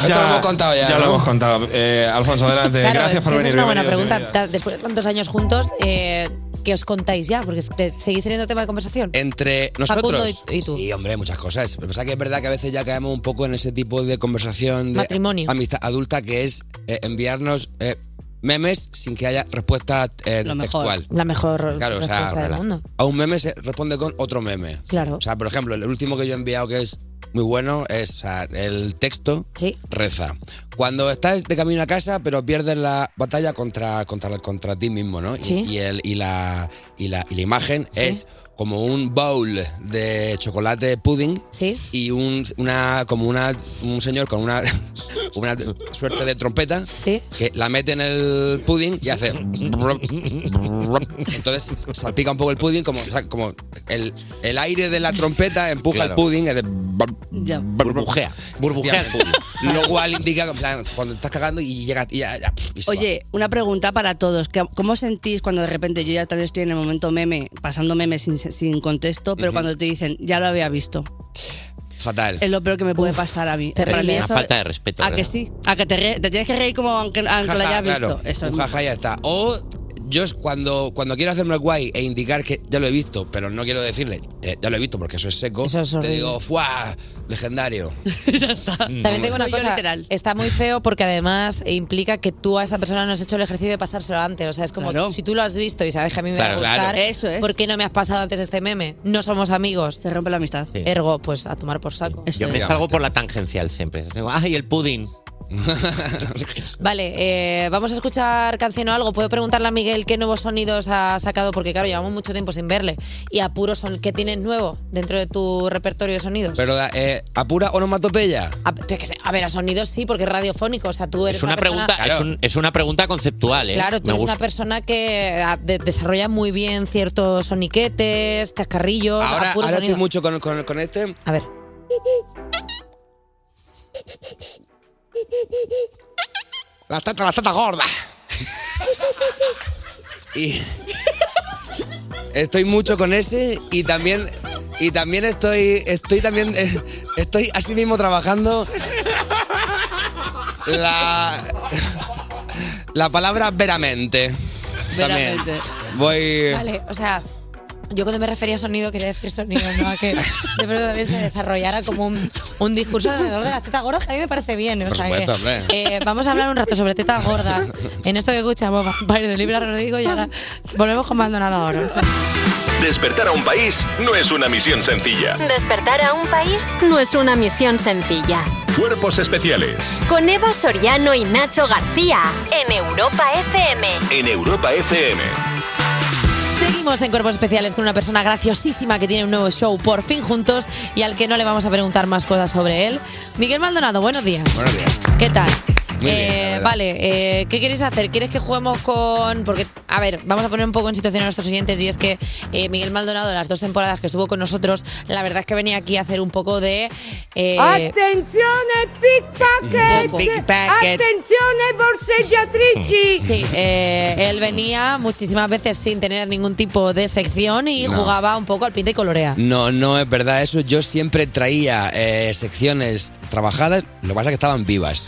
S18: esto lo hemos contado ya.
S19: Ya
S18: ¿no?
S19: lo hemos contado. Eh, Alfonso, adelante.
S3: Claro,
S19: Gracias por
S3: esa
S19: venir.
S3: Es una buena
S19: bienvenido,
S3: pregunta.
S19: bienvenida.
S3: Ta- Después de tantos años juntos, eh, ¿qué os contáis ya? Porque te- seguís teniendo tema de conversación.
S18: Entre
S3: Facundo
S18: nosotros.
S3: y- y tú.
S18: Sí, hombre, muchas cosas. Pero pasa que es verdad que a veces ya caemos un poco en ese tipo de conversación de
S3: Matrimonio.
S18: amistad adulta que es eh, enviarnos eh, memes sin que haya respuesta eh, textual.
S3: La mejor
S18: Claro, o sea,
S3: respuesta del mundo.
S18: a un meme se responde con otro meme.
S3: Claro.
S18: O sea, por ejemplo, el último que yo he enviado que es muy bueno es o sea, el texto reza. Cuando estás de camino a casa, pero pierdes la batalla contra, contra, contra ti mismo, ¿no? Y-
S20: Sí.
S18: Y, el, y, la, y, la, y la imagen es como un bowl de chocolate pudding y un, una, como una, un señor con una, <laughs> una suerte de trompeta que la mete en el pudding y hace... Entonces salpica un poco el pudding, como, o sea, como el, el aire de la trompeta empuja
S4: Claro.
S18: el pudding. es de-
S4: Burbujea. Burbujea el pudding.
S18: Lo cual indica que, en plan, cuando estás cagando y llega... y ya- ya, y se va.
S9: Oye, una pregunta para todos. ¿Qué- ¿Cómo os sentís cuando de repente yo ya también estoy en el momento meme, pasando memes sin, sin contexto, pero
S18: Ujú.
S9: cuando te dicen, ya lo había visto?
S18: Fatal.
S9: Es lo peor que me puede pasar a mí. Para mí
S18: Una
S9: eso-
S18: falta de respeto,
S9: A
S18: ¿verdad?
S9: que sí. A que te, re- te tienes que reír como aunque, aunque lo
S18: Jaja,
S9: hayas visto.
S18: claro.
S9: Eso es
S18: Un jaja ya está. O yo es cuando, cuando quiero hacerme el guay e indicar que ya lo he visto, pero no quiero decirle, eh, ya lo he visto porque eso es seco, le digo, ¡fuah!
S9: <laughs>
S18: Legendario. Mm,
S3: También tengo una cosa, está muy feo porque además implica que tú a esa persona no has hecho el ejercicio de pasárselo antes, o sea, es como si tú lo has visto y sabes que a mí me
S9: Claro,
S3: va a gustar,
S9: claro. Eso es.
S3: ¿por qué no me has pasado antes este meme? No somos amigos. Se
S9: rompe la amistad.
S4: Sí.
S3: Ergo, pues a tomar por saco.
S4: Yo me salgo por la tangencial siempre. Digo, ¡ay, el
S18: <laughs>
S4: pudding!
S3: Vale, eh, vamos a escuchar canción o algo. Puedo preguntarle a Miguel qué nuevos sonidos ha sacado, porque claro, llevamos mucho tiempo sin verle. Y apuro son, ¿qué tienes nuevo dentro de tu repertorio de sonidos?
S18: Pero eh, apura onomatopeya.
S3: A, pero que se- a ver, a sonidos sí, porque es radiofónico, o sea, tú eres
S4: Es una
S3: persona-
S4: pregunta, es, un- es una pregunta conceptual, ¿eh?
S3: Claro, tú
S4: Me
S3: eres
S4: gusta.
S3: una persona que ah, de- desarrolla muy bien ciertos soniquetes, ah, chascarrillos,
S18: Ahora,
S3: a puro
S18: ahora
S3: sonido.
S18: estoy mucho con, con- con este.
S3: A ver.
S18: Las tetas, las tetas gordas. y estoy mucho con ese y también y también estoy estoy también <laughs> eh, estoy así mismo trabajando la la palabra veramente. También.
S3: Veramente.
S18: Voy
S3: Vale, o sea, yo cuando me refería a sonido quería decir sonido, ¿no?
S18: <laughs>
S3: A que de pronto también se desarrollara como un, un discurso alrededor de las tetas gordas, que a mí me parece bien. O
S18: Por
S3: sea,
S18: supuesto,
S3: que,
S18: hombre.
S3: eh, vamos a hablar un rato sobre tetas gordas. En esto que escuchamos, Vampiro de Libra Rodrigo, y ahora volvemos con Maldonado ahora.
S8: Despertar a un país no es una misión sencilla.
S2: Despertar a un país no es una misión sencilla.
S8: Cuerpos especiales
S2: Con Eva Soriano y Nacho García en Europa FM.
S8: en Europa FM.
S3: Seguimos en Cuerpos Especiales con una persona graciosísima que tiene un nuevo show por fin juntos y al que no le vamos a preguntar más cosas sobre él. Miguel Maldonado, buenos días.
S18: Buenos días.
S3: ¿Qué tal?
S18: Muy
S3: Eh,
S18: bien, la verdad.
S3: vale, eh, ¿qué queréis hacer? ¿Quieres que juguemos con...? Porque, a ver, vamos a poner un poco en situación a nuestros oyentes y es que eh, Miguel Maldonado, las dos temporadas que estuvo con nosotros, la verdad es que venía aquí a hacer un poco de... eh,
S20: Attenzione pickpocket!
S3: Poco. Pickpocket.
S20: Attenzione borseggiatrici!
S3: Sí, eh, él venía muchísimas veces sin tener ningún tipo de sección y
S18: No.
S3: jugaba un poco al pinta y colorea.
S18: No, no es verdad eso. Yo siempre traía eh, secciones trabajadas, lo que pasa es que estaban vivas.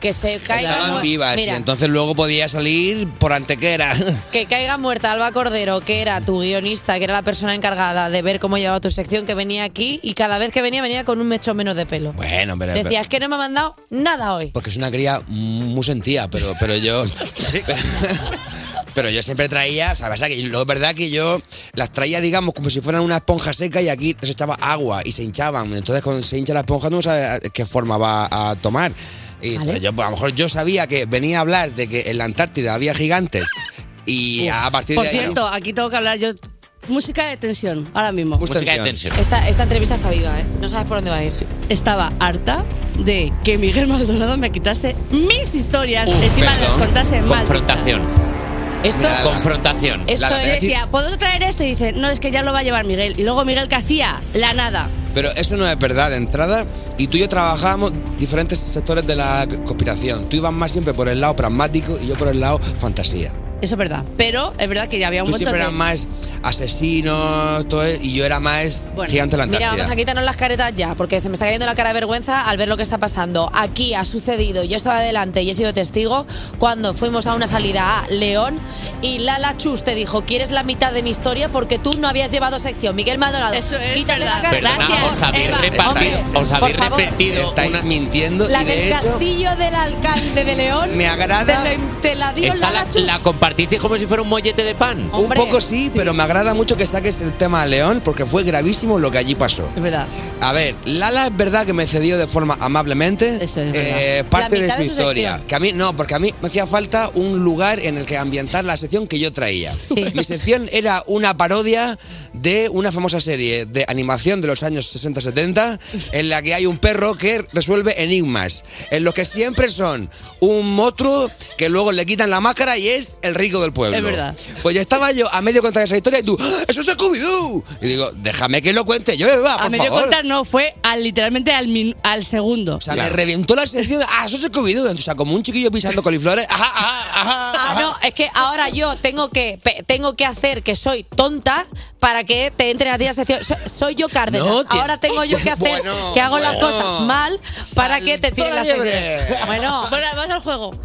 S3: Que se caiga.
S18: Estaban
S3: mu-
S18: vivas.
S3: Ah, Mira,
S18: Y entonces luego podía salir por antequera. <laughs>
S3: que caiga muerta Alba Cordero, que era tu guionista, que era la persona encargada de ver cómo llevaba tu sección, que venía aquí y cada vez que venía venía con un mecho menos de pelo.
S18: Bueno, pero,
S3: Decía, es que no me ha mandado nada hoy.
S18: Porque es una cría muy sentida, pero, pero yo. pero, yo siempre traía. O sea, pasa que lo es verdad que yo las traía, digamos, como si fueran una esponja seca y aquí se echaba agua y se hinchaban. Entonces, cuando se hincha la esponja, tú no sabes a- qué forma va a tomar. Y entonces yo, pues, a lo mejor yo sabía que venía a hablar de que en la Antártida había gigantes. Y a partir
S9: Por
S18: de ahí-
S9: cierto, aquí tengo que hablar yo. Música de tensión, ahora mismo.
S18: Música de Tensión. tensión.
S3: Esta, esta entrevista está viva, ¿eh? No sabes por dónde va a ir.
S9: Estaba harta de que Miguel Maldonado me quitase mis historias, encima las
S4: Perdón.
S9: contase mal.
S4: Confrontación.
S3: Esto,
S4: Confrontación.
S9: Esto
S18: La- la-
S9: le decía, ¿puedo traer esto? Y dice, no, es que ya lo va a llevar Miguel. Y luego Miguel, ¿qué hacía? La nada.
S18: Pero eso no es verdad de entrada. Y tú y yo trabajábamos diferentes sectores de la conspiración. Tú ibas más siempre por el lado pragmático y yo por el lado fantasía.
S9: Eso es verdad. Pero es verdad que ya había un
S18: Tú
S9: momento
S18: siempre eras más
S9: que-
S18: asesinos todo eso, y yo era más gigante de la
S3: Mira,
S18: Antártida.
S3: vamos a quitarnos las caretas ya, porque se me está cayendo la cara de vergüenza al ver lo que está pasando. Aquí ha sucedido, yo estaba delante y he sido testigo cuando fuimos a una salida a León y Lala Chus te dijo, ¿quieres la mitad de mi historia? Porque tú no habías llevado sección. Miguel Maldonado, Eso es quítate la cara.
S4: Perdona, os habéis repartido, os habéis
S3: por favor.
S4: repetido
S18: Estáis
S4: una-
S18: mintiendo
S3: La
S18: y de
S3: del
S18: hecho,
S3: castillo del alcalde de León.
S18: Me agrada.
S3: Te la, te la dio
S4: Esa
S3: Lala
S4: la,
S3: Chus.
S4: la compartisteis como si fuera un mollete de pan.
S18: un poco sí, pero me agrada mucho que saques el tema a León porque fue gravísimo lo que allí pasó.
S9: Es verdad.
S18: A ver, Lala es verdad que me cedió de forma amablemente eh,
S9: verdad.
S18: parte
S9: La
S18: de
S9: mitad
S18: su
S9: de su
S18: historia.
S9: sección.
S18: Que a mí no, porque a mí me hacía falta un lugar en el que ambientar la sección que yo traía. Mi sección era una parodia de una famosa serie de animación de los años 60-70 en la que hay un perro que resuelve enigmas, en los que siempre son un monstruo que luego le quitan la máscara y es el rico del pueblo.
S9: Es verdad.
S18: Pues yo estaba yo a medio contar esa historia y tú, ¡Ah, ¡eso es Scooby-Doo! Y digo, déjame que lo cuente yo, va, Ah, por
S9: a medio
S18: favor.
S9: contar no, fue al, literalmente al, min- al segundo.
S18: O sea, me reventó la sección. Ah, eso es Scooby-Doo. O sea, como un chiquillo pisando coliflores. Ajá, ajá, <laughs> ajá.
S3: Ah, no, es que ahora yo tengo que pe- tengo que hacer que soy tonta para que te entren a ti la sección. So- Soy, yo Cárdenas.
S18: No, tío.
S3: ahora
S18: <laughs>
S3: tengo yo que hacer
S18: Bueno,
S3: que hago las
S18: bueno.
S3: cosas mal para que te tiren la sección.
S4: liebre.
S3: Bueno, bueno, vas al juego.
S4: <laughs>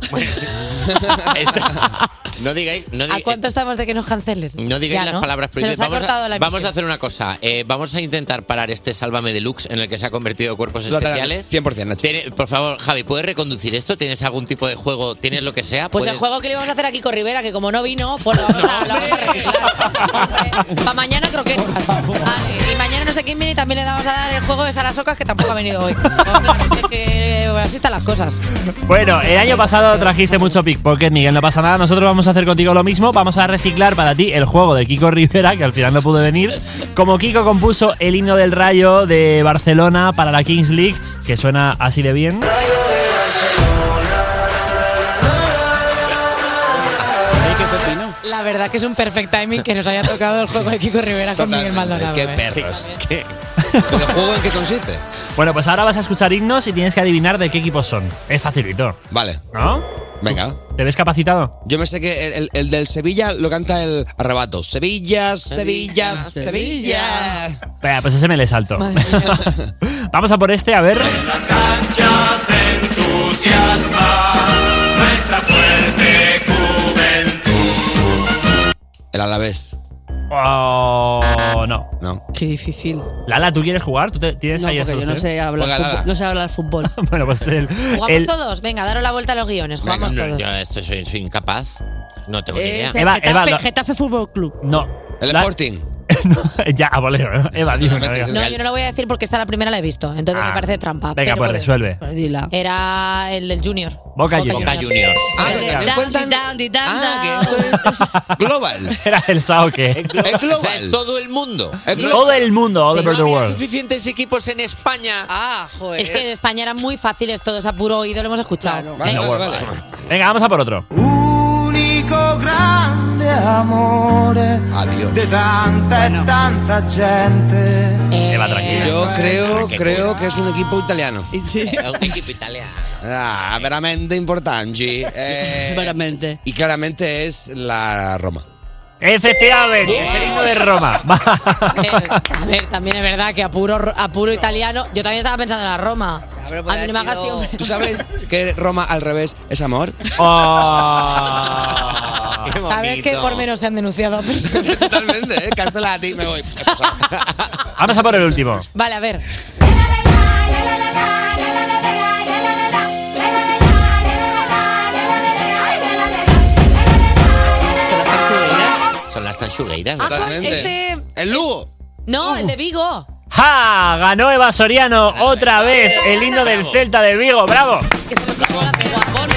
S4: No digáis, no
S3: ¿A
S4: digáis.
S18: eh.
S3: cuánto estamos de que nos cancelen?
S4: No digáis
S3: Ya,
S4: las
S3: ¿no?
S4: palabras
S3: Se nos
S4: prohibidas.
S3: ha
S4: Vamos,
S3: cortado
S4: a,
S3: la
S4: vamos
S3: emisión.
S4: a hacer una cosa. Eh, vamos a intentar parar este Sálvame Deluxe en el que se ha convertido Cuerpos Especiales.
S18: 100%,
S4: Tiene- por favor, Javi, ¿puedes reconducir esto? ¿Tienes algún tipo de juego? ¿Tienes lo que sea?
S3: Pues el
S4: ¿Puedes-
S3: juego que le íbamos a hacer a Kiko Rivera, que como no vino, pues lo vamos a, lo vamos a arreglar. Para mañana croquetas. Vale, y mañana no sé quién viene y también le vamos a dar el juego de Sarasocas, que tampoco ha venido hoy. Pues Claro, es que, eh, así están las cosas.
S13: Bueno, el año pasado trajiste mucho pickpocket, Miguel, no pasa nada. Nosotros vamos a hacer contigo lo mismo. Vamos a reciclar para ti el juego de Kiko Rivera, que al final no pudo venir. Como Kiko compuso el himno del rayo de Barcelona para la Kings League, que suena así de bien.
S3: La verdad que es un perfect timing que nos haya tocado el juego de Kiko Rivera con Miguel Maldonado.
S18: Qué
S3: ¿eh?
S18: perros. ¿Qué? <laughs> ¿Pero el juego en qué consiste?
S13: Bueno, pues ahora vas a escuchar himnos y tienes que adivinar de qué equipos son. Es facilito.
S18: Vale.
S13: ¿No?
S18: Venga.
S13: ¿Te ves capacitado?
S18: Yo me sé que el, el- el del Sevilla lo canta el arrebato. Sevilla, Sevilla, Sevilla.
S13: Espera, pues ese me le salto. <laughs> Vamos a por este, a ver.
S18: El Alavés.
S13: Oh, no.
S18: No.
S9: Qué difícil.
S13: Lala, ¿tú quieres jugar? ¿Tú te- tienes
S9: No,
S13: ahí eh? a
S9: porque yo no
S18: ¿eh?
S13: Socer?
S9: sé hablar, fútbol, no sé hablar fútbol.
S13: <laughs> bueno, pues el.
S3: ¿Jugamos
S13: el-
S3: todos? Venga, daros la vuelta a los guiones. Jugamos
S4: No,
S3: todos.
S4: yo este esto
S9: Eh,
S4: soy, soy incapaz. No tengo ni idea.
S13: Eva, Eva, lo-
S9: Getafe Fútbol Club.
S13: No.
S18: El Sporting.
S13: <laughs> ya, a voleo, ¿no? Eva, dime una, venga.
S3: No, yo no lo voy a decir porque esta la primera la he visto, entonces
S13: Ah.
S3: me parece trampa.
S13: Venga,
S3: pero
S13: pues
S3: bueno.
S13: resuelve.
S3: Era el del Junior.
S13: Boca Juniors.
S3: Ah,
S9: El de
S3: claro.
S9: down, down, down, down.
S4: Global.
S13: <laughs> Era el SAO que.
S4: Es global. O sea, es todo el mundo. Es global.
S13: Todo el mundo, all
S4: Si no
S13: over the
S4: había
S13: world.
S4: suficientes equipos en España.
S3: Ah, joder. Es que en España eran muy fáciles todos a puro oído, lo hemos escuchado. Venga.
S13: Venga, vamos a por otro.
S15: Unico grande amore de tanta e tanta gente.
S13: Eva, tranquila.
S18: Eh, Yo creo,
S15: Qué
S18: creo que es un equipo italiano.
S4: Un equipo italiano.
S18: <laughs> Ah, veramente importante. eh.
S9: veramente.
S18: Y claramente es la Roma.
S13: Efectivamente, es el himno de Roma.
S18: <laughs>
S3: A ver, también es verdad que a puro, ro- a puro italiano. Yo también estaba pensando en la Roma. A mí no me hagas siempre.
S18: ¿Tú
S3: <laughs>
S18: sabes que Roma al revés es amor?
S4: Ah.
S18: <laughs>
S3: Sabes que por menos se han denunciado a personas.
S18: Totalmente, ¿eh? Cancela a ti, me voy.
S13: Vamos a por el último.
S3: <laughs> Vale, a ver.
S4: Son las tanchugueiras.
S3: Ah, pues este.
S18: ¡El Lugo! Oh.
S3: No, el de Vigo.
S13: ¡Ja! Ganó Eva Soriano otra vez el himno del Celta de Vigo. ¡Bravo!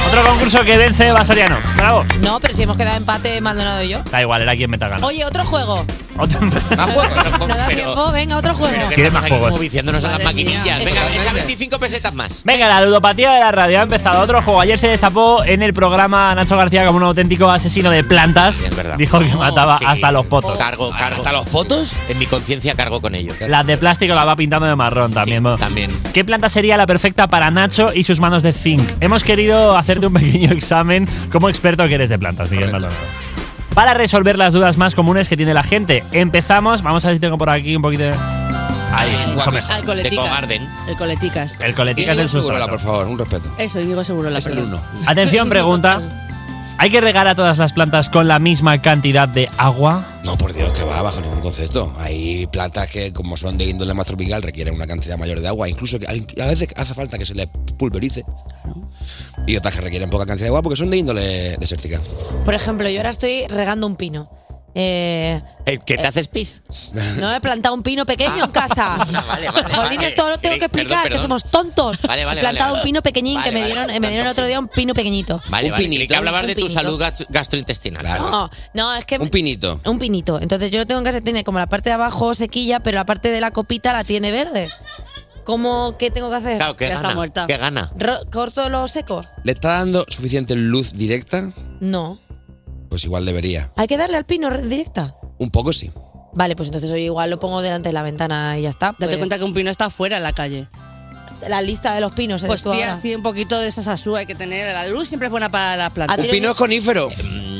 S13: Otro concurso que vence Eva Soriano. ¡Bravo!
S3: No, pero si hemos quedado empate Maldonado y yo.
S13: Da igual, era quien meta gana.
S3: Oye, otro juego.
S13: Otro-
S3: <laughs> No da tiempo, venga, otro juego.
S13: que ¿Quieres más
S4: Aquí como
S13: juegos?
S4: viciándonos a las maquinillas. Venga, echa 25 pesetas más.
S13: Venga, la ludopatía de la radio ha empezado otro juego. Ayer se destapó en el programa Nacho García como un auténtico asesino de plantas. Dijo que mataba hasta los potos.
S4: Oh, Cargo, cargo. ¿Hasta los potos? En mi conciencia cargo con ellos.
S13: Las de plástico las va pintando de marrón también. ¿no?
S4: También.
S13: ¿Qué planta sería la perfecta para Nacho y sus manos de zinc? Hemos querido hacerte un pequeño <laughs> examen como experto que eres de plantas, Miguel Maldonado. Para resolver las dudas más comunes que tiene la gente, empezamos. Vamos a ver si tengo por aquí un poquito de.
S18: Ah,
S13: Ahí, mucho mejor.
S9: Al coleticas. El coleticas.
S13: El coleticas del
S18: Segurola,
S13: sustrato.
S18: por favor, un respeto.
S9: Eso, Diego Segurola. Es
S3: <laughs>
S13: Atención, pregunta. ¿Hay que regar a todas las plantas con la misma cantidad de agua?
S18: No, por Dios, que va bajo ningún concepto. Hay plantas que, como son de índole más tropical, requieren una cantidad mayor de agua. Incluso que hay- a veces hace falta que se les pulverice. Y otras que requieren poca cantidad de agua porque son de índole desértica.
S3: Por ejemplo, yo ahora estoy regando un pino. Eh,
S4: ¿El que te haces pis?
S3: no he plantado un pino pequeño en casa.
S4: Ah. <laughs> vale, vale,
S3: Jolín,
S4: vale.
S3: esto lo tengo que
S4: Perdón,
S3: explicar,
S4: perdón.
S3: que somos tontos.
S4: Vale, vale,
S3: he plantado
S4: vale,
S3: un pino pequeñín
S4: vale,
S3: que me
S4: vale.
S3: dieron, me dieron el otro día un pino pequeñito.
S4: Vale, vale. creí que hablabas
S3: Un
S4: de tu
S3: pinito.
S4: salud gas- gastrointestinal.
S9: Oh,
S3: No, no, es que
S4: pinito.
S3: Un pinito. Entonces yo lo tengo en casa, tiene como la parte de abajo sequilla, pero la parte de la copita la tiene verde. ¿Cómo qué tengo que hacer?
S18: Claro, que
S3: ya
S18: gana,
S3: está muerta.
S18: que gana.
S3: Ro- ¿Corto los secos?
S18: ¿Le está dando suficiente luz directa?
S3: No.
S18: Pues igual debería.
S3: Hay que darle al pino re- directa.
S18: Un poco sí.
S3: Vale, pues entonces hoy igual lo pongo delante de la ventana y ya está. Pues
S9: Date cuenta que un pino está fuera en la calle.
S3: La lista de los pinos.
S9: Pues tía, sí, un poquito de esa sasúa hay que tener. La luz siempre es buena para las plantas.
S4: Un pino es
S18: conífero.
S4: eh, mm,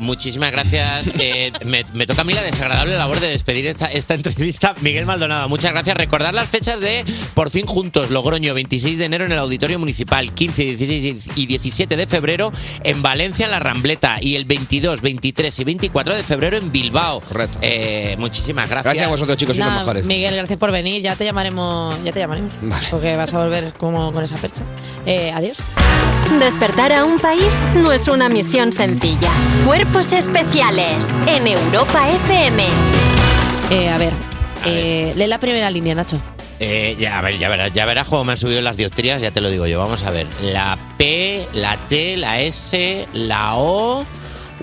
S4: Muchísimas gracias. Eh, <laughs> me, me toca a mí la desagradable labor de despedir esta, esta entrevista. Miguel Maldonado, muchas gracias. Recordar las fechas de Por fin Juntos, Logroño, 26 de enero en el Auditorio Municipal, 15, 16 y 17 de febrero en Valencia, en La Rambleta, y el 22, 23 y 24 de febrero en Bilbao. Correcto. muchísimas gracias.
S18: Gracias a vosotros, chicos, sois los
S3: Nada,
S18: mejores.
S3: Miguel, gracias por venir. Ya te llamaremos, ya te llamaremos. Porque vas a volver como con esa percha. Eh, adiós.
S2: Despertar a un país no es una misión sencilla. Cuerpos especiales en Europa FM.
S3: Eh, a ver, eh, lee la primera línea, Nacho.
S4: Eh, ya, a ver, ya verás, ya verás cómo me han subido las dioptrías, ya te lo digo yo. Vamos a ver. La P, la T, la S, la O,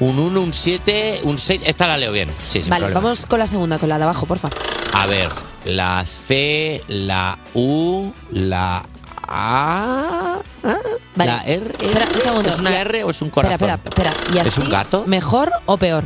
S4: un 1, un 7, un 6. Esta la leo bien. Sí, sin
S3: vale,
S4: problema.
S3: vamos con la segunda, con la de abajo, porfa.
S4: A ver, la C, la U, la A.
S3: Vale.
S4: Ah, La R.
S3: Espera, un segundo.
S4: ¿Es una
S3: Ya.
S4: R o es un corazón?
S3: Espera, espera, espera. ¿Y
S4: ¿Es
S3: así,
S4: un gato?
S3: ¿Mejor o peor?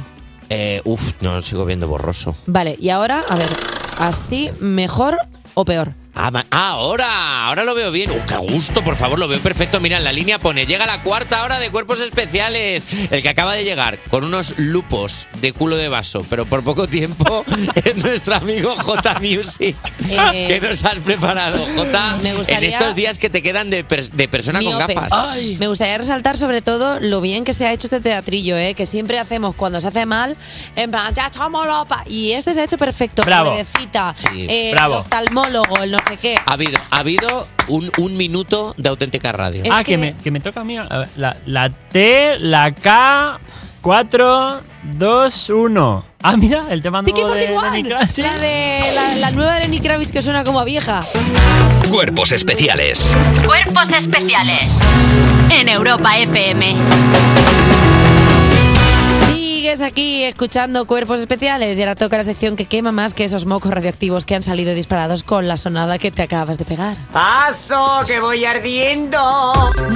S4: Eh, uf, no, sigo viendo borroso.
S3: Vale, y ahora, a ver, así, mejor o peor.
S4: Ah, ma- ah, ahora, ahora lo veo bien. Uh, qué gusto, por favor, lo veo perfecto. Mira, en la línea pone, llega la cuarta hora de cuerpos especiales. El que acaba de llegar con unos lupos de culo de vaso, pero por poco
S3: <laughs>
S4: tiempo, es nuestro amigo J Music.
S3: Eh,
S4: que nos has preparado, J.
S3: me gustaría-
S4: En estos días que te quedan de, pers- de persona con
S3: Miopes.
S4: gafas.
S3: Me gustaría resaltar sobre todo lo bien que se ha hecho este teatrillo, ¿eh? que siempre hacemos cuando se hace mal, en plan, ya somos lopa. Y este se ha hecho perfecto.
S4: Bravo.
S3: Ruedecita,
S4: Sí,
S3: eh,
S4: bravo.
S3: el oftalmólogo, el no sé qué.
S4: Ha habido, ha habido un, un minuto de auténtica radio.
S13: ah, que, me, que me toca a mí. A ver, La, la T, la K, 4, 2, 1. Ah, mira, el tema
S3: Tiki
S13: nuevo de Lenny Kravitz.
S3: La de la, la nueva de Lenny Kravitz que suena como a vieja.
S1: Cuerpos especiales.
S2: Cuerpos especiales en Europa FM.
S3: Sigues aquí escuchando Cuerpos Especiales y ahora toca la sección que quema más que esos mocos radioactivos que han salido disparados con la sonada que te acabas de pegar.
S20: Paso, que voy ardiendo.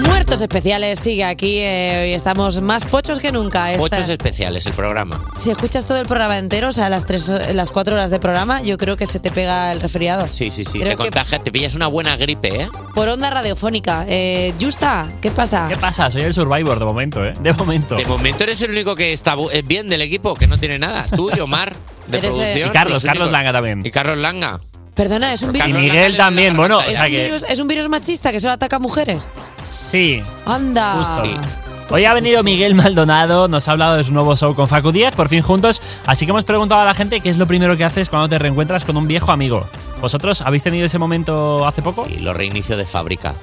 S3: Muertos Especiales sigue aquí eh, y estamos más pochos que nunca. Esta-
S4: Pochos especiales, el programa.
S3: si escuchas todo el programa entero, o sea, las, tres, las cuatro horas de programa, yo creo que se te pega el resfriado.
S4: Sí, sí, sí.
S3: Creo
S4: te
S3: que-
S4: contagias, te pillas una buena gripe, ¿eh?
S3: Por onda radiofónica. Eh, Justa, ¿qué pasa?
S13: ¿Qué pasa? Soy el Survivor de momento, ¿eh? De momento.
S4: De momento eres el único que está bu- eh, bien del equipo, que no tiene nada.
S13: <laughs>
S4: Tú y Omar, de
S3: Eres el-
S4: producción.
S13: Y Carlos,
S4: los
S13: Carlos
S4: únicos.
S13: Langa también.
S4: Y Carlos Langa.
S3: Perdona, es un virus.
S13: Y Miguel también, bueno, o
S3: Es
S13: sea
S3: un,
S13: que.
S3: virus, es un virus machista que solo ataca a mujeres.
S13: Sí,
S3: Anda.
S13: Justo. Hoy ha venido Miguel Maldonado, nos ha hablado de su nuevo show con Facu Díaz, por fin juntos. Así que hemos preguntado a la gente qué es lo primero que haces cuando te reencuentras con un viejo amigo. ¿Vosotros habéis tenido ese momento hace poco?
S4: Y los reinicios de fábrica.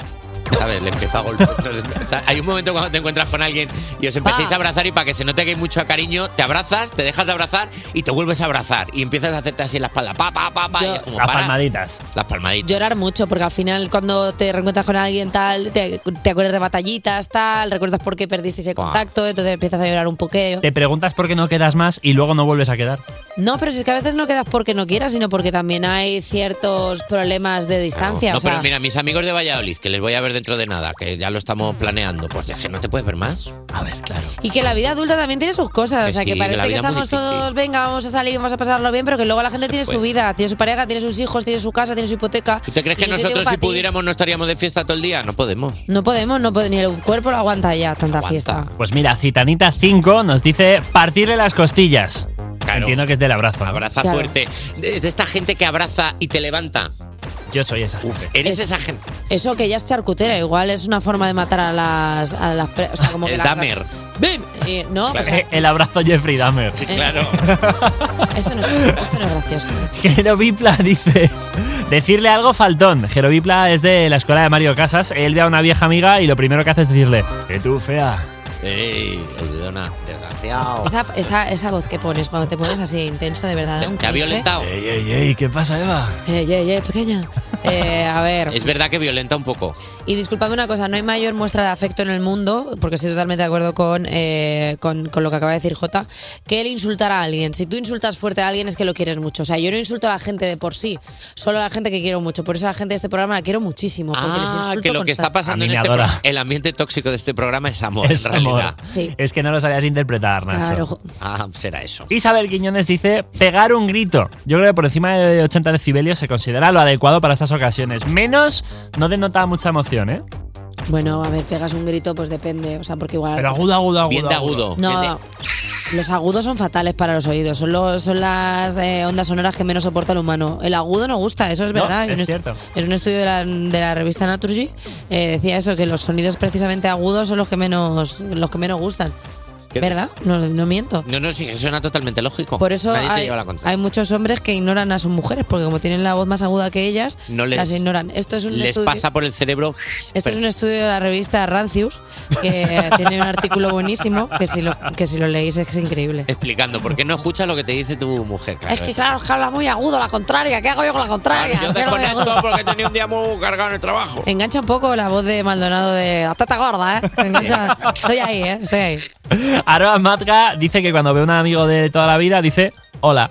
S4: ¿Sabes? Le empieza a golpear. <laughs> Entonces, o sea, hay un momento cuando te encuentras con alguien y os
S3: Ah.
S4: empecéis a abrazar y para que se note que hay mucho cariño, te abrazas, te dejas de abrazar y te vuelves a abrazar. Y empiezas a hacerte así en la espalda. Pa, pa, pa, pa. y es como,
S13: Las
S4: para.
S13: palmaditas.
S4: Las palmaditas.
S3: Llorar mucho, porque al final cuando te reencuentras con alguien tal, te, te acuerdas de batallitas, tal, recuerdas por qué perdiste ese contacto, entonces empiezas a llorar un poquillo.
S13: Te preguntas por qué no quedas más y luego no vuelves a quedar.
S3: No, pero si es que a veces no quedas porque no quieras, sino porque también hay ciertos problemas de distancia.
S4: No,
S3: o sea,
S4: pero mira, mis amigos de Valladolid, que les voy a ver dentro de nada, que ya lo estamos planeando, pues es que no te puedes ver más.
S13: A ver, claro.
S3: Y que la vida adulta también tiene sus cosas,
S4: Que
S3: o sea, que
S4: sí,
S3: parece
S4: que la
S3: que
S4: vida es muy
S3: estamos todos, venga, vamos a salir, vamos a pasarlo bien, pero que luego la gente tiene su
S4: puede.
S3: vida, tiene su pareja, tiene sus hijos, tiene su casa, tiene su hipoteca.
S4: ¿Tú te crees
S3: Y
S4: que
S3: yo te tengo
S4: nosotros
S3: pa'
S4: si
S3: ti.
S4: pudiéramos no estaríamos de fiesta todo el día? No podemos.
S3: No podemos, no podemos, ni el cuerpo lo aguanta ya tanta fiesta.
S13: Pues mira, Citanita 5 nos dice partirle las costillas. Entiendo que es del abrazo.
S4: Abraza fuerte. Es de esta gente que abraza y te levanta.
S13: Yo soy esa gente.
S4: Eres esa gente.
S3: Eso que ya es charcutera, igual es una forma de matar a las. A las pre- o sea, como que
S13: Es
S3: las-
S13: Dahmer.
S3: ¡Bim! Eh, no, o sea,
S13: Eh, <laughs> El abrazo Jeffrey Dahmer. Sí,
S4: claro.
S3: esto, no es, esto no es
S4: <laughs>
S3: gracioso.
S13: Jerovipla dice: Decirle algo faltón. Jerovipla es de la escuela de Mario Casas. Él ve a una vieja amiga y lo primero que hace es decirle: Que tú, fea.
S4: ¡Ey! Olvidona, desgraciado.
S3: Esa, esa, esa voz que pones cuando te pones así intenso, de verdad. da un ¿eh?
S4: Te ha
S3: cringe.
S4: violentado.
S13: Ey, ey, ey, ¿qué pasa, Eva?
S3: Ey, ey, ey, pequeña. Eh, a ver.
S4: <laughs> Es verdad que violenta un poco.
S3: Y disculpadme una cosa, no hay mayor muestra de afecto en el mundo, porque estoy totalmente de acuerdo con, eh, con, con lo que acaba de decir Jota, que el insultar a alguien. Si tú insultas fuerte a alguien es que lo quieres mucho. O sea, yo no insulto a la gente de por sí, solo a la gente que quiero mucho. Por eso a la gente de este programa la quiero muchísimo. Porque les
S4: Ah,
S3: insulto
S4: que lo que está
S3: constante.
S4: pasando en este
S13: adora.
S4: pro- el ambiente tóxico de este programa es amor,
S13: Es
S4: en
S13: amor.
S4: realidad.
S3: Sí.
S13: Es que no lo sabías interpretar, Nacho.
S3: Claro.
S4: Ah, será eso.
S13: Isabel Quiñones dice pegar un grito. Yo creo que por encima de 80 decibelios se considera lo adecuado para estas ocasiones. Menos no denota mucha emoción, ¿eh? <laughs>
S3: Bueno, a ver, pegas un grito, pues depende. O sea, porque igual.
S13: Pero agudo, agudo, agudo.
S4: Bien de agudo.
S3: No,
S4: Bien
S3: los agudos son fatales para los oídos. Son, los- son las eh, ondas sonoras que menos soporta el humano. El agudo no gusta, eso es
S13: No,
S3: verdad.
S13: es
S3: Hay un est-
S13: cierto.
S3: Es un estudio de la, de la revista Naturgy. eh, decía eso, que los sonidos precisamente agudos son los que menos, los que menos gustan.
S4: ¿Qué?
S3: ¿Verdad? No, no miento.
S4: No, no, sí, que suena totalmente lógico.
S3: Por eso
S4: Nadie te
S3: hay,
S4: lleva la contra.
S3: hay muchos hombres que ignoran a sus mujeres, porque como tienen la voz más aguda que ellas,
S4: No les-
S3: las ignoran. Esto es un
S4: Les
S3: estudio.
S4: pasa por el cerebro.
S3: Esto es un estudio de la revista Rancius, que <laughs> tiene un artículo buenísimo, que si lo, que si lo leéis es increíble.
S4: Explicando, ¿por qué no escuchas lo que te dice tu mujer?
S3: Es que claro, es que habla muy agudo, la contraria. ¿Qué hago yo con la contraria?
S4: Yo
S3: Yo no me
S4: desconecto
S3: agudo.
S4: porque tenía un día muy cargado en el trabajo.
S3: Engancha un poco la voz de Maldonado de la tata gorda, ¿eh? Engancha- Estoy ahí, ¿eh? Estoy ahí.
S13: Aroa Matga dice que cuando ve a un amigo de toda la vida dice hola.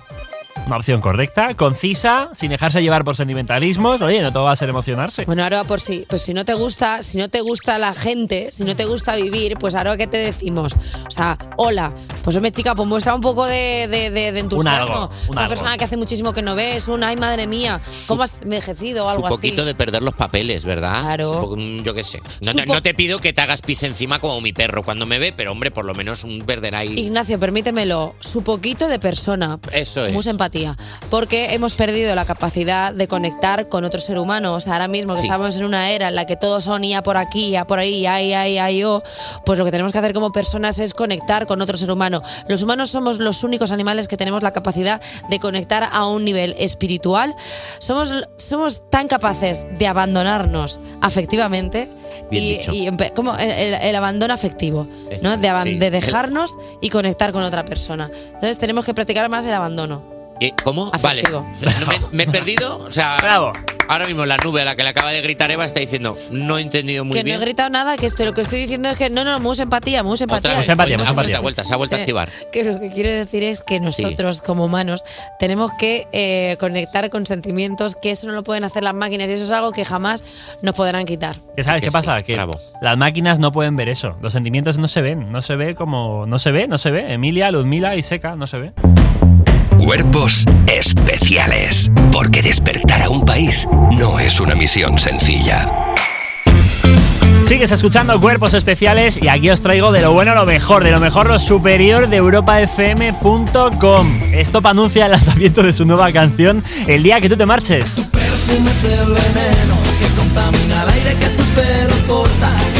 S13: Una opción correcta, concisa, sin dejarse llevar por sentimentalismos. Oye, no todo va a ser emocionarse.
S3: Bueno, Aroa, por si, pues si no te gusta, si no te gusta la gente, si no te gusta vivir, pues Aroa, ¿qué te decimos? O sea, hola, pues hombre, chica, pues muestra un poco de, de- de- de entusiasmo.
S4: algo, un
S3: una
S4: algo.
S3: persona que hace muchísimo que no ves, un ay, madre mía, ¿cómo has envejecido o
S4: Un
S3: algo
S4: poquito
S3: así?
S4: de perder los papeles, ¿verdad?
S3: Claro.
S4: Un poco, mm, yo qué sé. No, te-
S3: Supo-
S4: no te pido que te hagas pis encima como mi perro cuando me ve, pero hombre, por lo menos un perder ahí.
S3: Ignacio, permítemelo, su poquito de persona,
S4: Eso es.
S3: mucha empatía, porque hemos perdido la capacidad de conectar con otro ser humano. O sea, ahora mismo que
S4: Sí.
S3: estamos en una era en la que todos son IA por aquí, IA por ahí, IA, IA, IA, yo, pues lo que tenemos que hacer como personas es conectar con otro ser humano. humano. Los humanos somos los únicos animales que tenemos la capacidad de conectar a un nivel espiritual. Somos, somos tan capaces de abandonarnos afectivamente
S4: Bien
S3: y,
S4: dicho.
S3: y empe- como el, el- el abandono afectivo, ¿no? De, aban-
S4: sí.
S3: de dejarnos y conectar con otra persona. Entonces tenemos que practicar más el abandono.
S4: Eh, ¿Cómo?
S3: Afectivo.
S4: Vale. O sea, ¿no ¿Me, me he perdido? O sea, ahora mismo la nube a la que le acaba de gritar Eva está diciendo, no he entendido muy
S3: que
S4: bien.
S3: no he gritado nada, que esto, lo que estoy diciendo es que no, no, mucha empatía, mucha empatía.
S4: Otra vez,
S13: empatía,
S4: vuelta,
S13: mucha empatía.
S4: vuelta, vuelta, se ha vuelto
S3: Sí.
S4: a activar.
S3: Que lo que quiero decir es que nosotros como humanos tenemos que eh, conectar con sentimientos que eso no lo pueden hacer las máquinas y eso es algo que jamás nos podrán quitar.
S13: ¿Que ¿Sabes qué pasa? Que las máquinas no pueden ver eso. Los sentimientos no se ven. No se ve como. No se ve, no se ve. Emilia, Luzmila y Seca, no se ve.
S1: Cuerpos especiales. Porque despertar a un país no es una misión sencilla.
S13: Sigues escuchando Cuerpos Especiales y aquí os traigo de lo bueno a lo mejor, de lo mejor lo superior de europafm.com. Esto anuncia el lanzamiento de su nueva canción El día que tú te marches.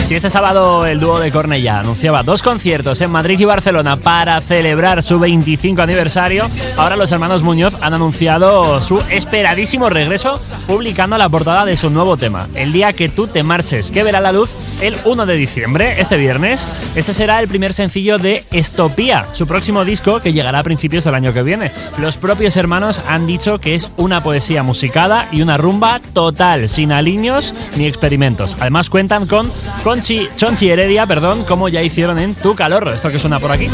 S13: Si este sábado el dúo de Cornellá anunciaba dos conciertos en Madrid y Barcelona para celebrar su 25 aniversario, ahora los hermanos Muñoz han anunciado su esperadísimo regreso publicando la portada de su nuevo tema, El día que tú te marches, que verá la luz el 1 de diciembre, este viernes. Este será el primer sencillo de Estopía, su próximo disco que llegará a principios del año que viene. Los propios hermanos han dicho que es una poesía musicada y una rumba total, sin aliños ni experimentos. Además cuentan con Conchi, Chonchi Heredia, perdón, como ya hicieron en Tu Calor, esto que suena por aquí.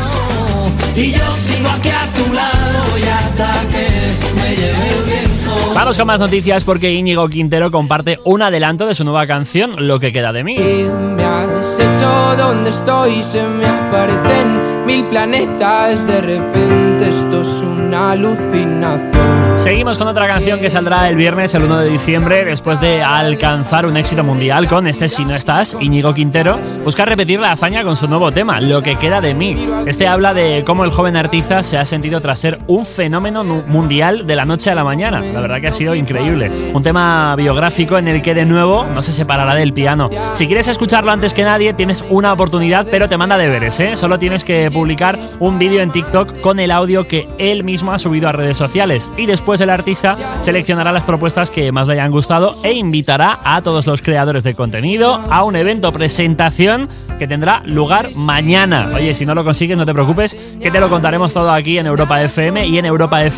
S15: Y yo sigo aquí a tu lado y hasta que me lleve el viento.
S13: Vamos con más noticias porque Íñigo Quintero comparte un adelanto de su nueva canción, Lo que queda de mí.
S21: Me has hecho donde estoy, se me aparecen mil planetas. De repente esto es una alucinación.
S13: Seguimos con otra canción que saldrá el viernes, el 1 de diciembre, después de alcanzar un éxito mundial con este Si no estás, Íñigo Quintero, busca repetir la hazaña con su nuevo tema, Lo que queda de mí. Este habla de cómo el joven artista se ha sentido tras ser un fenómeno nu- mundial de la noche a la mañana. La verdad que ha sido increíble. Un tema biográfico en el que de nuevo no se separará del piano. Si quieres escucharlo antes que nadie, tienes una oportunidad, pero te manda deberes, ¿eh? Solo tienes que publicar un vídeo en TikTok con el audio que él mismo ha subido a redes sociales. Y después el artista seleccionará las propuestas que más le hayan gustado e invitará a todos los creadores de contenido a un evento presentación que tendrá lugar mañana. Oye, si no lo consigues, no te preocupes, que te lo contaremos todo aquí en Europa FM y en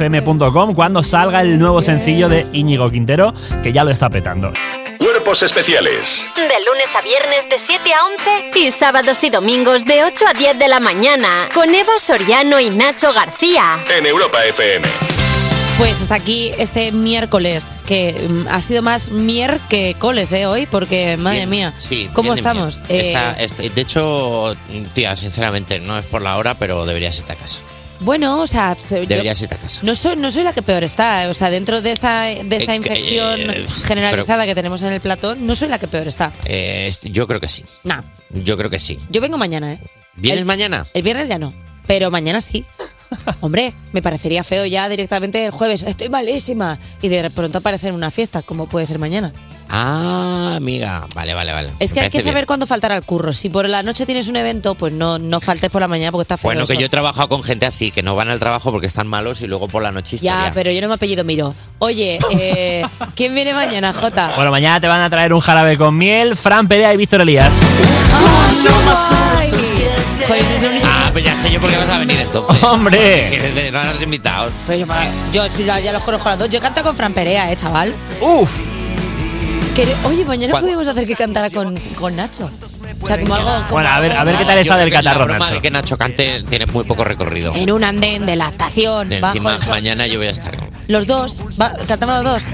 S13: europafm.com cuando salga el nuevo sencillo de Íñigo Quintero, que ya lo está petando.
S8: Cuerpos especiales
S2: De lunes a viernes de 7 a 11 y sábados y domingos de 8 a 10 de la mañana con Eva Soriano y Nacho García.
S8: en Europa FM.
S3: Pues hasta aquí este miércoles, que mm, ha sido más mier que coles ¿eh? hoy, porque madre
S4: Bien,
S3: mía,
S4: sí,
S3: ¿cómo
S4: bien de
S3: estamos?
S4: mía.
S3: Eh,
S4: Está- está- de hecho, tía, sinceramente, no es por la hora, pero deberías irte a casa.
S3: bueno, o sea, yo-
S4: Deberías irte a casa.
S3: no, soy, no soy la que peor está, eh, o sea, dentro de esta, de esta
S4: Eh,
S3: infección
S4: eh,
S3: generalizada que tenemos en el platón, no soy la que peor está.
S4: Eh, est- yo creo que sí.
S3: Nah,
S4: Yo creo que sí.
S3: yo vengo mañana, ¿eh?
S4: ¿Vienes mañana?
S3: El viernes ya no, pero
S4: <laughs>
S3: mañana sí. Hombre, me parecería feo ya directamente el jueves, estoy malísima, y de pronto aparecer en una fiesta, como puede ser mañana.
S4: Ah, amiga. Vale, vale, vale.
S3: Es que
S4: Me
S3: hay que
S4: parece bien.
S3: saber cuándo faltar al curro. Si por la noche tienes un evento, pues no, no faltes por la mañana porque está feo.
S4: Bueno, que
S3: eso.
S4: yo he trabajado con gente así, que no van al trabajo porque están malos y luego por la noche
S3: Ya,
S4: historia.
S3: pero yo no me apellido Miro. Oye,
S4: <laughs>
S3: eh, ¿quién viene mañana, Jota?
S13: Bueno, mañana te van a traer un jarabe con miel, Fran Perea y Víctor Elías.
S3: Ay, joder, es lo único-
S4: Ah, pues ya sé yo por qué vas a venir
S13: <laughs>
S4: entonces.
S13: ¡Hombre!
S4: Que- que No has invitado.
S3: Pero yo, yo sí, ya, ya los conozco a los dos. Yo canto con Fran Perea, eh, chaval.
S13: Uf.
S3: oye, mañana
S4: ¿Cuál?
S3: podemos hacer que cantara con, con Nacho. O sea, como algo. como
S13: Bueno, a ver, a ver qué tal está
S4: Yo
S13: del
S4: creo que
S13: catarro,
S4: La broma
S13: Nacho.
S4: de que Nacho cante tiene muy poco recorrido.
S3: En un andén de la estación, bajo
S4: Encima,
S3: el sol.
S4: mañana yo voy a estar con.
S3: Los dos, va- cantamos los dos.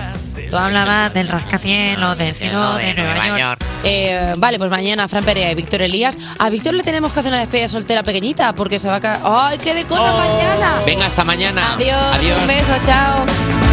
S3: Tú hablabas del rascacielos, del cielo de Nueva York. Eh, vale, pues mañana Fran Perea y Víctor Elías. A Víctor le tenemos que hacer una despedida soltera pequeñita porque se va a caer. ¡Ay, qué de cosas mañana!
S4: Venga, hasta mañana.
S3: Adiós, un beso, chao.